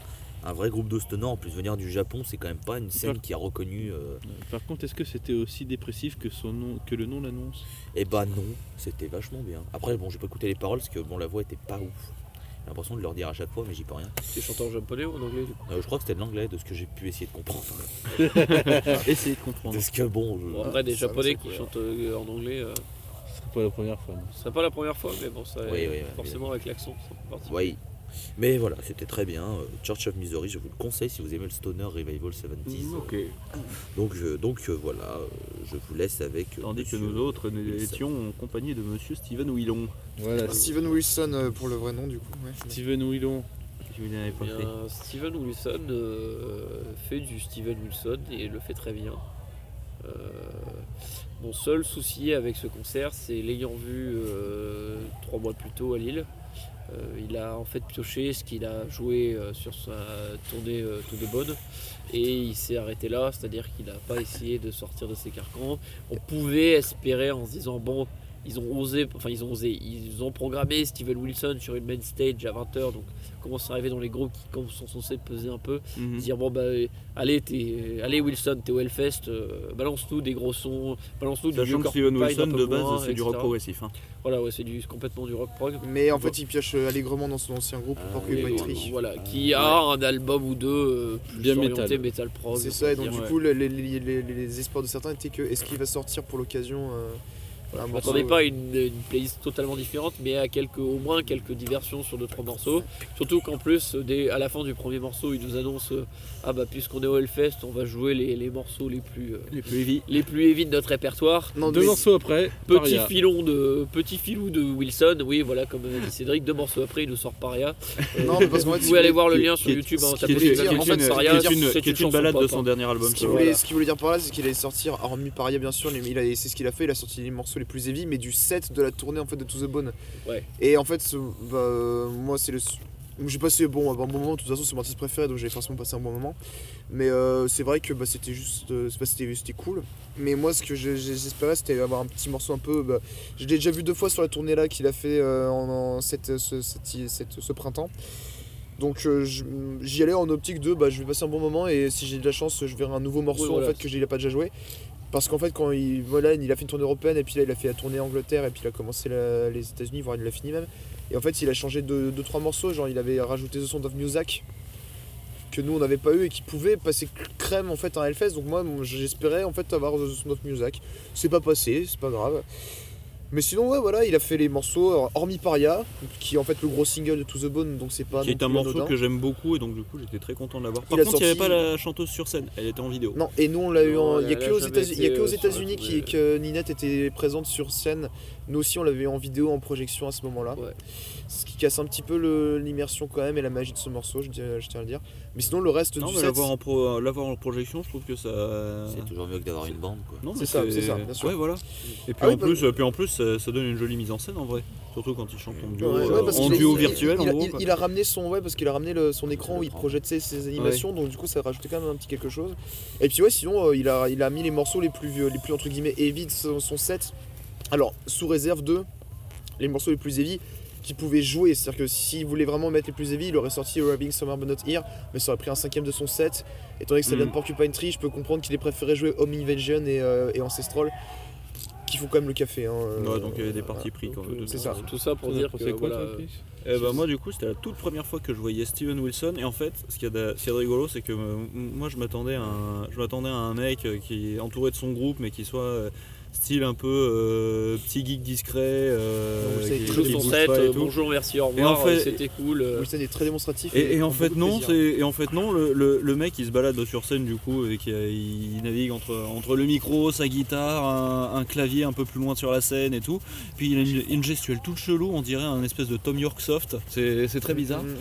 un vrai groupe de stoners. En plus, venir du Japon, c'est quand même pas une scène qui a reconnu. euh, Par contre, est-ce que c'était aussi dépressif que son nom, que le nom l'annonce Eh ben non, c'était vachement bien. Après, bon, j'ai pas écouté les paroles parce que bon, la voix était pas ouf. J'ai l'impression de leur dire à chaque fois, mais j'y peux rien. Tu chanteur japonais ou en anglais du coup Euh, je crois que c'était de l'anglais, de ce que j'ai pu essayer de comprendre. Essayez de comprendre. De ce que bon, je- Bon, En vrai, des Ça, japonais ça, qui ouais. chantent euh, en anglais, euh, Ce serait pas la première fois. non. ce serait pas la première fois, mais bon, ça Oui, oui, oui, forcément avec l'accent, ça fait partie. Ouais, Mais voilà, c'était très bien. Euh, Church of Missouri, je vous le conseille si vous aimez le Stoner Revival 70s. Mmh, Ok. euh, Donc, je- donc euh, voilà, euh, je vous laisse avec. euh, Tandis que monsieur- nous autres, nous Wilson. étions en compagnie de monsieur Steven Willon. Voilà, Steven Wilson euh, pour le vrai nom du coup. ouais. Steven Willon. Je vous l'avais pas Eh Bien, fait. Steven Wilson euh, fait du Steven Wilson et le fait très bien. Euh, mon seul souci avec ce concert, c'est l'ayant vu euh, trois mois plus tôt à Lille. Euh, il a en fait pioché ce qu'il a joué euh, sur sa tournée euh, Tout de Bonne et il s'est arrêté là, c'est-à-dire qu'il n'a pas essayé de sortir de ses carcans. On pouvait espérer en se disant bon, ils ont osé, enfin ils ont osé, ils ont programmé Steven Wilson sur une main stage à 20h, donc commence à arriver dans les groupes qui comme, sont censés peser un peu, Mhm. dire bon bah euh, allez, t'es- allez Wilson, t'es au Hellfest, euh, balance-nous des gros sons, balance-nous du vieux Sachant que Corpse Steven Pie d'un Wilson, peu de base, moins, c'est du rock etc. progressif. hein. Voilà, ouais, c'est du- c'est complètement du rock prog. Mais en Bon. fait, il pioche euh, allègrement dans son ancien groupe Ah, oui, Porcupine Et, Tree. Voilà, qui a un album ou deux euh, plus Bien orienté metal prog. C'est on ça, va et donc dire. du ouais. coup, les, les- les- les- les espoirs de certains étaient que est-ce qu'il va sortir pour l'occasion euh, un Je morceau, m'attendais euh, pas à une, une playlist totalement différente, mais à quelques, au moins quelques diversions sur deux trois morceaux. Surtout qu'en plus, dès, à la fin du premier morceau, il nous annonce euh, ah bah puisqu'on est au Hellfest, on va jouer les, les morceaux les plus euh, Les plus heavy. les plus heavy de notre répertoire. Non, Deux mais- morceaux après, Petit Paria. filon de petit filou de Wilson, oui voilà comme a dit Cédric, deux morceaux après il nous sort Paria. Euh, Non, mais parce qu'en fait, vous si pouvez aller vous- voir le qui- lien sur qui est- YouTube, ce hein, qui tapez voulait sur dire, YouTube en fait, ce Paria, qui qui est une, c'est qui est une chanson balade pop, de hein. son dernier album. Ce qu'il qui- Voilà. voulait, ce qu'il voulait dire par là, c'est qu'il allait sortir, hormis Paria bien sûr, mais il a- c'est ce qu'il a fait, il a sorti les morceaux les plus heavy, mais du set de la tournée en fait de To The Bone. Ouais. Et en fait, ce- bah, euh, moi c'est le. J'ai passé bon, un bon moment, de toute façon c'est mon artiste préféré, donc j'ai forcément passé un bon moment. Mais euh, c'est vrai que bah, c'était juste. euh, c'est pas- c'était c'était cool. Mais moi ce que je- je- j'espérais c'était avoir un petit morceau un peu. bah, je l'ai déjà vu deux fois sur la tournée là qu'il a fait euh, en, en cette- ce- cette- cette- ce printemps. Donc euh, je- j'y allais en optique de bah, je vais passer un bon moment et si j'ai de la chance je verrai un nouveau morceau Oui, voilà. en fait que j'ai pas déjà joué. Parce qu'en fait quand il voilà il a fait une tournée européenne et puis là il a fait la tournée Angleterre et puis il a commencé la- les États-Unis voire il l'a fini même. Et en fait il a changé deux, deux trois morceaux genre il avait rajouté The Sound of Music que nous on n'avait pas eu et qui pouvait passer crème en fait à un Hellfest donc moi j'espérais en fait avoir The Sound of Music. C'est pas passé, c'est pas grave. Mais sinon, ouais, voilà, il a fait les morceaux, alors, hormis Paria, qui est en fait le gros single de To The Bone, donc c'est pas. qui est non un plus morceau anodin. que j'aime beaucoup et donc du coup j'étais très content de l'avoir. Par Il a contre, il n'y avait pas sorti- la chanteuse sur scène, elle était en vidéo. Non, et nous on l'a eu Non, en. Il y a elle que a aux jamais États-Unis- il y a été, que aux euh, sur la États-Unis qui- tournée. que Ninette était présente sur scène. Nous aussi on l'avait eu en vidéo, en projection à ce moment-là. Ouais. Ce qui casse un petit peu le- l'immersion quand même et la magie de ce morceau, je, dis- je tiens à le dire. Mais sinon, le reste Non, du mais set. l'avoir en, pro- l'avoir en projection, je trouve que ça. C'est toujours mieux que d'avoir une bande, quoi. Non, mais C'est ça, c'est ça, bien sûr. Ouais, voilà. Et puis, Ah oui, en bah- plus, euh, puis en plus, ça, ça donne une jolie mise en scène en vrai. Surtout quand ils chantent en duo, Ouais, euh, parce en qu'il a- duo il- virtuel. il, en a- gros, il- quoi. il a ramené son ouais parce qu'il a ramené le- son écran où il l'écran. projette ses, ses animations donc du coup ça rajoutait quand même un petit quelque chose et puis ouais sinon euh, il a il a mis les morceaux les plus vieux les plus entre guillemets heavy de son, son set alors sous réserve de les morceaux les plus heavy qu'il pouvait jouer c'est à dire que s'il voulait vraiment mettre les plus heavy il aurait sorti Rubbing Summer But Not Here mais ça aurait pris un cinquième de son set étant donné que ça vient de Mm. Porcupine Tree je peux comprendre qu'il ait préféré jouer Home Invasion et, euh, et Ancestral qui font quand même le café hein, euh, Ouais, donc il y avait des voilà. parties pris quand Donc, même. euh, C'est ça. Tout ça pour T'en as dire que pensé quoi, voilà, toi, Chris Eh ben, moi du coup c'était la toute première fois que je voyais Steven Wilson et en fait ce qu'il y a de, ce qu'il y a de rigolo c'est que euh, m- moi je m'attendais à un, je m'attendais à un mec euh, qui est entouré de son groupe mais qui soit euh, style un peu euh, petit geek discret euh, Non, vous savez, qui- je Je qui trouve bouge son pas set, et euh, tout. bonjour, merci, au Et revoir, en fait- euh, c'était cool. euh, Wilson est très démonstratif Et, et en beaucoup fait de non, plaisir. c'est et en fait non, le, le- le mec il se balade sur scène du coup et qui euh, il navigue entre entre le micro, sa guitare, un, un clavier un peu plus loin sur la scène et tout. Puis il a une, une gestuelle toute chelou, on dirait un espèce de Tom York soft. C'est c'est très bizarre. Mm.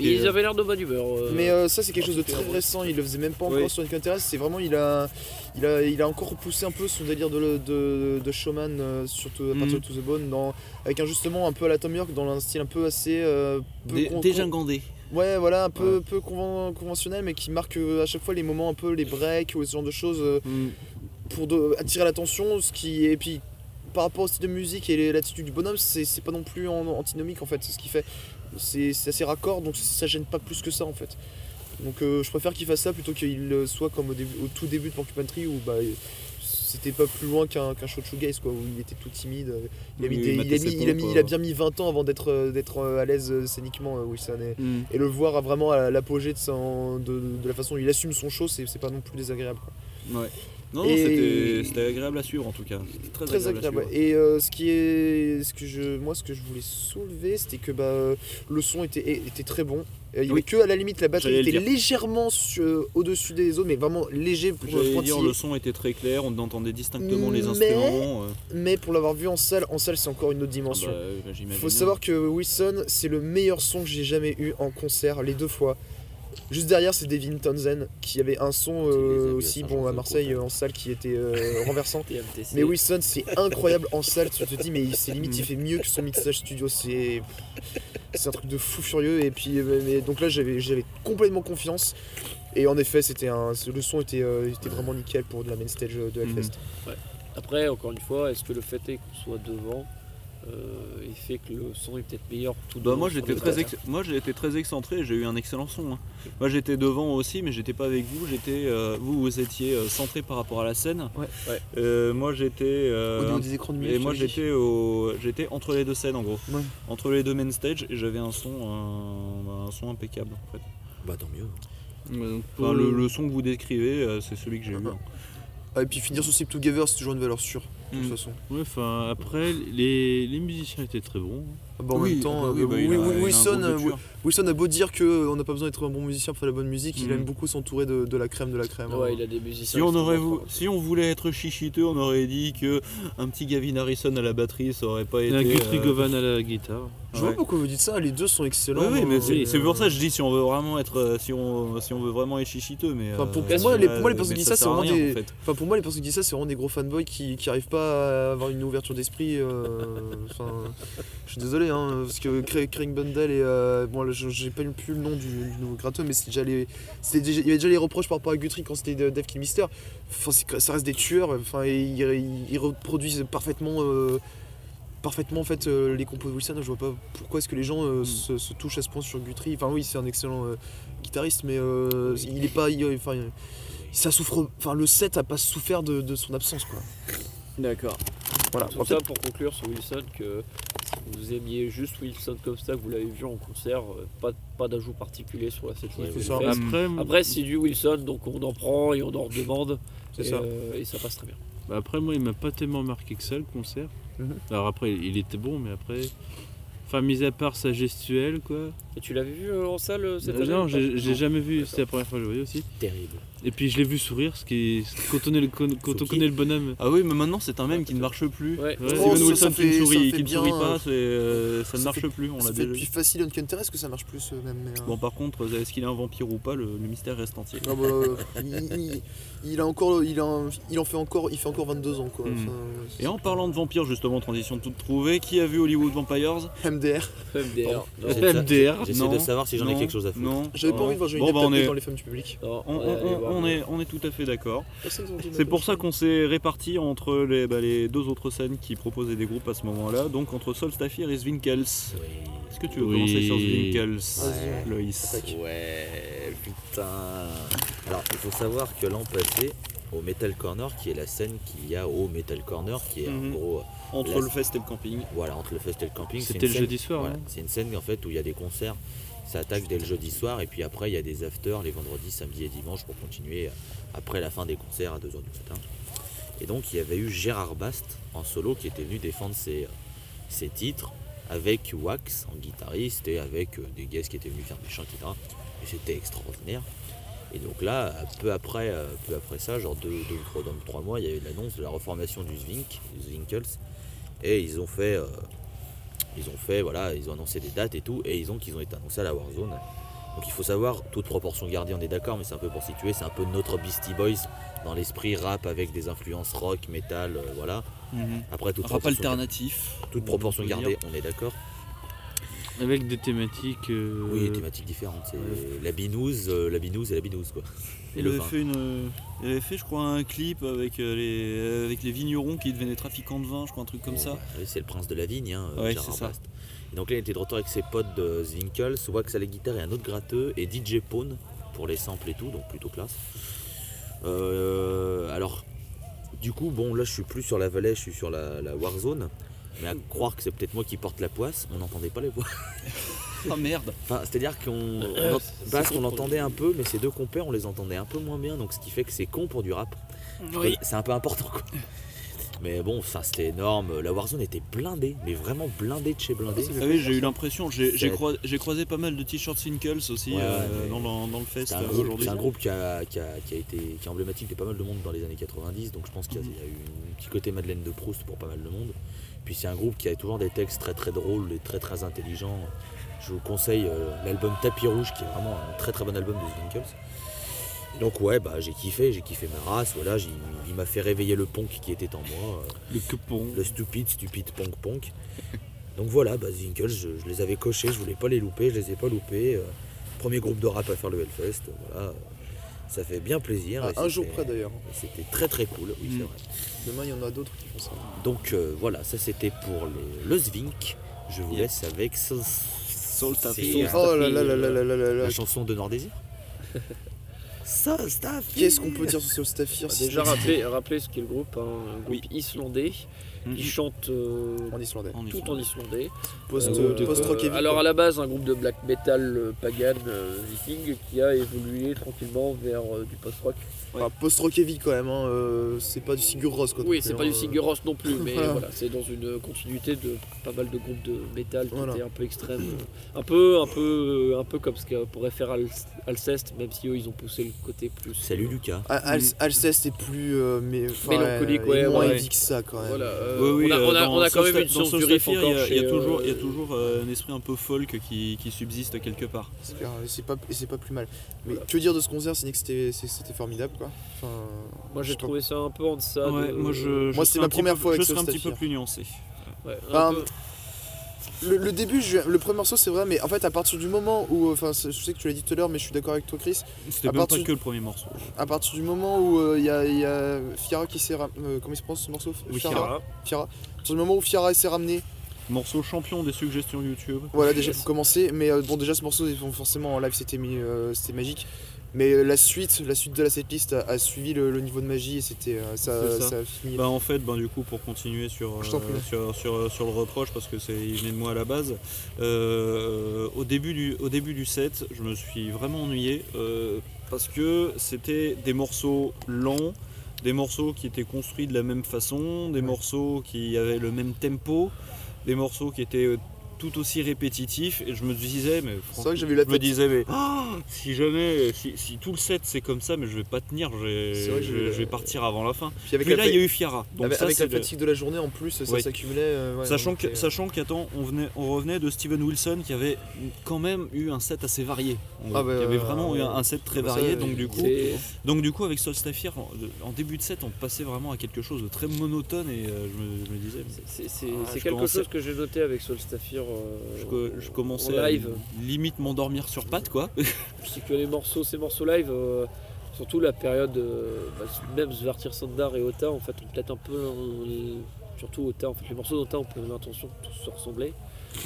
mais et, ils euh, avaient l'air de bonne humeur. euh, Mais euh, ça c'est quelque chose de parce très que- récent, il le faisait même pas encore Oui. sur Interest, c'est vraiment il a, il a il a encore poussé un peu son délire de, de, de showman euh, surtout à partir Mhm. de To The Bone dans, avec un justement un peu à la Tom York dans un style un peu assez euh, peu dé- con- dégingandé. ouais voilà un peu peu conven- conventionnel mais qui marque euh, à chaque fois les moments un peu les breaks ou ce genre de choses euh, Mm. pour de- attirer l'attention ce qui et puis par rapport au style de musique et les- l'attitude du bonhomme c'est c'est pas non plus en- antinomique en fait c'est ce qu'il fait c'est c'est assez raccord donc ça gêne pas plus que ça en fait donc euh, je préfère qu'il fasse ça plutôt qu'il euh, soit comme au, début, au tout début de Porcupine Tree où bah euh, c'était pas plus loin qu'un qu'un show de shoegaze quoi où il était tout timide euh, il a, Oui, il mis des- il, mettait a ses mis- il a pompes, mis- euh. il a bien mis 20 ans avant d'être euh, d'être euh, à l'aise euh, scéniquement euh, Wilson et, Mm. et le voir à vraiment à l'apogée de, son- de, de la façon où il assume son show c'est c'est pas non plus désagréable quoi. Ouais. Non, non, Et- c'était- c'était agréable à suivre en tout cas. C'était Très, très agréable. à suivre. Et euh, ce qui est, ce que je, moi, ce que je voulais soulever, c'était que bah, euh, le son était, é- était très bon. Euh, Il y Oui. avait que à la limite la batterie J'allais le était dire. légèrement su- euh, au-dessus des autres, mais vraiment léger pour euh, J'allais pour dire, tiller. le son était très clair, on entendait distinctement les Mais- instruments. euh, Mais pour l'avoir vu en salle, en salle c'est encore une autre ah dimension. bah, euh, bah, j'imagine Faut bien. savoir que Wilson, c'est le meilleur son que j'ai jamais eu en concert, les deux fois. Juste derrière, c'est Devin Townsend qui avait un son les a euh, vus à aussi bon à Saint-Jean-de-Côte, Marseille hein. euh, en salle qui était euh, renversant. TMTC. Mais Wilson, c'est incroyable en salle, tu te dis, mais il- c'est limite, Mm. il fait mieux que son mixage studio, c'est. C'est un truc de fou furieux. Et puis, euh, mais- donc là, j'avais j'avais complètement confiance. Et en effet, c'était un, le son était, euh, était vraiment nickel pour de la main stage euh, de Hellfest. Mm. Après, encore une fois, est-ce que le fait est qu'on soit devant euh, il fait que le son est peut-être meilleur tout Bah devant moi sur j'étais le très tas. ex- moi j'ai été très excentré, et j'ai eu un excellent son. hein. Moi j'étais devant aussi, mais j'étais pas avec vous. J'étais euh, vous vous étiez euh, centré par rapport à la scène. Ouais. Ouais. Euh, moi j'étais euh, Au niveau des écrans de et musique. moi j'étais au j'étais entre les deux scènes en gros, Ouais. entre les deux main stage et j'avais un son euh, bah, un son impeccable en fait. Bah tant mieux. Enfin, le, le son que vous décrivez euh, c'est celui que j'ai eu. hein. Ah, et puis finir sur Sleep Together, c'est toujours une valeur sûre, de Mm. toute façon. Ouais, enfin, après, les, les musiciens étaient très bons. Ah bah, en même temps, ah bah euh, bah, Wi- il a- Wi- il a un Wilson, groupe de euh, tueurs. Wilson a beau dire qu'on n'a pas besoin d'être un bon musicien pour faire la bonne musique, il Mhm. aime beaucoup s'entourer de, de la crème de la crème. hein. Ouais, il a des musiciens. Si on, aurait extrêmement vou- forts. si on voulait être chichiteux, on aurait dit que un petit Gavin Harrison à la batterie, ça aurait pas été. Un euh, Guthrie Govan à la guitare. Je vois ouais. pas pourquoi vous dites ça, les deux sont Oui, excellents. oui, mais c'est euh, c'est pour ça que je dis si on veut vraiment être, euh, si on, si on veut vraiment être chichiteux, mais. Enfin, pour- euh, pour moi, les- pour moi, les mais personnes qui disent ça, sert c'est à vraiment rien, des- en fait. Enfin, pour moi, les personnes qui disent ça, c'est vraiment des gros fanboys qui, qui arrivent pas à avoir une ouverture d'esprit. euh, Enfin, je suis désolé, hein, parce que Cra- Craig Bundle et. euh, bon, là, je- j'ai pas eu plus le nom du, du nouveau gratteux, mais c'est déjà les- c'était déjà- il y avait déjà les reproches par rapport à Guthrie quand c'était de- Dave Kill Mister. Enfin, c'est que- ça reste des tueurs, enfin, et ils, ils- ils reproduisent parfaitement. euh, Parfaitement en fait euh, les compos de Wilson, je vois pas pourquoi est-ce que les gens euh, se, se touchent à ce point sur Guthrie. Enfin oui c'est un excellent euh, guitariste mais euh, il est pas. il- enfin, il- ça souffre enfin le set a pas souffert de, de son absence quoi D'accord. voilà Bah, Tout ça pour conclure sur Wilson que vous aimiez juste Wilson comme ça, que vous l'avez vu en concert, euh, pas, pas d'ajout particulier sur la setlist. C'est de ça. Hellfest. Après, Après, c'est du Wilson, donc on en prend et on en redemande. C'est et, ça. euh, et ça passe très bien. Bah après, moi, il m'a pas tellement marqué que ça le concert. Mhm. Alors après, il était bon, mais après. Enfin, mis à part sa gestuelle, quoi. Et tu l'avais vu euh, en salle euh, cette Euh, année non, ou pas j'ai j'ai Non. jamais vu, D'accord. c'est la première fois que je le voyais aussi. Terrible. Et puis, je l'ai vu sourire, ce qui est- Quand on, est le- quand on connaît le bonhomme. Ah oui, mais maintenant c'est un même qui ne marche plus. Ouais. Ouais. Oh, Steven ça, Wilson ça qui fait- ne ça sourit, fait qui ne sourit bien, pas, euh, c'est, euh, ça ne ça marche fait- plus. On ça l'a fait déjà depuis vu. facile Uncanterrest que ça marche plus euh, même mais, euh, Bon, par contre, euh, est-ce qu'il est un vampire ou pas, le, le mystère reste entier. ah bah, euh, il, il- il a encore il, a un- il en fait encore il fait encore 22 ans quoi Mhm. Enfin, Et en parlant de vampires, justement, transition toute trouvée, qui a vu Hollywood Vampires MDR MDR. Non, J'essaie de- MDR. J'essaie Non. de savoir si j'en ai Non, quelque chose à foutre. Non. j'avais pas Voilà. envie de voir Johnny Bon, Depp bah, on taper est- dans les femmes du public non, on- ouais, allez on- voir, on ouais. est- on est tout à fait d'accord. Personne qui en dit C'est mal. pour ça qu'on s'est répartis entre les, bah, les deux autres scènes qui proposaient des groupes à ce moment-là, donc entre Solstafir et Zwinkels. Est-ce que tu veux Oui. commencer sur Zwinkels, Ouais. Loïs Ouais, putain. Alors, il faut savoir que l'an passé, au Metal Corner, qui est la scène qu'il y a au Metal Corner, qui est Mhm. en gros, Entre La- le fest et le camping. voilà, entre le fest et le camping. c'est C'était une le scène- jeudi soir, hein. voilà, non C'est une scène en fait où il y a des concerts. Ça attaque dès le jeudi soir et puis après il y a des afters les vendredis, samedis et dimanches pour continuer euh, après la fin des concerts à 2h du matin. Et donc il y avait eu Gérard Bast en solo qui était venu défendre ses, euh, ses titres avec Wax en guitariste et avec euh, des guests qui étaient venus faire des chants, etc. Et c'était extraordinaire. Et donc là, peu après, euh, peu après ça, genre deux, deux ou trois, dans trois mois, il y a eu l'annonce de la reformation du Zwink, du Zwinkels. Et ils ont fait, euh, ils ont fait, voilà, ils ont annoncé des dates et tout, et ils ont qu'ils ont été annoncés à la Warzone. Donc il faut savoir, toute proportion gardée, on est d'accord, mais c'est un peu pour situer, c'est un peu notre Beastie Boys dans l'esprit rap avec des influences rock, métal, euh, voilà. Après toute Rap proportion, alternatif. toute proportion on peut gardée, on est d'accord. Avec des thématiques. euh, Oui, thématiques différentes. C'est ouais. la binouse, euh, la binouse et la binouse quoi. Et Il le avait, vin. fait une, euh, il avait fait, je crois, un clip avec, euh, les, avec les vignerons qui devenaient des trafiquants de vin, je crois, un truc comme Bon, ça. bah, oui, c'est le prince de la vigne, hein, euh, Ouais, Gérard c'est ça. Bast. Et donc là, il était de retour avec ses potes de Zwinkels, Wax à la guitare et un autre gratteux, et DJ Pawn pour les samples et tout, donc plutôt classe. Euh, alors, du coup, bon, là, je suis plus sur la vallée, je suis sur la, la Warzone. Mais à croire que c'est peut-être moi qui porte la poisse, on n'entendait pas les voix. Ah merde Enfin, c'est-à-dire qu'on on, en- c'est Bast, son on problème. entendait un peu, mais ses deux compères, on les entendait un peu moins bien, donc ce qui fait que c'est con pour du rap. Oui. C'est un peu important quoi. Mais bon, ça c'était énorme. La Warzone était blindée, mais vraiment blindée de chez blindée. Ah oui, j'ai eu l'impression, j'ai j'ai C'est- croi- j'ai croisé pas mal de t-shirts Sinkles aussi Ouais, euh, ouais. dans, le, dans le fest C'est un, euh, groupe- aujourd'hui. c'est un groupe qui a, qui a- qui a été qui est emblématique de pas mal de monde dans les années 90, donc je pense qu'il y, a- il y a eu un petit côté Madeleine de Proust pour pas mal de monde. Puis c'est un groupe qui a toujours des textes très très drôles et très très intelligents. Je vous conseille euh, l'album Tapis Rouge, qui est vraiment un très très bon album de The Dunkels. Donc ouais, bah, j'ai kiffé, j'ai kiffé ma race, voilà, j'ai- il m'a fait réveiller le punk qui était en moi. euh, Le coupon. le stupide, stupide Ponk Ponk. Donc voilà, bah, Zinkels, je, je les avais cochés, je voulais pas les louper, je les ai pas loupés. euh, premier groupe de rap à faire le Hellfest, voilà. euh, Ça fait bien plaisir. Ah, et un c'était- jour près d'ailleurs. C'était très très cool, oui, Mm. c'est vrai. Demain, il y en a d'autres qui font ça. Donc euh, voilà, ça c'était pour les- le Zvink. Je vous laisse avec Sol- C'est, euh, Oh là là là là là là là là. la chanson de Nordésir. Solstafir Qu'est-ce qu'on peut dire sur Solstafir si Déjà ce n'est- rappelé, rappelé ce qu'est le groupe, hein, un groupe islandais Mhm. qui chante euh, En islandais. En tout Islande. en islandais. Post, Euh, post rock euh, alors à la base un groupe de black metal euh, pagan euh, viking qui a évolué tranquillement vers euh, du post-rock. post rock quand même. hein, euh, c'est pas du Sigur Rós quoi. Oui, non c'est plus, pas du euh, hein. Sigur Rós non plus, mais Voilà. voilà, c'est dans une euh, continuité de pas mal de groupes de métal qui Voilà. étaient un peu extrêmes, euh, un peu, un peu, euh, un peu comme ce que pourrait faire Al- Alceste, même si eux ils ont poussé le côté plus. Salut Lucas. Ah, Al- Alceste est plus euh, mais, enfin, Mélancolique, ouais, ouais, et moins ouais. heavy que ça quand même. Voilà, euh, Oui, oui, on a, on a- euh, dans on a quand même Solsta- une science dans du riff Solstafir, encore. Il y a- il y chez, a toujours, il y a euh, toujours euh, un esprit un peu folk qui, qui subsiste quelque part. C'est clair, et c'est pas, et c'est pas plus mal. Mais Voilà. que dire de ce concert, sinon que c'était c'est- c'était formidable quoi. Enfin, Moi je j'ai sais pas. trouvé ça un peu en deçà. Ah, de- euh, moi, je, Moi, c'est serais ma un petit première peu- fois avec Je serais un petit peu Solstafir. plus nuancé. Ouais, un Bah, peu. Le, le début, je- le premier morceau, c'est vrai, mais en fait, à partir du moment où, euh, enfin, c'est- je sais que tu l'as dit tout à l'heure, mais je suis d'accord avec toi, Chris. C'était À même pas partir- que le premier morceau. À partir du moment où euh, il y, a- il y a Fiara qui s'est, ra- euh, comment il se prononce ce morceau Oui, Fiara. Fiara. À partir du moment où Fiara s'est ramené, Morceau champion des suggestions YouTube. voilà, déjà Yes. pour commencer. Mais euh, bon, déjà ce morceau, bon, forcément en live, c'était mis, euh, c'était magique. Mais euh, la suite, la suite de la setlist a, a suivi le, le niveau de magie et c'était, euh, ça, C'est ça. ça a fini. Bah en fait, ben du coup pour continuer sur, Je t'en euh, prie. sur, sur, sur le reproche parce que c'est il venait de moi à la base. euh, au, début du, au début du set, je me suis vraiment ennuyé euh, parce que c'était des morceaux lents, des morceaux qui étaient construits de la même façon, des morceaux qui avaient le même tempo, des morceaux qui étaient euh, tout aussi répétitifs et je me disais mais c'est vrai que j'avais eu la je me tête. disais mais oh, si jamais si, si tout le set c'est comme ça mais je vais pas tenir, je vais- C'est vrai que je j'ai eu vais- la- je vais partir avant la fin. Puis avec Puis la, là, il y a eu Fiara. Donc avec- ça, avec la c'est le- fatigue de la journée en plus, ça Ouais. s'accumulait. euh, ouais, Sachant donc, que, euh, sachant qu'attends, on venait, on revenait de Steven Wilson qui avait quand même eu un set assez varié. On- Ah bah, qui avait euh, vraiment eu un, un set très bah, ça, varié. euh, donc du coup, C'est- donc du coup, avec Solstafir, en, de- en début de set, on passait vraiment à quelque chose de très monotone et euh, je, me, je me disais, mais C'est c'est- Ah, c'est je quelque commençais- chose que j'ai noté avec Solstafir. euh, je, co- je commençais en à live. limite m'endormir sur pattes quoi. C'est que les morceaux, ces morceaux live, euh, surtout la période, euh, bah, même Svartir Sandar et Ota, en fait, ont peut-être un peu. euh, surtout Ota, en fait, les morceaux d'Ota ont peut-être l'intention de tous se ressembler.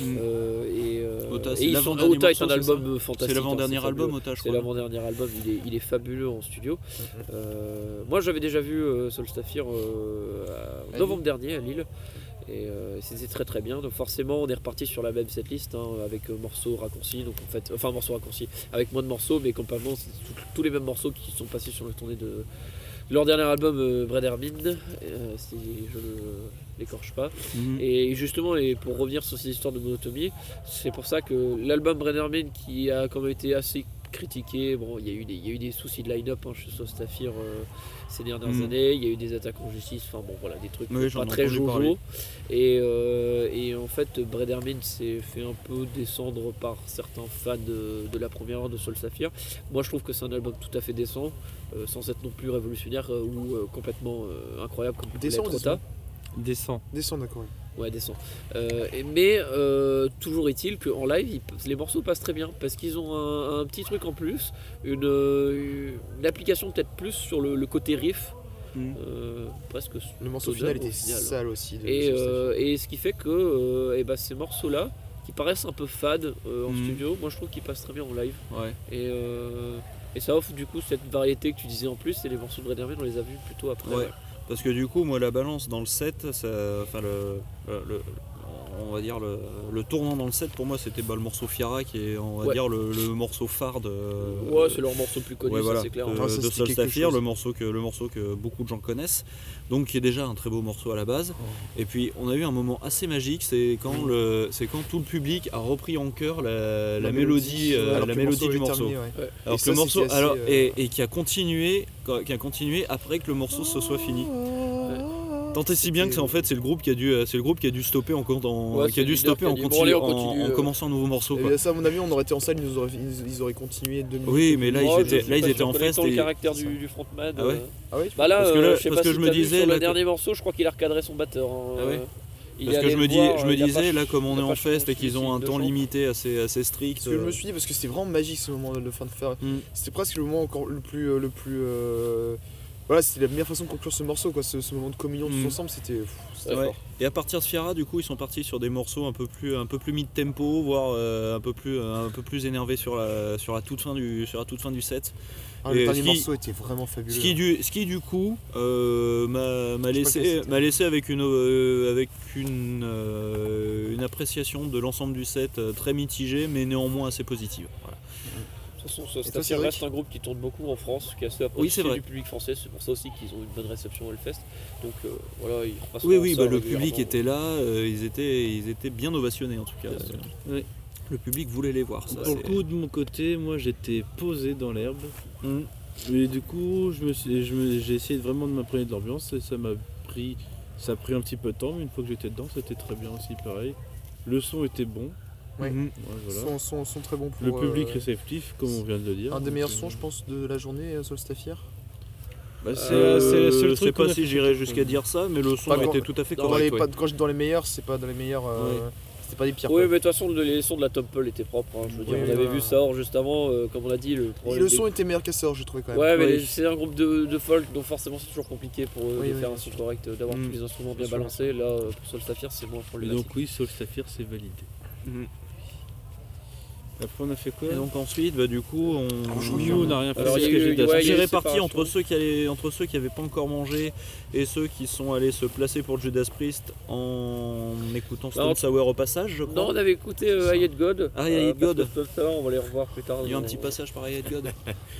Euh, et euh, Hmm. Ota, et c'est ils sont- l'avant-dernier Ota est morceau, un c'est album ça euh, fantastique. C'est hein, l'avant-dernier c'est album, fabuleux. Otage. C'est l'avant-dernier album, il est, il est fabuleux en studio. Euh, moi j'avais déjà vu euh, Solstafir euh, à- en À novembre dernier à Lille et euh, c'était très très bien. Donc forcément on est reparti sur la même setlist hein, avec euh, morceaux raccourcis, donc en fait, enfin morceaux raccourcis, avec moins de morceaux mais complètement c'est tout- tous les mêmes morceaux qui sont passés sur la tournée de leur dernier album euh, Brad Hermine, euh, si je ne l'écorche pas. Mm. Et justement, et pour revenir sur ces histoires de monotomie, c'est pour ça que l'album Brennerman, qui a quand même été assez critiqué, bon, il y a eu des, il y a eu des soucis de line-up hein, chez Sostafir euh, ces dernières Mhm. années, il y a eu des attaques en justice, enfin bon, voilà, des trucs Oui, j'en pas ai très entendu jojo. parler. Et, euh, et en fait, Bredermin s'est fait un peu descendre par certains fans de, de la première heure de Soul Sapphire. Moi, je trouve que c'est un album tout à fait décent, euh, sans être non plus révolutionnaire euh, ou euh, complètement euh, incroyable comme pouvait Décent, l'être décent. Ota. Descend. Descends d'accord. Ouais, descend. Euh, et- mais euh, toujours est-il qu'en live, ils- les morceaux passent très bien parce qu'ils ont un, un petit truc en plus, une, euh, une application peut-être plus sur le, le côté riff, Mhm. euh, presque. Le morceau Todor, final au était final. sale aussi. de- Et, sur cette- euh, et ce qui fait que euh, eh ben, ces morceaux-là, qui paraissent un peu fades euh, en Mhm. studio, moi je trouve qu'ils passent très bien en live. Ouais. Et, euh, et ça offre du coup cette variété que tu disais en plus, et les morceaux de Red Hermine, on les a vus plutôt après. Ouais. Parce que du coup, moi, la balance dans le set, ça- enfin, le, le- le- on va dire le, le tournant dans le set pour moi c'était bah, le morceau Fiara qui est on va Ouais. dire le, le morceau phare de Ouais, c'est leur morceau le plus connu, Ouais, ça, voilà, c'est clair. de, Ah, ça, de c'était quelque Solstafir, chose. le morceau, que, le morceau que beaucoup de gens connaissent, donc qui est déjà un très beau morceau à la base. Et puis on a eu un moment assez magique, c'est quand, le, c'est quand tout le public a repris en chœur la, la mélodie, euh, alors la que le mélodie du est morceau. terminé, ouais. Alors Et que ça, le morceau, c'était assez, alors, euh, et, et qui a continué, qui a continué après que le morceau se soit fini. Tant et si bien que c'est en fait c'est le groupe qui a dû, euh, c'est le groupe qui a dû stopper en, compte- en- Ouais, qui c'est a le dû leader stopper qui a en, dit, continu- bon, allez, on en- continue, en euh. commencile un nouveau morceau. quoi. Et Eh ça, à mon avis, on aurait été en salle, ils, nous auraient, ils, ils auraient continué deux minutes. Oh, Oui, mais là ils étaient, là ils étaient en fest. Connaissant le et- caractère du, du frontman. Ah ouais euh, Ah ouais, tu Bah là, Parce que euh, là- je sais parce pas que si je me t'as vu disais, sur le là, dernier morceau, je crois qu'il a recadré son batteur. hein, Ah ouais. euh, il Parce que allait je le me, dis, voir, je euh, me il a disais, pas- là, comme on il est a en pas fest et qu'ils changé ont un de temps champ. limité assez, assez strict. Parce que je me euh, suis dit, parce que c'était vraiment magique ce moment de le fin de faire. Mm. C'était presque le moment encore le plus. euh, le plus euh, Voilà, c'était la meilleure façon de conclure ce morceau, quoi. Ce, ce moment de communion tous Mm. ensemble, c'était. pff, c'était Ouais. fort. Et à partir de Fiera, du coup, ils sont partis sur des morceaux un peu plus, un peu plus mid-tempo, voire euh, un peu plus, un peu plus énervés sur la, sur la toute fin du, sur la toute fin du set. Ah, le Et dernier ce qui- morceau était vraiment fabuleux. hein. Ce qui du, ce qui, du coup, euh, m'a- m'a Je sais pas laissé, quel m'a laissé avec une, euh, avec une, euh, une appréciation de l'ensemble du set euh, très mitigée, mais néanmoins assez positive. Voilà. De toute façon, ça- toi, Staffir Cédric reste un groupe qui tourne beaucoup en France, qui est assez Oui, c'est apprécié vrai. du public français. C'est pour ça aussi qu'ils ont une bonne réception au Hellfest. Donc euh, voilà, ils repassent Oui, oui, bah, le public était là, euh, ils étaient, ils étaient bien ovationnés en tout cas. Bien sûr. Euh, oui. Le public voulait les voir. Ça, Pour le c'est- coup, de mon côté, moi j'étais posé dans l'herbe. Hmm. Mhm. Mais du coup, je me suis- je me- j'ai essayé vraiment de m'imprégner de l'ambiance et ça m'a pris, ça a pris un petit peu de temps, mais une fois que j'étais dedans, c'était très bien aussi, pareil. Le son était bon. Ouais. Mhm. voilà. Son, son, son très bon pour. Le public euh, réceptif, comme on vient de le dire. Un des donc, meilleurs euh, sons, je pense, de la journée, euh, Solstafir. bah, c'est Euh, c'est le je seul sais truc. qu'on pas a si fait. j'irais jusqu'à dire ça, mais le son Pas était grand- tout à fait dans Dans correct. les, ouais. pas- quand je dis dans les meilleurs, c'est pas dans les meilleurs. euh, C'était pas des pires. Oui, quoi. mais de toute façon, le- les sons de la Top Paul étaient propres. hein. Je veux dire, Oui, on avait voilà. vu ça hors juste avant, euh, comme on l'a dit. Le, bah, Et problème le des- son était meilleur qu'à Sœur, j'ai trouvé quand même. Ouais, mais Oui. les- c'est un groupe de, de folk, donc forcément c'est toujours compliqué pour eux Oui, de oui, faire bien un son correct, euh, d'avoir Mm. tous les instruments bien sûr. balancés. Là, euh, pour Sol Saphir, c'est moins Et problématique. donc oui, Soul Saphir, c'est validé. Mhm. Après, on a fait quoi Et donc ensuite, bah, du coup, on, Nous, on n'a rien fait. Alors, c'est il y ce a que eu- j'ai dit à ouais, Soul il y a j'ai eu réparti séparation. entre ceux qui allaient, entre ceux qui n'avaient pas encore mangé et ceux qui sont allés se placer pour Judas Priest en écoutant Stone Non. Sour au passage, je Non, crois. on avait écouté euh, I Hate God. Ah, I Hate euh, parce God. que Tout à l'heure, on va les revoir plus tard. Il y a eu un dans- petit passage par Ayat God.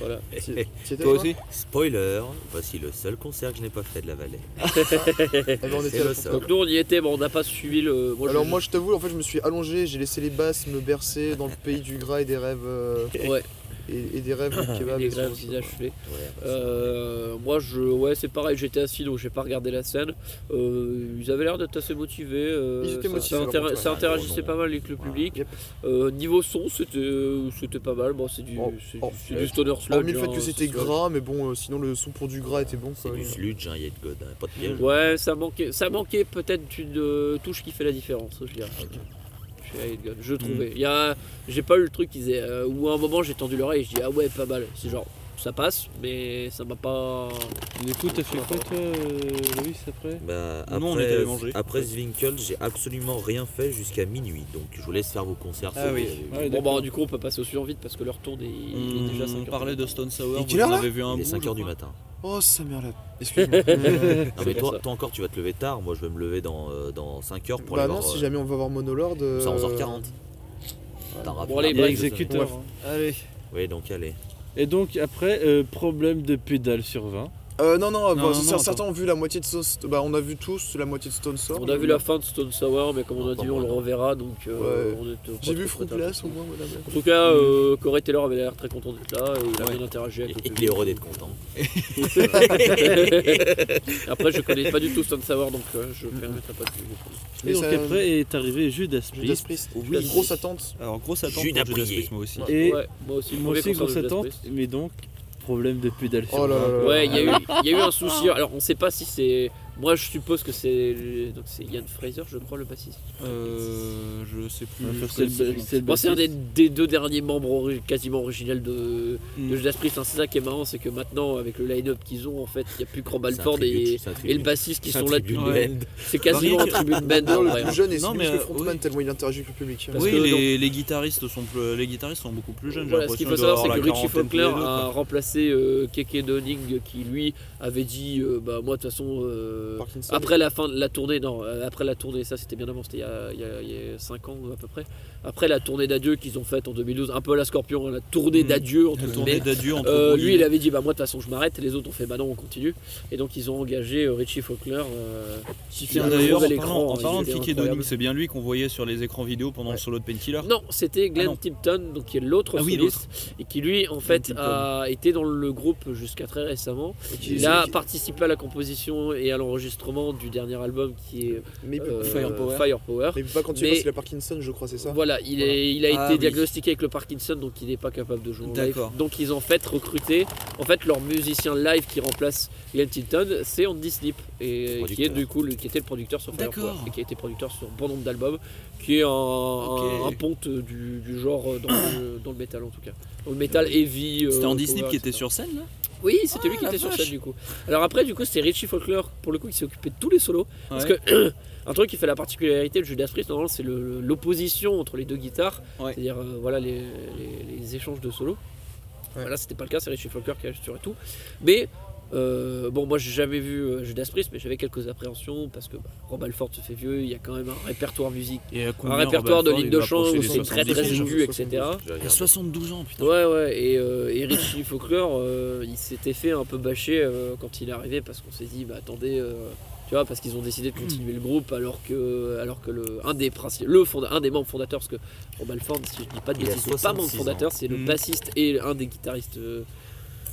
Voilà. T'y étais, Toi toi aussi Spoiler, voici le seul concert que je n'ai pas fait de la vallée. Ah, bah, on était C'est à la le fin. seul. Donc nous, on y était, mais on n'a pas suivi le. je- Alors moi je t'avoue en fait je me suis allongé, j'ai laissé les basses me bercer dans le pays du gras et des rêves euh, Ouais. et, et des rêves de kebab. Les et hein. grèves, tout. ils achevés. Ouais, bah, Euh, moi, je, ouais, c'est pareil, j'étais assis donc j'ai pas regardé la scène. Euh, ils avaient l'air d'être assez motivés. euh, Ils étaient ça- motivés, Ça, par inter- contre, ouais. ça interagissait pas mal avec le Voilà. public. Yep. Euh, niveau son, c'était euh, c'était pas mal. Bon, c'est du, Oh, c'est oh, c'est du stoner sludge. Hormis le fait hein, que c'était c'est ça. gras mais bon euh, sinon le son pour du gras était bon C'est quoi. du Ouais. sludge, hein, Yet God, hein, pas de piège. Ouais, ça manquait, ça manquait peut-être d'une euh, touche qui fait la différence, je dirais. Chez Riot Gun, Je trouvais. Il y a- J'ai pas eu le truc qu'ils aient. euh, Ou à un moment, j'ai tendu l'oreille et je dis ah ouais, pas mal. C'est genre, ça passe, mais ça m'a pas. Du coup, t'as fait quoi toi, euh, Louis, après Bah, après, Nous, on était allés manger. Après Zwinkel, j'ai absolument rien fait jusqu'à minuit. Donc je vous laisse faire vos concerts. Ah ceux oui. que vous avez vus. Ouais, Bon, d'accord. bah, du coup, on peut passer au suivant vite parce que leur tour, il, il est déjà 5 Mm, On heures. parlait de Stone Sour, Et vous quelle heure, en là avez vu un Il est bout. 5h je du crois. matin. Oh sa mère là. Excuse-moi. Non bien mais toi, ça. toi encore tu vas te lever tard, moi je vais me lever dans, euh, dans 5h pour bah aller non voir si euh, jamais on va voir Monolord. euh, ça 11h40. T'en rappelles Bon, allez, un bref, peu, Il y a je sais. Executor. Allez. Oui donc allez. hein. Et donc après, euh, problème de pédale sur 20. Euh, non Non, non, bon, non, c'est- non, certains ont vu la moitié de Stone- bah on a vu tous la moitié de Stone Sour. On a vu la fin de Stone Sour, mais comme on a dit, on le reverra donc. euh, Ouais. on est, euh, pas J'ai vu trop Frouglas prétentieux. au moins madame. En tout cas, euh, Corey Taylor avait l'air très content d'être là et il a bien interagi avec le Et- public. Il est heureux d'être content. Après, je connais pas du tout Stone Sour, donc euh, je permettrai pas de Et donc après est arrivé Judas Judas Priest. Priest. Oui. La grosse attente. Alors, grosse attente pour Judas Judas Priest. Priest, moi aussi. Et Ouais, moi aussi, moi mauvais aussi, concert grosse de Judas attente, Priest. mais donc problème de pédale sur Oh là 20. là là. Ouais, il y, a eu- il y a eu un souci. Alors, on sait pas si c'est. Moi, je suppose que c'est. Donc, c'est Ian Fraser, je crois, le bassiste. Euh, je je sais plus. Enfin, c'est le- c'est le Moi, c'est un des, bassiste. des deux derniers membres ori- quasiment originels de, Mm. de Judas Priest. hein. C'est ça qui est marrant, c'est que maintenant, avec le line-up qu'ils ont, en fait, il n'y a plus que C'est un Rambalford et, tribute, c'est un et le tribute. bassiste qui C'est un sont là depuis. tribute Ouais. band. C'est quasiment un Barry- tribut band D'ailleurs, en le vrai. plus hein. jeune est Non, celui mais, le euh, frontman oui. tellement il interagit avec le public. hein. Parce oui, que les, donc- les guitaristes sont plus, les guitaristes sont beaucoup plus jeunes. j'ai Voilà, ce qu'il faut l'impression, ils savoir, doivent c'est que avoir Richie la quarantaine tous les Faulkner deux, a quoi. remplacé euh, Keke Donning qui, lui, avait dit euh, Bah, moi, de toute façon. euh, Parkinson. Après la fin de la tournée, non, euh, après la tournée, ça c'était bien avant, c'était il y a- il y a- il y a 5 ans à peu près. Après la tournée d'adieu qu'ils ont faite en 2012, un peu à la Scorpion, hein, la tournée Mm. d'adieu entre La guillemets. tournée d'adieu entre Euh, Rolling lui, il avait dit bah moi de toute façon je m'arrête. Les autres ont fait bah non on continue. Et donc ils ont engagé euh, Richie Faulkner. euh, Qui Il tient a d'ailleurs, creusé en l'écran, parlant, en il parlant de était Kiki incroyable. Donning, c'est bien lui qu'on voyait sur les écrans vidéo pendant Ouais. le solo de Painkiller. Non, c'était Ah, Glenn non. Tipton, donc qui est l'autre Ah oui, soliste et qui lui en fait Tipton. a été dans le groupe jusqu'à très récemment. Il a participé à la composition et à l'enregistrement du dernier album qui est Mais il peut- euh, Firepower. Firepower. mais il peut pas continuer mais- parce qu'il a Parkinson, je crois, c'est ça. Voilà, il, Voilà. est- il a Ah été oui. diagnostiqué avec le Parkinson, donc il n'est pas capable de jouer en live. D'accord. Donc ils ont fait recruter, en fait, leur musicien live qui remplace Glenn Tilton, c'est Andy Snip, et qui est Producteur. du coup, le- qui était le producteur sur D'accord. Firepower, et qui a été producteur sur bon nombre d'albums, qui est un, un- un ponte du, du genre euh, dans le, dans le métal en tout cas. Dans le métal heavy. euh, C'était Andy cover, Snip qui était etc. sur scène là Oui, c'était lui Oh qui la était sur vache. scène du coup. Alors après, du coup, c'était Richie Faulkner pour le coup qui s'est occupé de tous les solos. Parce Ouais. que un truc qui fait la particularité de Judas Priest, normalement, c'est le- l'opposition entre les deux guitares, Ouais. c'est-à-dire euh, voilà les, les- les échanges de solos. Ouais. Là, c'était pas le cas, c'est Richie Faulkner qui a assuré tout. Mais euh, bon, moi j'ai jamais vu euh, Judas Priest, mais j'avais quelques appréhensions parce que bah, Rob Alford se fait vieux, il y a quand même un répertoire musique, Et à combien un répertoire de Robert ligne Ford, de il doit approcher chant où des c'est très 70, très je aigu, etc. J'ai crois. regardé. 72 ans, putain. Ouais, ouais, et, euh, et Richie Faulkner, euh, il s'était fait un peu bâcher euh, quand il est arrivé parce qu'on s'est dit, bah attendez, euh, tu vois, parce qu'ils ont décidé de continuer le groupe alors que, alors que le, un, des princi- le fonda- un des membres fondateurs, parce que Rob Ford, si je dis pas de Il a bêtises, c'est pas membre 66 ans. fondateur, c'est le Mhm. bassiste et un des guitaristes. euh,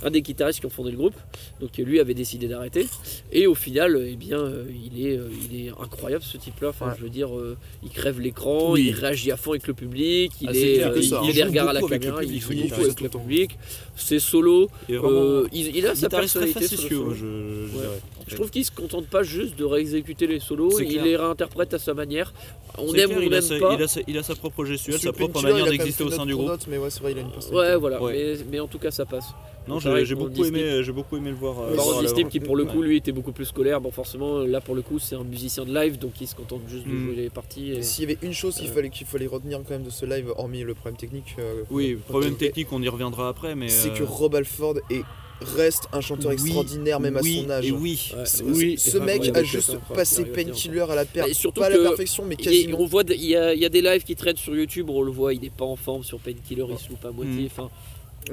un des guitaristes qui ont fondé le groupe, donc euh, lui avait décidé d'arrêter. Et au final, euh, eh bien, euh, il, est, euh, il est incroyable ce type-là. Enfin, Ouais. je veux dire, euh, il crève l'écran, Oui. il réagit à fond avec le public, il Ah, c'est est, clair euh, que il, ça, il hein. a des Il joue regards à la beaucoup avec le caméra, public, il joue ce beaucoup guitariste, avec tout le le temps. public. C'est solo, Et vraiment, euh, il, il a sa guitariste très personnalité. sur le facétieux, solo. moi, je, je Ouais. dirais. Je trouve qu'il se contente pas juste de réexécuter les solos, C'est il clair. les réinterprète à sa manière. On C'est aime clair, ou on il, a n'aime sa, pas. il, a sa, il a sa propre gestuelle, Celui sa de propre Painkiller, il a manière quand même d'exister fait au sein note du pour groupe. note, mais ouais, c'est vrai, il a une personnalité. Ouais, voilà, Ouais. Mais, mais en tout cas, ça passe. Non, Donc, j'ai pareil j'ai pour beaucoup, Andy aimé- j'ai beaucoup aimé le voir. euh, Par voir Baron la- Distin qui pour le coup Ouais. lui était beaucoup plus scolaire, bon forcément là pour le coup c'est un musicien de live donc il se contente juste de Mm. jouer les parties. et- S'il y avait une chose qu'il fallait, qu'il fallait retenir quand même de ce live, hormis le problème technique, euh, Oui, problème Ok. technique, on y reviendra après, mais. c'est euh, que Rob Alford est, reste un chanteur oui, extraordinaire même oui, à son âge. Et oui. Ouais, C'est- ouais, Oui, ce et mec Fabio a Capra, juste Fabio passé Capra, Painkiller à la Et perte. surtout Pas à que- la perfection, mais Il y a- quasiment. on voit, de- il y, a, il y a des lives qui traînent sur YouTube, on le voit, il est pas en forme sur Painkiller, il se loupe à moitié. Mm. Enfin,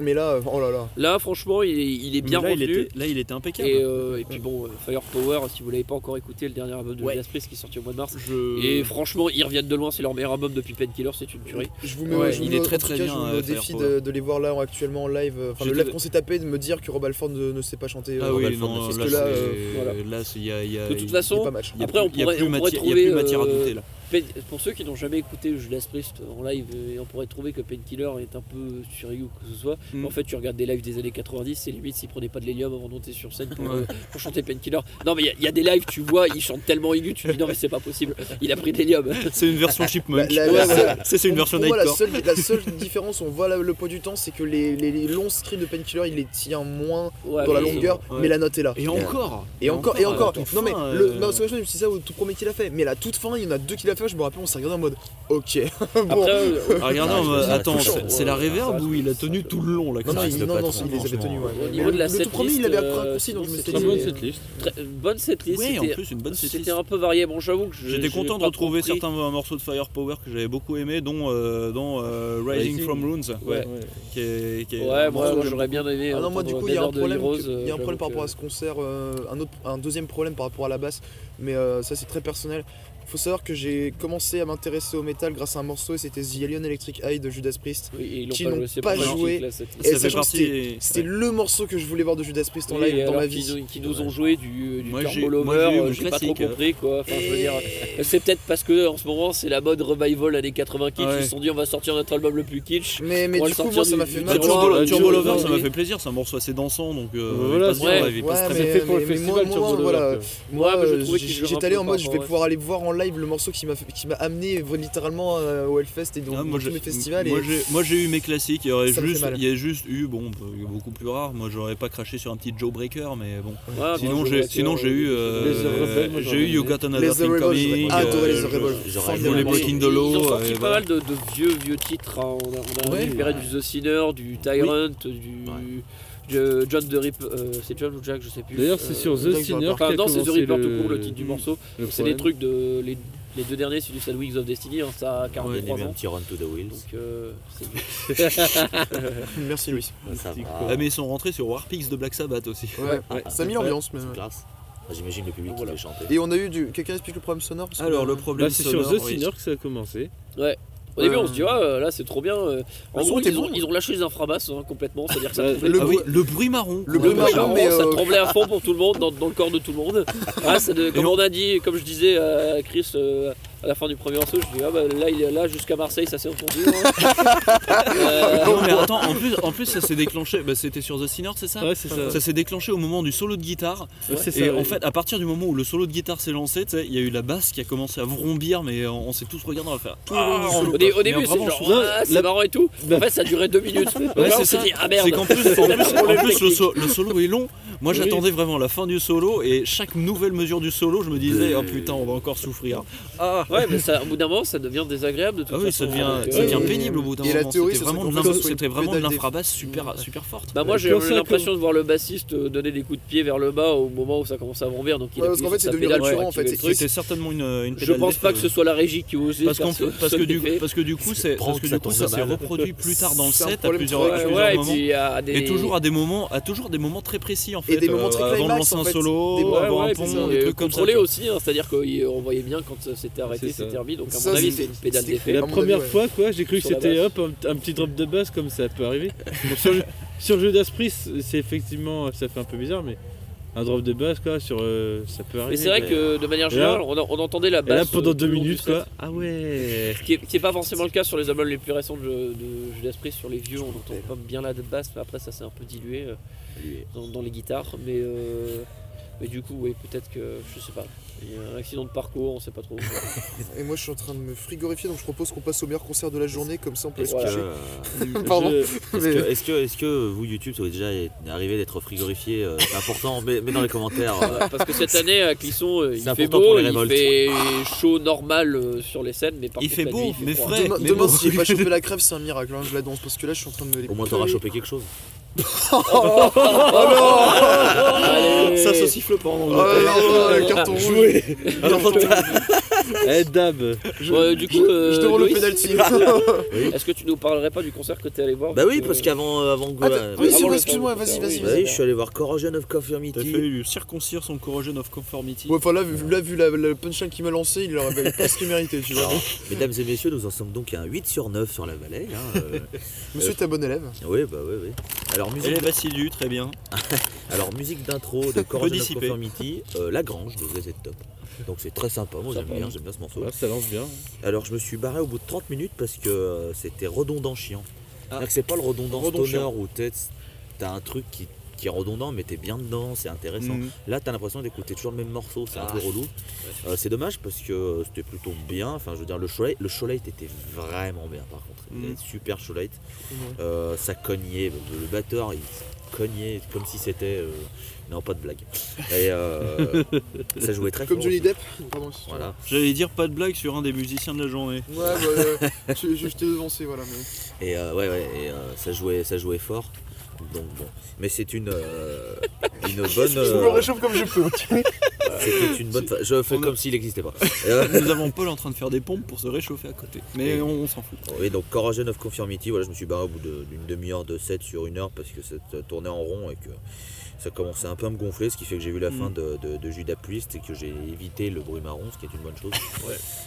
Mais là, euh, oh là là. là, franchement, il est, il est bien Mais là, il revenu. était, là, il était impeccable. Et, euh, et puis bon, euh, Firepower, si vous l'avez pas encore écouté, le dernier album de Ouais. Euh. Judas Priest qui est sorti au mois de mars. Je- Et franchement, ils reviennent de loin, c'est leur meilleur album depuis Painkiller, c'est une tuerie. Je vous mets, Ouais, je vous il mets- est très, en tout très cas, bien, je vous mets euh, au défi Firepower. de, de les voir là en- actuellement en live. euh, Enfin, le J'étais- live qu'on s'est tapé de me dire que Rob Alford ne, ne sait pas chanter. Ah euh, oui, Randall Ford, non, parce là, que là, c'est- euh, voilà. là, c'est- il y a. il y a- De toute il- il est façon, pas match. il y a après, plus- on il y a pourrait- plus on pourrait matière- Il y a trouver, plus matière à euh, douter là. Pain- pour ceux qui n'ont jamais écouté Judas Priest en live, euh, on pourrait trouver que Painkiller est un peu sur ou que ce soit. Mm. Mais en fait, tu regardes des lives des années 90, c'est limite s'ils prenaient pas de l'hélium avant de monter sur scène pour, euh, pour chanter Painkiller. Non, mais il y a- il y, a des lives, tu vois, ils chantent tellement aigu, tu te dis non, mais c'est pas possible, il a pris de l'hélium. C'est une version chipmunk. La- la- la- Ça, C'est une Pour- version pour moi, la nightcore. seule, la seule différence, on voit la- le poids du temps, c'est que les, les- les longs scripts de Painkiller, il les tient moins Ouais, dans la mais- longueur, ouais. mais la note est là. Et encore Et encore, et encore. à la toute non mais, fin, le, euh, non, c'est vrai, je me suis dit ça au tout premier qu'il a fait. Mais la toute fin, il y en a deux qu'il a fait. Je me rappelle, on s'est regardé en mode, ok. bon. Après, euh, Ah, regardez, Ah, on va- je- attends, je- c'est je- c'est la je- réverb je- ou il a tenu tout le long là non, Ça non, reste il, le non, non, patron, il les avait franchement. tenus. ouais. Au Mais niveau le, de la le tout premier, setlist, il avait euh, raccourci, donc je me suis c'est dit. euh, Très bonne Et- cette liste. très- bonne setlist, Oui, en c'était- plus, une bonne c'était setlist. un peu varié. Bon, j'avoue que je- J'étais j'ai content de pas retrouver compris. certains morceaux de Firepower que j'avais beaucoup aimé, dont, euh, dont, euh, Rising, Rising. from Runes, ouais, Ouais. qui est, qui est- Ouais, moi, morceau, moi, j'aime j'aurais bien aimé. Ah non, moi du entendre coup, il y a un Banner de problème, que- Heroes, il y a euh, un problème par j'avoue rapport à ce concert, euh, un, autre, un deuxième problème par rapport à la basse, mais euh, ça c'est très personnel. Faut savoir que j'ai commencé à m'intéresser au métal grâce à un morceau et c'était The Alien Electric Eye de Judas Priest. que- Oui, et ils l'ont qui pas n'ont joué, c'est pas pour ça joué. que la setlist- Et Ça fait sachant que partie. C'était le morceau que je voulais voir de Judas Priest en Oui, live dans alors ma qu'ils vie. ont- Qui nous ont joué du, du Moi, j'ai- Turbo moi, j'ai eu Lover, mon euh, j'ai pas trop classique, hein. euh. compris quoi. Enfin, je veux dire, c'est peut-être parce que en ce moment c'est la mode revival années 80 kitsch. Ouais. Ils se sont dit on va sortir notre album le plus kitsch. Mais, mais On va le du coup, sortir moi ça du- m'a du fait Bah, mal. tiroir, Turbo, euh, Turbo du- Lover, ça oui. m'a fait plaisir, c'est un morceau assez dansant donc. euh, Voilà, il passe ouais. bien, il passe Ouais, très bah, C'est fait pour le mais- mais festival moi- Turbo moi, voilà, Lover. Moi, Moi, je euh, trouvais qu'il j'ai- jouait un j'étais peu allé en mode, par je vais rapport à- pouvoir aller voir en live le morceau qui m'a fait- qui m'a amené littéralement euh, au Hellfest et donc Ah, moi, tous j'ai- mes festivals. moi, et... j'ai- moi, j'ai eu mes classiques, il y, aurait Ça me fait juste, mal. il y a juste eu, bon, euh, beaucoup plus rare, moi j'aurais pas craché sur un petit Joe Breaker, mais bon. Ah, bah, sinon bon, j'ai, je- sinon, j'ai eu, euh, Les The Rebels, moi, j'ai j'aurais eu You aimé. Got Another Les The Thing Rebels, Coming, j'aurais adoré les euh, The Rebels. J'aurais Pour les aimé- Breaking the Ils Law, ont sorti et pas voilà. mal de, de vieux vieux titres. hein. On a, on a Ouais. récupéré du The Sinner, du Tyrant, du de John the Rip. euh, c'est John ou Jack, je sais plus. D'ailleurs, c'est sur Jack, The je Sinner Enfin, qu'a non, c'est The commencé Ripper le... tout court, le titre du morceau. le C'est des problème. trucs de. Les, les deux derniers, c'est du Sad Wings of Destiny, hein, ça a J'aurais 43 aimé un ans. petit Run to the Wheels. Donc, euh, c'est du- Merci Louis. Ça va. Ah, mais ils sont rentrés sur Warpix de Black Sabbath aussi. Ouais. Ça a mis l'ambiance. Mais... C'est classe. Ah, J'imagine le public qui les chanter. Et on a eu du. Quelqu'un explique le problème sonore parce que- Alors, le problème Là, Bah, c'est sur sonore, The oui. Sinner que ça a commencé. Au début, Euh, on se dit, ah, euh, là, c'est trop bien. Bah, euh. En le son gros, était ils ont, bon. ils ont lâché les infrabasses hein, complètement, c'est-à-dire que ça Ouais, tremblait. le Ah bruit- oui, le bruit marron. Le On bruit appelle marron. ça. Apparemment, mais, euh, ça tremblait à fond pour tout le monde, dans, dans le corps de tout le monde. Ah, c'est de- comme on a dit, comme je disais à Chris euh, à la fin du premier morceau, je dis ah bah là, il est là jusqu'à Marseille, ça s'est entendu. hein. Euh, Non, mais attends, en plus, en plus ça s'est déclenché, bah, c'était sur The Sinner, c'est ça Ouais, c'est ça. Ça s'est déclenché au moment du solo de guitare. Ouais, c'est ça, Et ouais. en fait, à partir du moment où le solo de guitare s'est lancé, tu sais, il y a eu la basse qui a commencé à vrombir, mais on, on s'est tous regardés, on va faire. Ah, on- au, dé- au mais début, c'est vraiment, genre on- ah, c'est marrant et tout. En fait, ça durait deux minutes. Donc là, on c'est s'est ça. dit ah merde. C'est qu'en plus, en plus- en Problème plus, le, technique. so- le solo est long. Moi, Oui. j'attendais vraiment la fin du solo et chaque nouvelle mesure du solo, je me disais, oh putain, on va encore souffrir. Ah, Ouais, mais ça, au bout d'un moment, ça devient désagréable de toute Ah oui, ça façon. devient, Donc, ça euh, devient et- pénible au bout d'un et la moment. théorie, C'était ça serait vraiment de qu'on fasse l'in- sur une c'était vraiment de pédale d'eff. l'infrabasse super, super forte. Bah moi j'ai Quand ça eu l'impression de voir le bassiste euh, donner des coups de pied vers le bas au moment où ça commençait à vrombir donc il Ouais, a parce qu'en fait, c'est devenu naturel récurrent, en fait, c'est- truc. C'était certainement une, une Je pédale pense d'eff, pas que euh, ce soit la régie qui osait parce, qu'on- faire ce- parce ce que du, effet. parce que du coup, c'est, parce prendre que que ça du coup, ça tombe s'est mal. reproduit plus tard dans le C'est un set à problème plusieurs, très- à Ouais, plusieurs ouais, et moments. puis à des Et toujours à des moments, à toujours des moments très précis en fait. Et des moments très euh, avant de climax, lancer en un fait. Des- solo, ouais, avant ouais, un puis pont, c'est, des euh, trucs comme ça. contrôlé aussi, hein, c'est-à-dire qu'on voyait bien quand ça s'était arrêté, C'est ça. c'était remis, donc à Ça, mon avis c'est- c'est une pédale c'est- Et d'effet. À la mon première avis, ouais. fois, quoi, j'ai cru que Sur la c'était basse. hop, un, un petit drop de basse comme ça peut arriver. Bon, sur, sur Judas Priest, c'est effectivement, ça fait un peu bizarre, mais un drop de basse, quoi, sur, euh, ça peut arriver. Mais c'est vrai quoi. que de manière Et générale, là- on, en- on entendait la Et basse. là, pendant euh, deux tout le long minutes, du set, quoi. Ah ouais. Ce qui est, qui est pas forcément le cas sur les albums les plus récents de, de Judas Priest, sur les vieux, on entend pas bien la basse, mais après ça s'est un peu dilué euh, Lui, dans, dans les guitares. Mais, euh, mais du coup, oui, peut-être que je sais pas. Il y a un accident de parcours, on sait pas trop. Et moi je suis en train de me frigorifier donc je propose qu'on passe au meilleur concert de la journée comme ça on peut Est-ce se que, coucher. euh, Pardon. Je- est-ce Mais- que, est-ce que, est-ce que vous YouTube ça vous est déjà arrivé d'être frigorifié euh, C'est important, mets, mets dans les commentaires. euh, Parce que cette année à Clisson, euh, C'est il fait important pour beau, les il révoltes. fait chaud normal euh, sur les scènes, mais par Il contre, fait la beau, nuit, il mais froid. frais. Demain, mais demain, beau. si j'ai pas chopé la crève, c'est un miracle, hein, je la danse parce que là je suis en train de me les au moins t'auras péter. chopé quelque chose. Allez. Oh Ça se siffle pas hein. en Oh là là, oh là, le carton rouge Eh, dab. Ouais, du coup, euh, Je te rends le Loïs, pénalty Est-ce que tu nous parlerais pas du concert que t'es allé voir Bah oui, euh, parce qu'avant, euh, avant. Attends, ouais, Oui, c'est avant vrai, le excuse-moi, concert, oui. vas-y, vas-y, Bah vas-y. oui, je suis allé voir Corrosion of T'as Conformity. fait lui circoncire son corrosion of conformity. Ouais, enfin là, vu, là, vu la, la punchline qu'il m'a lancée, il aurait pas- pas ce qu'il méritait, tu vois. Alors, mesdames et messieurs, nous en sommes donc à un 8 sur 9 sur la vallée. Hein, euh, Monsieur t'es un bon élève. oui, bah oui, oui. Alors, musique, Élève assidu, ben, très bien. alors, musique d'intro de Corrosion of dissiper. Conformity, euh, La Grange de ZZ Top. Donc c'est très sympa, moi j'aime Sympa. hein. bien, j'aime bien ce morceau. Ouais, ça lance bien. Alors je me suis barré au bout de 30 minutes parce que euh, c'était redondant chiant. C'est-à-dire que c'est pas le redondant Redondant stoner chiant. où t'es- t'as un truc qui, qui est redondant mais t'es bien dedans, c'est intéressant. Mm. Là t'as l'impression d'écouter toujours le même morceau, c'est un Ah. peu relou. Euh, c'est dommage parce que euh, c'était plutôt bien, enfin je veux dire le show le show-lite était vraiment bien par contre. Il Mm. était super show light. ça cognait, le batteur il cognait comme si c'était... euh, Non pas de blague. Et euh, ça jouait très Comme fort Johnny aussi. Depp. Pardon, excuse-moi. Voilà. J'allais dire pas de blague sur un des musiciens de la journée. Ouais, bah, euh, je, je- je t'ai devancé, voilà. Mais... Et euh, ouais, ouais, et, euh, ça jouait, ça jouait fort. Donc bon, mais c'est une, euh, une bonne, Je me euh, réchauffe comme je peux. c'était une bonne. fa- Je fais On a- comme s'il n'existait pas. Euh, Nous avons Paul en train de faire des pompes pour se réchauffer à côté. Mais Et- on, on s'en fout. oui, donc Corrosion of Conformity, voilà, je me suis barré au bout de- d'une demi-heure de 7 sur une heure parce que ça t- tournait en rond et que ça commençait un peu à me gonfler, ce qui fait que j'ai vu la Mm. fin de, de, de Judas Priest et que j'ai évité le bruit marron, ce qui est une bonne chose.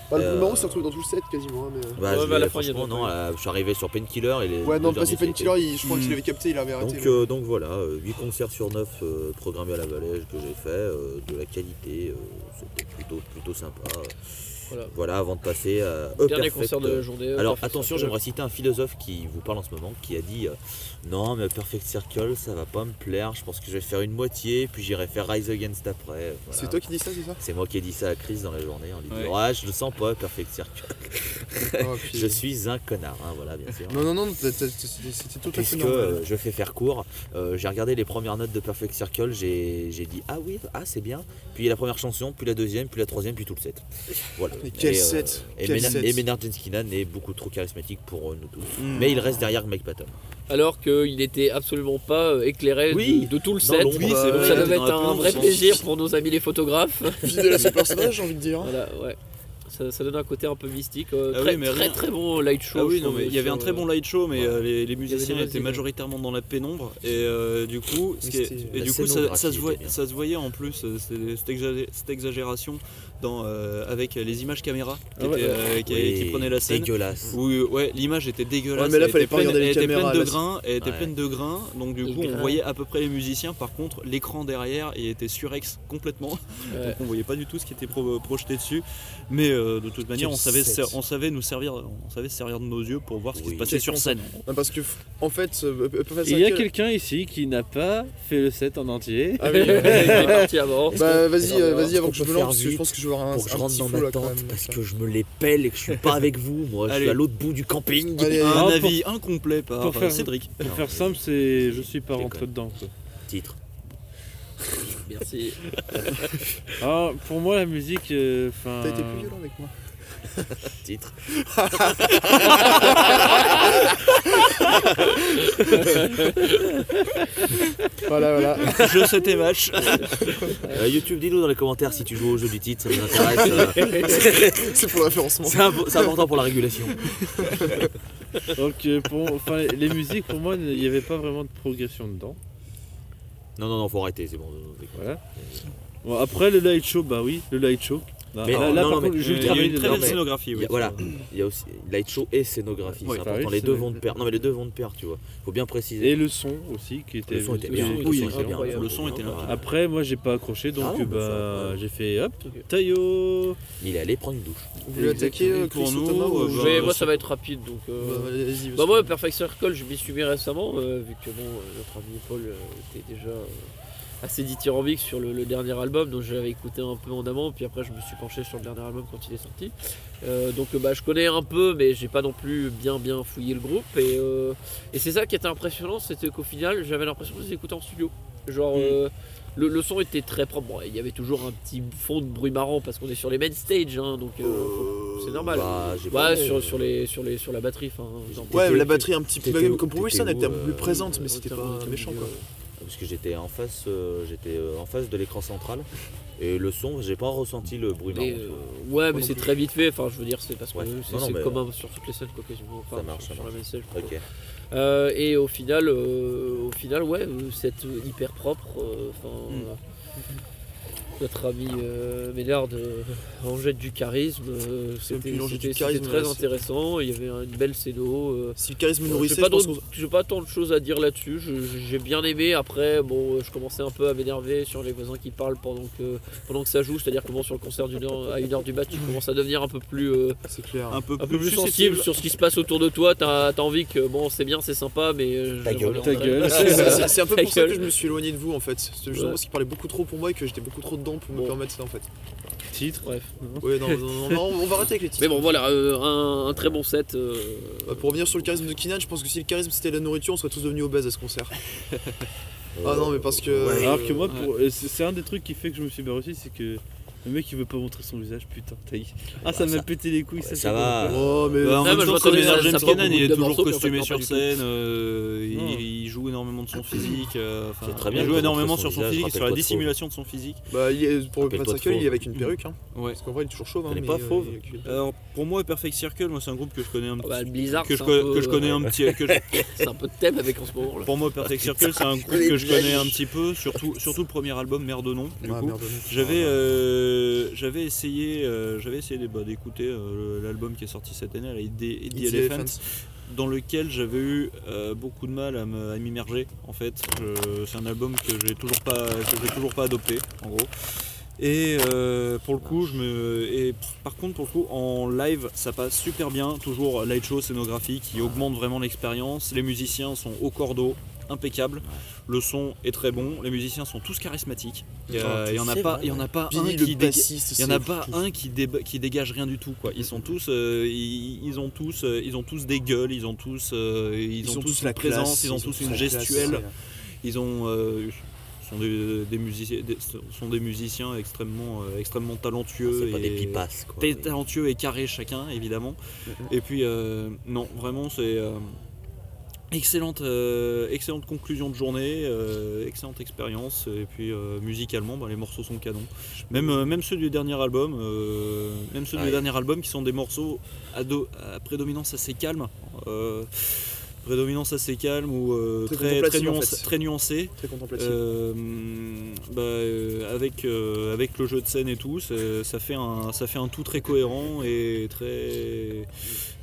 Bah, le Euh, plus marrant, c'est un truc dans tout le set quasiment. hein, Mais... euh. Bah, Ouais, je bah, à la l'ai- fin, il y a franchement, d'autres, non, euh, je suis arrivé sur Painkiller et les. Ouais, deux non, derniers, passé ça a été- Painkiller, il- je crois Hmm. qu'il avait capté, il avait arrêté. Donc, mais- euh, donc voilà, 8 concerts sur 9 euh, programmés à la Valais que j'ai fait, euh, de la qualité, euh, c'était plutôt, plutôt sympa. Voilà. Voilà, avant de passer à A Dernier Perfect, concert de euh, la journée. alors Perfect attention, Circle. j'aimerais citer un philosophe qui vous parle en ce moment, qui a dit euh, non mais Perfect Circle, ça va pas me plaire. Je pense que je vais faire une moitié, puis j'irai faire Rise Against après. Voilà. C'est toi qui dis ça, c'est ça C'est moi qui ai dit ça à Chris dans la journée en lui disant Ouais. ah je le sens pas Perfect Circle. Oh, puis- je suis un connard, hein, voilà bien sûr. Non, non, non, t'as- t'as- c'était c'était tout à fait Puisque normal. euh, je fais faire court, euh, j'ai regardé les premières notes de Perfect Circle, j'ai j'ai dit ah oui, ah c'est bien. Puis la première chanson, puis la deuxième, puis la troisième, puis tout le set. Voilà. Mais quel Et, euh, set et Quel Mena- set Hmm. et Maynard Jenskinan est beaucoup trop charismatique pour euh, nous tous. Mais il reste derrière Mike Patton. Alors qu'il n'était absolument pas euh, éclairé de- Oui. de, tout le Dans set. l'ombre, Donc, c'est vrai, ça il devait était dans être la hein. un pénombre, vrai sans- plaisir pour nos amis les photographes. Fidèle à son personnage, j'ai envie de dire. hein. voilà, ouais. Ça, ça donne un côté un peu mystique. euh, Ah très, oui, mais très, rien. très bon light show. Ah oui, je non, trouve, mais il y avait sur, un très euh, bon light show, mais euh, les, les musiciens des étaient bonnes majoritairement dans la pénombre. Et euh, du coup, ce qui est- C'était- et la du coup ça, scénographie ça se voy- était bien. ça se voyait en plus, euh, c'est- cette exa- cette exagération dans, euh, avec les images caméra qui, Ah ouais, étaient, euh, qui- Oui, qui prenaient la scène. Dégueulasse. Où, euh, ouais, l'image était dégueulasse. Ouais, mais là, elle fallait était pas pleine- regarder elle les était caméras, pleine de là, grains, elle était Ouais. pleine de grains, donc du De coup, on grains. voyait à peu près les musiciens. Par contre, l'écran derrière, il était surex complètement, Ouais. donc on voyait pas du tout ce qui était pro- euh, projeté dessus. Mais euh, de toute manière, on savait, set. ser- on savait nous servir, on savait se servir de nos yeux pour voir ce qui Oui. se passait sur scène. Non, parce que, f- en fait, euh, euh, Perfect Il y a Circle- quelqu'un ici qui n'a pas fait le set en entier. Ah oui, il est parti avant. Bah vas-y, Est-ce qu'on- euh, vas-y est-ce avant qu'on que je peut me faire lance, parce que je vite pense que je vais avoir un, Pour que je un rentre petit dans flou, ma là, quand tente même. parce que je me les pèle et que je suis pas avec vous. Moi, je Allez. suis à l'autre bout du camping. Allez, Un Ah, pour- avis incomplet par pour faire- euh, Cédric. Pour Non, faire mais- simple, c'est je suis pas rentré Déconne. dedans. quoi. Titre. Merci. Alors, Ah, pour moi, la musique, euh, enfin, T'as été plus violent avec moi. Titre. Ah. Voilà, voilà. Je sais tes matchs. Euh, YouTube, dis-nous dans les commentaires si tu joues au jeu du titre, ça nous intéresse. euh, c'est- C'est pour le référencement. c'est impo- c'est important pour la régulation. donc euh, pour, enfin, les musiques, pour moi, il n'y avait pas vraiment de progression dedans. Non, non, non, faut arrêter, c'est bon. Voilà. Bon, après le light show, bah oui, le light show. Bah, Là, Mais là, non, là, non, par mais- contre, j'ai Il y le a travail une de très belle non, mais- l'armée. scénographie. Il y Oui, a- voilà, il y a aussi light show et scénographie, Oui, c'est bah important. oui, les c'est deux vrai. vont de pair. Non, mais les deux vont de pair, tu vois. Faut bien préciser. Et le son aussi, qui était. le son était qui bien. était- oui, qui oui, était oui, bien. oui. incroyable. Le son était là. Après, moi, j'ai pas accroché, donc Ah non, mais ça, bah, ouais. j'ai fait hop, Ok. taillot. Il est allé prendre une douche. Vous voulez attaquer euh, Pour Chris nous, Otama, ou- euh, Je bah, vais- euh, moi, ça va être rapide. Donc, euh, Bah, Vas-y, Bah vas-y. moi Perfect Circle je m'y suis mis récemment euh, vu que bon euh, notre ami Paul euh, était déjà euh, assez dithyrambique sur le, le dernier album donc j'avais écouté un peu en amont puis après je me suis penché sur le dernier album quand il est sorti Euh, donc euh, bah je connais un peu mais j'ai pas non plus bien bien fouillé le groupe et, euh, et c'est ça qui était impressionnant c'était qu'au final j'avais l'impression de les écouter en studio Hmm. genre euh, le, le son était très propre Bon, il y avait toujours un petit fond de bruit marrant parce qu'on est sur les main stage hein, donc euh, faut- c'est normal Bah, j'ai pas- Ouais, euh, sur, sur, les, sur, les, sur la batterie. enfin, hein, j'en Ouais, T'étais- la batterie un petit peu. t'étais où- Comme pour t'étais Wilson, elle était un où, peu plus euh, présente, mais euh, c'était au pas terme- méchant au quoi. terme du- Parce que j'étais en face, euh, j'étais euh, en face de l'écran central et le son, j'ai pas ressenti le bruit Mais, marrant. tu euh, vois. ouais, mais non c'est plus. très vite fait. Enfin, je veux dire, c'est parce que Ouais. c'est Non, non, c'est mais, euh, commun sur toutes les scènes, quoi, quasiment. Enfin, ça marche, sur, ça sur la marche. message. Ok. Euh, et au final, euh, au final, ouais, euh, cette euh, hyper propre. euh, Enfin, Hmm. Mm. euh, notre ami euh, Ménard euh, en jette du charisme. euh, C'était plus l'enjeu c'était- du c'était charisme, très là, c'est- intéressant. Il y avait une belle scéno. euh, Si le charisme Bon, nourrissait, J'ai je pas, pense d'autres- j'ai pas tant de choses à dire là-dessus. Je- je- J'ai bien aimé. Après, bon, euh, je commençais un peu à m'énerver sur les voisins qui parlent pendant que, pendant que ça joue. C'est-à-dire que bon, sur le concert d'une heure, à une heure du mat, tu commences à devenir un peu plus, euh, qu'on- Ah, C'est clair. Un peu un peu plus sensible sur ce qui se passe autour de toi. T'as as envie que bon, c'est bien, c'est sympa, mais euh, Ta je- gueule. Ta gueule. C'est- C'est c'est un peu Ta pour ça que gueule. je me suis éloigné de vous en fait. C'est justement Ouais. parce qu'il parlait beaucoup trop pour moi et que j'étais beaucoup trop dedans pour me Bon. permettre ça en fait. Titre. Bref. Ouais, non, non, non, non, on va arrêter avec les titres. Mais bon, voilà, euh, un, un très bon set. euh, Bah, Pour revenir sur le charisme de Kinan, je pense que si le charisme c'était la nourriture, on serait tous devenus obèses à ce concert. Ah non, mais parce que- Ouais. Alors que moi, pour- euh, c'est c'est un des trucs qui fait que je me suis barré aussi, c'est que le mec il veut pas montrer son visage, putain. t'as- Ah, ça Bah, m'a ça- pété les couilles, ça. ça c'est va. bon. Oh, mais. Bah, en Ouais, même moi, je temps, vois comme très les bien, Argent ça prend Cannon, beaucoup il de est toujours morceaux, mais en fait, costumé non, sur pas du scène, euh, il, Non. il joue énormément de son physique. euh, enfin, C'est très bien il de joue montrer énormément son sur son visage, physique, sur la rappelle-toi de dissimulation de son physique. Bah, il est, Ah, pour le Rappelle-toi Pat de Circle, il est fauve. avec une perruque. Hein. Ouais. Parce qu'en vrai, il est toujours chauve. Hein, Elle est mais, pas euh, fauve. il est cul. Alors, pour moi, Perfect Circle, moi, c'est un groupe que je connais un ah bah, petit Blizzard, que c'est je, un, co- peu- que je connais un petit que je- c'est un peu de thème avec en ce moment. là. pour moi Perfect Circle c'est un groupe que je connais un petit peu surtout surtout le premier album Merde non du Ah, coup. merde. J'avais euh, j'avais essayé euh, j'avais essayé bah, d'écouter euh, le- l'album qui est sorti cette année, là, The, The It's the Elephant, Elephant. dans lequel j'avais eu euh, beaucoup de mal à me- à m'immerger en fait. Je- C'est un album que j'ai toujours pas que j'ai toujours pas adopté en gros. Et euh, pour le coup, je me. Et pff, par contre, pour le coup, en live, ça passe super bien. Toujours light show, scénographie qui augmente vraiment l'expérience. Les musiciens sont au cordeau, impeccables. Le son est très bon. Les musiciens sont tous charismatiques. Oh, Il y a- il y en a c'est pas, vrai, il y en a pas Ah, un Billy, qui le dégage. bassiste. Il y en c'est a pas fou. un qui, déba- qui dégage rien du tout quoi. Ils sont tous, euh, ils, ils ont tous, euh, ils ont tous des gueules, ils ont tous, euh, ils, ont, tous, une présence, classe, ils ont tous une gestuelle, ils ont, euh, sont des, des musiciens, des- sont des musiciens extrêmement, euh, extrêmement talentueux. Ah, C'est pas des et- pipasses quoi. T'es mais- talentueux et carré chacun, évidemment. Et puis, euh, non, vraiment, c'est euh, excellente, euh, excellente conclusion de journée, euh, excellente expérience. Et puis, euh, musicalement, bah, les morceaux sont canons. Même, euh, même ceux du dernier album, euh, même ceux Ouais. du dernier album qui sont des morceaux à, do- à prédominance assez calme. euh, prédominance assez calme ou euh, Très très, très, contemplative, en nuancé- fait. très nuancé. Très contemplatif. Euh, bah, euh, avec, euh, avec le jeu de scène et tout, ça, ça fait un, ça fait un tout très cohérent et très,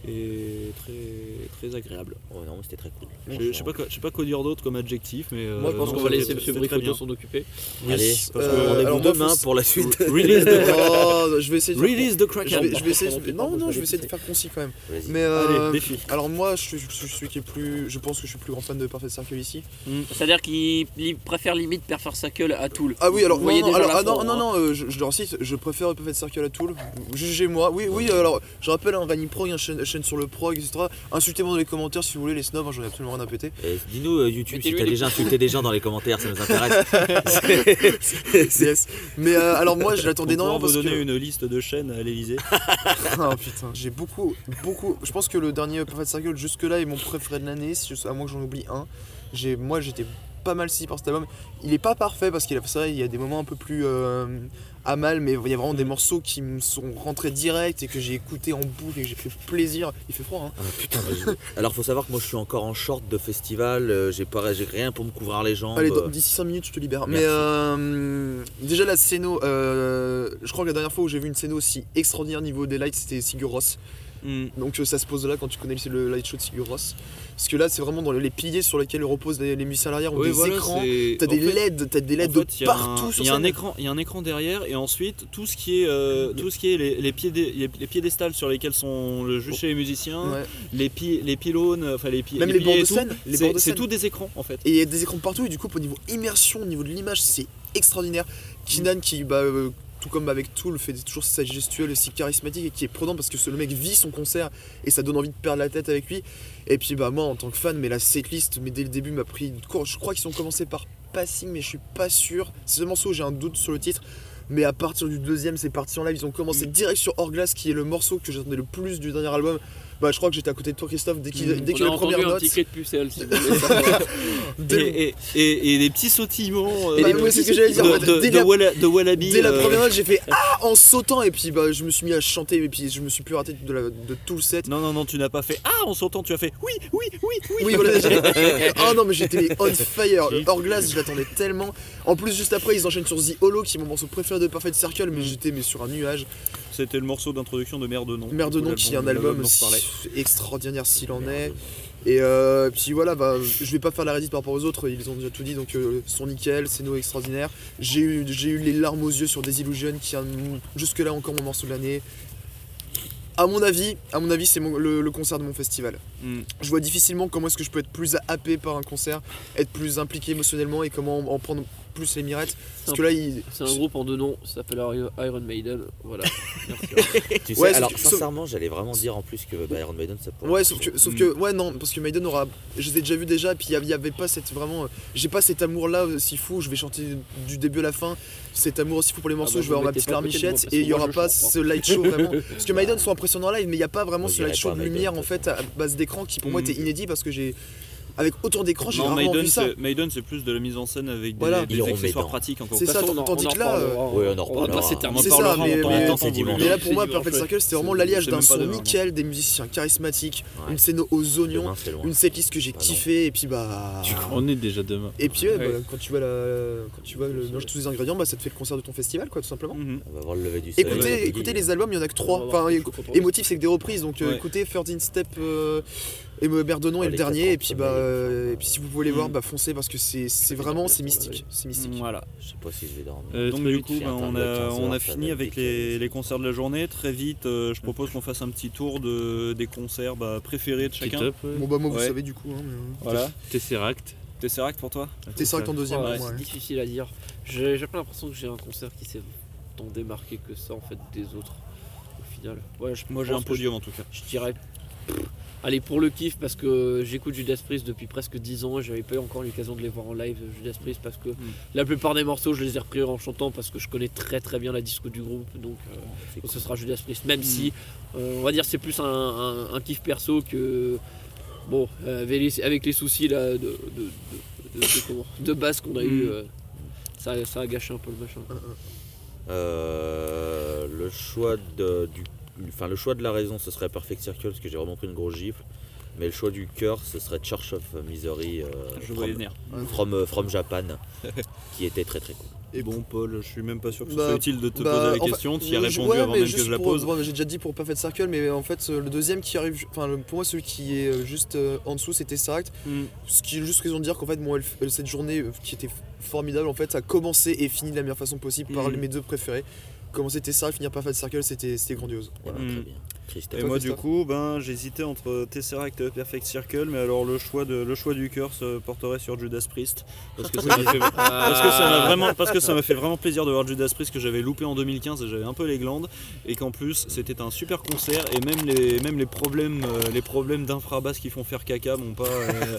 et très, très agréable. Ouais, non, mais c'était très cool. Je je sais pas, quoi- je sais pas quoi dire d'autre comme adjectif, mais. euh, Moi, je pense non, qu'on va laisser c'était- M. c'était très Bricoto bien. s'en occuper. Allez, parce que- Euh, alors rendez-vous moi, demain faut- pour la suite. Release the, Oh, je vais essayer de. faire- release the Je Kraken. vais, je vais essayer de... Par Non, contre, non, je je vais vais essayer de faire concis quand même. Vas-y. Mais euh, Allez, défi. alors moi, je, suis- je suis celui qui est plus, je pense que je suis plus grand fan de Perfect Circle ici. C'est-à-dire qu'il il préfère limite Perfect Circle à Tool. Ah oui, alors, Vous voyez non, non, déjà alors, la ah non, forme, non, hein. non, euh, je, je le recite, je préfère Puffet Circle à Tool. Jugez-moi. Oui, oui, alors, je rappelle, un Vanny Prog, un chaîne, chaîne sur le prog, etc. Insultez-moi dans les commentaires si vous voulez, les snobs, hein, j'en ai absolument rien à péter. Eh, Dis-nous euh, YouTube si Mettez-lui t'as des déjà coups. insulté des gens dans les commentaires, ça nous intéresse. Yes. Mais euh, alors, moi, je On pourra l'attendais énormément vous parce donner que. une liste de chaînes à l'Elysée. Ah, putain, j'ai beaucoup, beaucoup. Je pense que le dernier Puffet Circle jusque-là est mon préféré de l'année, si je- à moins que j'en oublie un. J'ai- Moi, j'étais pas mal si par cet album. Il est pas parfait parce qu'il a, c'est vrai, il y a des moments un peu plus euh, à mal, mais il y a vraiment des morceaux qui me sont rentrés direct et que j'ai écouté en boucle et que j'ai fait plaisir. Il fait froid, hein. Ah, putain, vas-y. Alors faut savoir que moi je suis encore en short de festival, euh, j'ai pas j'ai rien pour me couvrir les jambes. Allez, euh, dans- d'ici 5 minutes, je te libère. Mais Merci. euh, déjà, la scéno, euh, je crois que la dernière fois où j'ai vu une scéno aussi extraordinaire niveau des lights, c'était Sigur Rós. Donc euh, ça se pose là quand tu connais le, le light show de Sigur Rós. Parce que là, c'est vraiment dans les piliers sur lesquels reposent les, les musiciens à l'arrière, ou Oui, des voilà, écrans. c'est- T'as en des fait, LED, t'as des En LED fait, de il y a un- partout sur il y a un scène. écran il y a un écran derrière et ensuite tout ce qui est euh, tout ce qui est les, les pieds des- les, les piédestals sur lesquels sont le juge chez les musiciens Ouais. les pi- les pylônes enfin les pi- Même les les bords piliers de et tout, scène, les c'est- bords de c'est scène. tout des écrans en fait Et il y a des écrans partout, et du coup, au niveau immersion, au niveau de l'image, c'est extraordinaire. Kinan, qui, bah, euh, tout comme avec Tool, fait toujours sa gestuelle aussi charismatique et qui est prenant parce que ce, le mec vit son concert et ça donne envie de perdre la tête avec lui. Et puis, bah, moi, en tant que fan, mais la setlist, mais dès le début, m'a pris de court. Je crois qu'ils ont commencé par Passing, mais je suis pas sûr. C'est ce morceau, où j'ai un doute sur le titre. Mais à partir du deuxième, c'est parti en live. Ils ont commencé Mm. direct sur Orglass, qui est le morceau que j'attendais le plus du dernier album. Bah, je crois que j'étais à côté de toi, Christophe, dès qu'il Mm. dès qu'il On y a a les entendu premières un notes. petit cri de pucelle, si vous voulez savoir. et, dès- et, et- et les petits sautillements Bah, euh, moi, c'est ce que j'allais dire, de, en fait, de- dès de la- walla- de wallaby Dès la euh, première note, j'ai fait ah en sautant et puis bah je me suis mis à chanter et puis je me suis plus raté de, la- de tout le set. non non non tu n'as pas fait ah on s'entend tu as fait oui oui oui oui Oui voilà. j'ai- Ah non mais j'étais on fire. Le Hors glace, je l'attendais tellement. En plus juste après ils enchaînent sur The Hollow qui est mon morceau préféré de Perfect Circle mais j'étais mais sur un nuage. c'était le morceau d'introduction de Merde Non Merde de non qui est un album dont je parlais. si- extraordinaire s'il en est. Et euh, puis voilà bah je vais pas faire la rédite par rapport aux autres ils ont déjà tout dit donc euh, son nickel, c'est nos extraordinaire. J'ai eu j'ai eu les larmes aux yeux sur Desillusion qui est un de mon- jusque là encore mon morceau de l'année. À mon avis, à mon avis, c'est mon- le, le concert de mon festival. Mm. Je vois difficilement comment est-ce que je peux être plus happé par un concert, être plus impliqué émotionnellement et comment en prendre plus les mirettes. Parce que là, il... C'est un groupe en deux noms, ça s'appelle Iron Maiden. Voilà. Merci. Tu sais, Ouais, sauf alors que- sauf- sincèrement, j'allais vraiment dire en plus que bah, Iron Maiden ça pourrait. ouais, sauf que, sauf que, ouais, non, parce que Maiden aura, je les ai déjà vus déjà, et puis il y avait- il y avait pas cette vraiment, euh, j'ai pas cet amour-là aussi fou. Je vais chanter du début à la fin, cet amour aussi fou pour les morceaux. bah, je vous vais avoir ma mettez petite pas à larme côté de moi, michette parce que et il y moi, aura je pas chante, ce light show vraiment. Parce que Maiden sont impressionnants en live, mais il n'y a pas vraiment Moi, ce j'irais light show pas de Maiden, lumière de en toute fait à base d'écran qui pour moi Mm. était inédit parce que j'ai, avec autant d'écran, j'ai non rarement Maiden vu ça. c'est Maiden, c'est plus de la mise en scène avec des, Voilà. des Ils ont accessoires Maiden. pratiques encore C'est ça, tandis que là, euh, Oui, on en on va reparlera. pas s'éterniser. C'est ça, mais- mais- Mais là pour C'est moi, du Perfect grand Circle, c'était vraiment C'est- l'alliage c'est d'un même pas son demain, non. nickel, des musiciens charismatiques, Ouais. une scène aux oignons, Demain, c'est loin. une setlist que j'ai Bah non. kiffé, et puis bah. On est déjà demain. Et puis ouais, Ouais. bah, quand tu vois la, quand tu vois le mélange de tous les ingrédients, bah ça te fait le concert de ton festival quoi, tout simplement. Mhm. On va voir le lever du soleil. Écoutez, écoutez les albums, il y en a que trois. Enfin, éc- émotif c'est que des reprises, donc euh, Ouais. écoutez 13 Step. euh, Et me Berdonon Oh, est le les dernier. quatre Et puis, premiers, bah, enfin, euh, et puis si vous voulez les voir, Mm. bah, foncez parce que c'est c'est vraiment, c'est mystique. C'est mystique. Voilà. Je sais pas si je vais dormir. Euh, Donc, donc du coup, c'est bah, on, internet, a, 15 on a heures, fini ça avec va les, vite. les concerts de la journée. Très vite, euh, je propose qu'on fasse un petit tour de, des concerts bah, préférés de Petit chacun. top, ouais. Bon, bah, moi, vous Ouais. savez du coup. Hein, mais, euh, Voilà. Tesseract. Tesseract pour toi Tesseract en deuxième. Ouais, pour moi, c'est ouais. difficile à dire. J'ai j'ai pas l'impression que j'ai un concert qui s'est tant démarqué que ça en fait des autres au final. Ouais, je Moi j'ai pense un que je- podium en tout cas. Je dirais. pff, Allez, pour le kiff, parce que j'écoute Judas Priest depuis presque 10 ans et j'avais pas eu encore l'occasion de les voir en live, Judas Priest, parce Mm. que la plupart des morceaux, je les ai repris en chantant parce que je connais très très bien la disco du groupe, donc euh, ce sera Judas Priest, Mm. même si euh, on va dire c'est plus un, un- un kiff perso que. Bon, euh, avec les, avec les soucis là, de, de, de- de- de- comment- de base qu'on a eu, Mm. euh, ça, ça a gâché un peu le machin. Euh, le choix de, du, enfin le choix de la raison, ce serait Perfect Circle parce que j'ai vraiment pris une grosse gifle. Mais le choix du cœur, ce serait Church of Misery euh, Je voyais from, venir. from, euh, from Japan, qui était très très cool. Et bon Paul, je suis même pas sûr que ce Bah, soit utile de te bah, poser la enfin, question. tu y as je- répondu ouais, avant mais même que juste je la pour- pose. bon, J'ai déjà dit pour Perfect Circle, mais en fait, euh, le deuxième qui arrive, enfin, le- pour moi, celui qui est euh, juste euh, en dessous, c'est Tesseract. Mm. Ce qui est juste raison de dire qu'en fait, moi, elle- cette journée euh, qui était formidable, en fait, ça a commencé et fini de la meilleure façon possible par Mm. mes deux préférés. Commencer Tesseract, finir Perfect Circle, c'était c'était grandiose. Voilà, Mm. très bien. Christophe. Et Toi, moi du Christophe coup, ben, j'hésitais entre Tesseract et Perfect Circle, mais alors le choix, de, le choix du cœur se porterait sur Judas Priest. Parce que ça m'a fait, parce que ça m'a vraiment, parce que ça m'a fait vraiment plaisir de voir Judas Priest que j'avais loupé en 2015 et j'avais un peu les glandes. Et qu'en plus, c'était un super concert et même les, même les problèmes, euh, les problèmes d'infrabasse qui font faire caca m'ont pas, euh,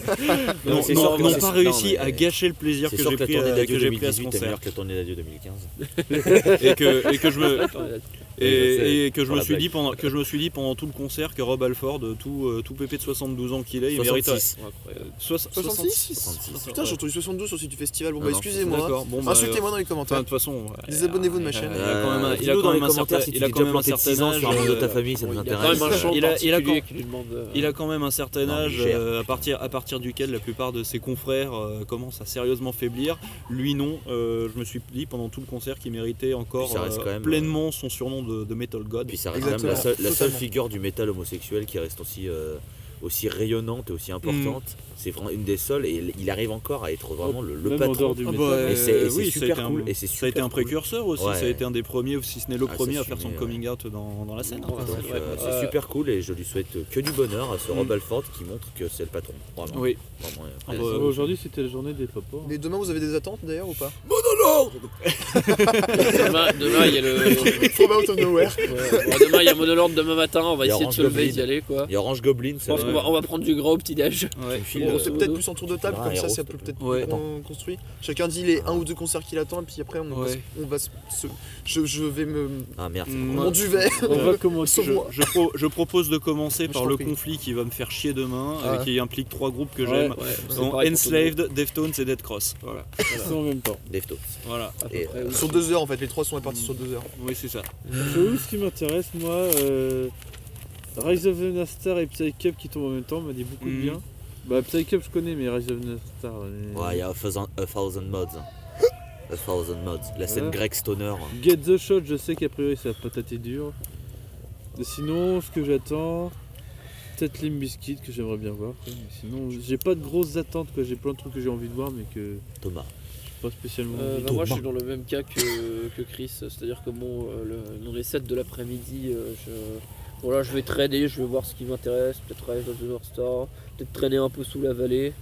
Non, n'ont- c'est sûr n'ont- que- n'ont c'est- pas non, réussi mais- à gâcher le plaisir que C'est sûr j'ai que la pris, à- tournée que d'adieu j'ai pris à ce 2018 est concert. meilleure que la tournée d'adieu 2015. Et que, et que je me, Oui, je et, sais, et que je pour me la suis blague. dit pendant que je me suis dit pendant tout le concert que Rob Alford, tout, euh, tout pépé de 72 ans qu'il est, il mérite 66. euh, soix- 66 66. Putain, j'ai entendu 72 sur site du festival. Bon, Non, bah, non, excusez-moi. Ah D'accord. Bon, bah, Insultez-moi dans les enfin, de commentaires. toute façon, ouais. Désabonnez-vous de ma chaîne. Il a quand même un- il a Dis-nous quand dans même les un commentaires certain- si tu il a t'es quand déjà même un planté de 6 ans certain sur un âge, membre de euh, ta famille, ça Bon, nous il a quand même un intéresse. chant Il a- il a particulier quand- qui lui demande. euh, Il a quand même un certain Non, âge mais gère, euh, à, partir, à partir duquel la plupart de ses confrères euh, commencent à sérieusement faiblir. Lui non, Euh, je me suis dit pendant tout le concert qu'il méritait encore Puis ça reste euh, quand même, pleinement son surnom de, de Metal God. Puis ça reste quand même la Exactement, seule, la seule totalement. figure du métal homosexuel qui reste aussi, euh, aussi rayonnante et aussi importante. C'est vraiment une des seules et il- il arrive encore à être vraiment le, le Même en patron. dehors du Ah métal. bah, Et c'est- et euh, c'est oui, ça a super été un- cool. Et c'est ça a été un super cool. précurseur aussi, Ouais. ça a été un des premiers, ou si ce n'est le Ah, ça premier à suit, faire son mais, coming out dans, dans la scène. dans la Donc, scène, ouais. euh, Euh, c'est super cool et je lui souhaite que du bonheur à ce Rob Alford qui montre que c'est le patron. Vraiment. Mm. Oui. Vraiment, euh, Ah bah, vraiment. Euh, Aujourd'hui, c'était la journée des papas. Mais demain, vous avez des attentes d'ailleurs ou pas Demain, demain, il y a le. From out of nowhere. ouais, bon, demain, il y a Monolord demain matin, on va Il y a essayer de Orange se lever et d'y Goblin. aller quoi. Il y a Orange Goblin, Je pense qu'on va, on va prendre du gras au petit-déj. Ouais. File, On euh, fait peut-être plus en tour de table, Ah, comme ça, Héros, ça s'il peut te plaît. peut-être Ouais. qu'on construit. Chacun dit les un ou deux concerts qu'il attend, et puis après, on va se- Ouais. on va se. se- Je, je vais me. Ah merde. c'est Mm. con. Mon duvet On Euh, va commencer. Sauve-moi Je, pro- je propose de commencer Je par t'en le prie. conflit qui va me faire chier demain, Ah euh, ouais. qui implique trois groupes que Ouais. j'aime. Ouais, qui c'est sont pareil pour tout le monde. Enslaved, Deftones et Dead Cross. Voilà. Tous en même temps. Deftones. voilà. À peu Et, euh, près, oui. Sur deux heures en fait, les trois sont répartis sur deux heures. Oui, c'est ça. J'avoue, Euh, ce qui m'intéresse, moi, euh, Rise of the Nastar et Psycup qui tombent en même temps m'a dit beaucoup Mhm. de bien. Bah, Psycup, je connais, mais Rise of the euh, Nastar. Ouais, il y a A Thousand, a thousand Mods. hein. A Thousand Mods. La scène Ouais. Greg Stoner. hein. Get the Shot, je sais qu'a priori, c'est la patate est dure. Et Sinon, ce que j'attends, peut-être Limp Bizkit que j'aimerais bien voir. quoi. Mais Sinon, j'ai pas de grosses attentes, quoi. J'ai plein de trucs que j'ai envie de voir, mais que Thomas. j'ai pas spécialement Euh, envie bah, de moi voir. je suis dans le même cas que, que Chris, c'est-à-dire que bon, euh, le- dans les 7 de l'après-midi, euh, je, bon, là, je vais traîner, je vais voir ce qui m'intéresse, peut-être Rise of the North Star, peut-être traîner un peu sous la vallée.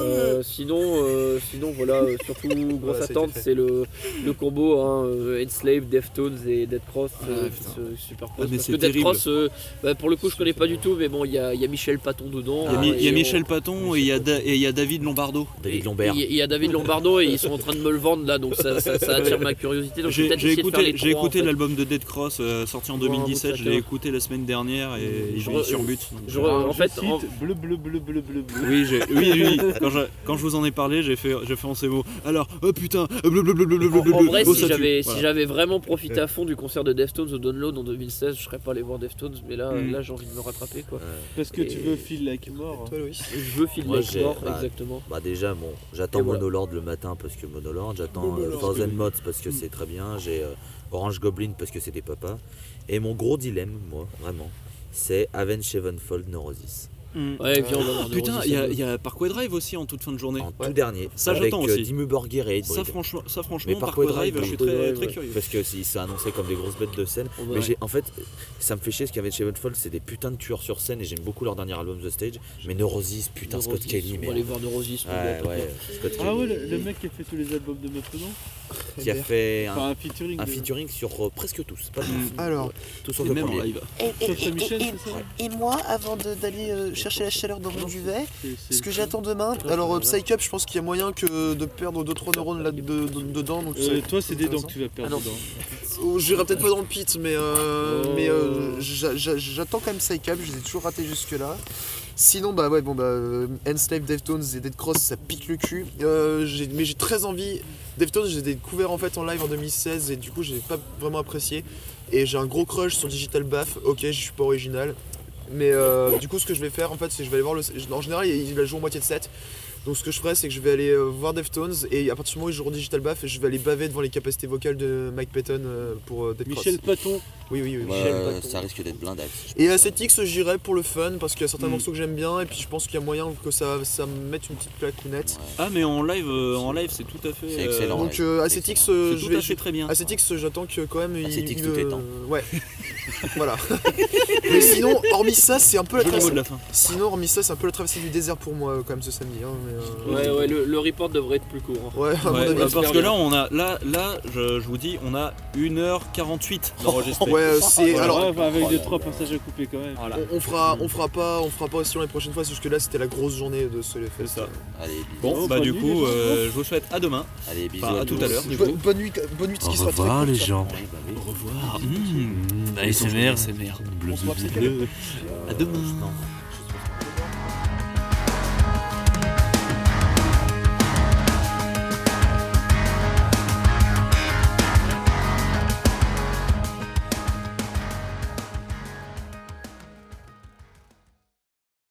Euh, sinon, euh, sinon voilà, euh, surtout grosse ça a été attente, fait. c'est le, le combo hein, euh, Enslaved, Deftones et Dead Cross euh, Ah, qui putain. se superposent. Ah, mais parce c'est que Dead terrible. Cross, euh, bah, pour le coup, je connais pas du tout, mais bon, il y a, il y a Michel Paton dedans. Il y a, Mi- hein, il y a et on- Michel Paton et il y a, Da- et il y a David Lombardo. David et- Lambert. et Il y a David Lombardo et ils sont en train de me le vendre là, donc ça, ça- ça attire ma curiosité. Donc je vais J'ai peut-être j'ai essayer de faire écouté, les j'ai trois, en écouté fait. l'album de Dead Cross euh, sorti en Voir un bout de 2017, je chacun. l'ai écouté la semaine dernière et Je je re- vais sur but. Je re- en Je fait, cite, en- bleu, bleu, bleu, bleu, bleu, bleu. Oui, j'ai- oui, oui, oui. Quand, je, quand je vous en ai parlé, j'ai fait, j'ai fait en ces mots. Alors, oh putain, euh, blablabla. en- en vrai, oh, si ça tue. j'avais si Voilà. j'avais vraiment profité à fond du concert de Deftones au Download en 2016, je serais pas allé voir Deftones, mais là, Mm. là j'ai envie de me rattraper quoi. Parce que tu Et- veux Feel Like Mort. Toi Loïs Je veux filmer Moi, le j'ai- sport, bah, exactement. Bah déjà bon, j'attends Et voilà. Monolord le matin parce que Monolord, j'attends euh, Thousand Mods parce que c'est très bien, j'ai euh, Orange Goblin parce que c'est des papas. Et mon gros dilemme, moi, vraiment, c'est Avenged Sevenfold Neurosis. Ouais, et puis on va voir. Mm. Oh, Ah, Putain, il y a, il y a Parkway Drive aussi en toute fin de journée. En tout dernier. Ça, avec j'attends euh, aussi. Dimmu Borgir et Ed Ça, Breed. franchement, ça, Mais franchement Parkway Parkway Drive, Drive, je suis très, très Ouais. curieux. Parce que c'est c'est annoncé comme des grosses bêtes de scène. On va- mais j'ai- en fait, ça me fait chier ce qu'il y avait de chez Bunfold, c'est des putains de tueurs sur scène et j'aime beaucoup leur dernier album The Stage. Mais Neurosis, putain, Scott Kelly, On mais. va aller voir hein. Neurosis. mon Ouais, gars. ouais, Scott Ah ouais, Kelly. le, le mec qui a fait tous les albums de Mastodon Qui a fait un, Enfin, un featuring. un de- featuring sur euh, presque tous. Pas tous. Alors, Tous sur Mm. Et le même en premier. live. Et, et- Sauf Michel, et- et- c'est ça et moi, avant de- d'aller euh, chercher la chaleur dans mon duvet, c'est- c'est- ce que j'attends demain, alors euh, Psych Up, je pense qu'il y a moyen que de perdre 2-3 neurones là de- de- dedans. Donc ça- Euh, toi, c'est des dents que tu vas perdre. Ah non. dedans. Oh, J'irai peut-être pas dans le pit, mais, euh, Oh. mais euh, j'a- j'a- j'attends quand même Psycab, je les ai toujours ratés jusque-là. Sinon, bah ouais, bon, bah, euh, Enslave, Deftones et Dead Cross, ça pique le cul. Euh, j'ai- mais j'ai très envie. Deftones, j'ai découvert en fait en live en 2016 et du coup, j'ai pas vraiment apprécié. Et j'ai un gros crush sur Digital Bath. Ok, je suis pas original. Mais euh, du coup, ce que je vais faire en fait, c'est que je vais aller voir le. En général, il va jouer en moitié de set. Donc, ce que je ferai, c'est que je vais aller euh, voir Deftones et à partir du moment où ils joueront Digital Bath, je vais aller baver devant les capacités vocales de Mike Patton euh, pour euh, Dead Cross. Michel Paton. Oui, oui, oui. Ouais, Michel euh, Paton. ça risque d'être blindax. Et à cette X, j'irai pour le fun parce qu'il y a Hmm. certains Mm. morceaux que j'aime bien et puis je pense qu'il y a moyen que ça, ça me mette une petite plaque nette. Ah, mais en live, euh, en live c'est tout à fait. C'est euh, excellent. Donc euh, à cette X, euh, C'est je tout à vais. fait très bien. À cette X, j'attends que quand même. il- cette X, il, tout est euh, temps. Ouais. voilà. Mais sinon, hormis ça, c'est un peu la Joli mot de traversée. la fin. Sinon, hormis ça, c'est un peu la traversée du désert pour moi euh, quand même ce samedi. hein, mais, euh, Ouais, ouais, le, le report devrait être plus court. hein. Ouais, à mon Ouais, avis. bah, j'espère parce que bien. là, on a, là, là je, je vous dis, on a 1h48 d'enregistré. Ouais, euh, c'est. Ouais, Alors, ouais, enfin, oh avec deux, trois passages à couper quand même. Voilà. on, on fera, on fera pas, on fera pas aussi dans les prochaines fois parce que là, c'était la grosse journée de Euh, ce LFS. ça. Allez, bisous. Bon, Bon, bah Oh, bonne du nuit, coup, les gens. euh, je vous souhaite à demain. Allez, bisous. Enfin, à tous. tout à l'heure, du Bo- coup. bonne nuit, bonne nuit, ce Au qui sera très revoir, cool, les ça. gens. Au Ah, revoir. Mmh, ASMR, c'est merde. Bonsoir, À demain.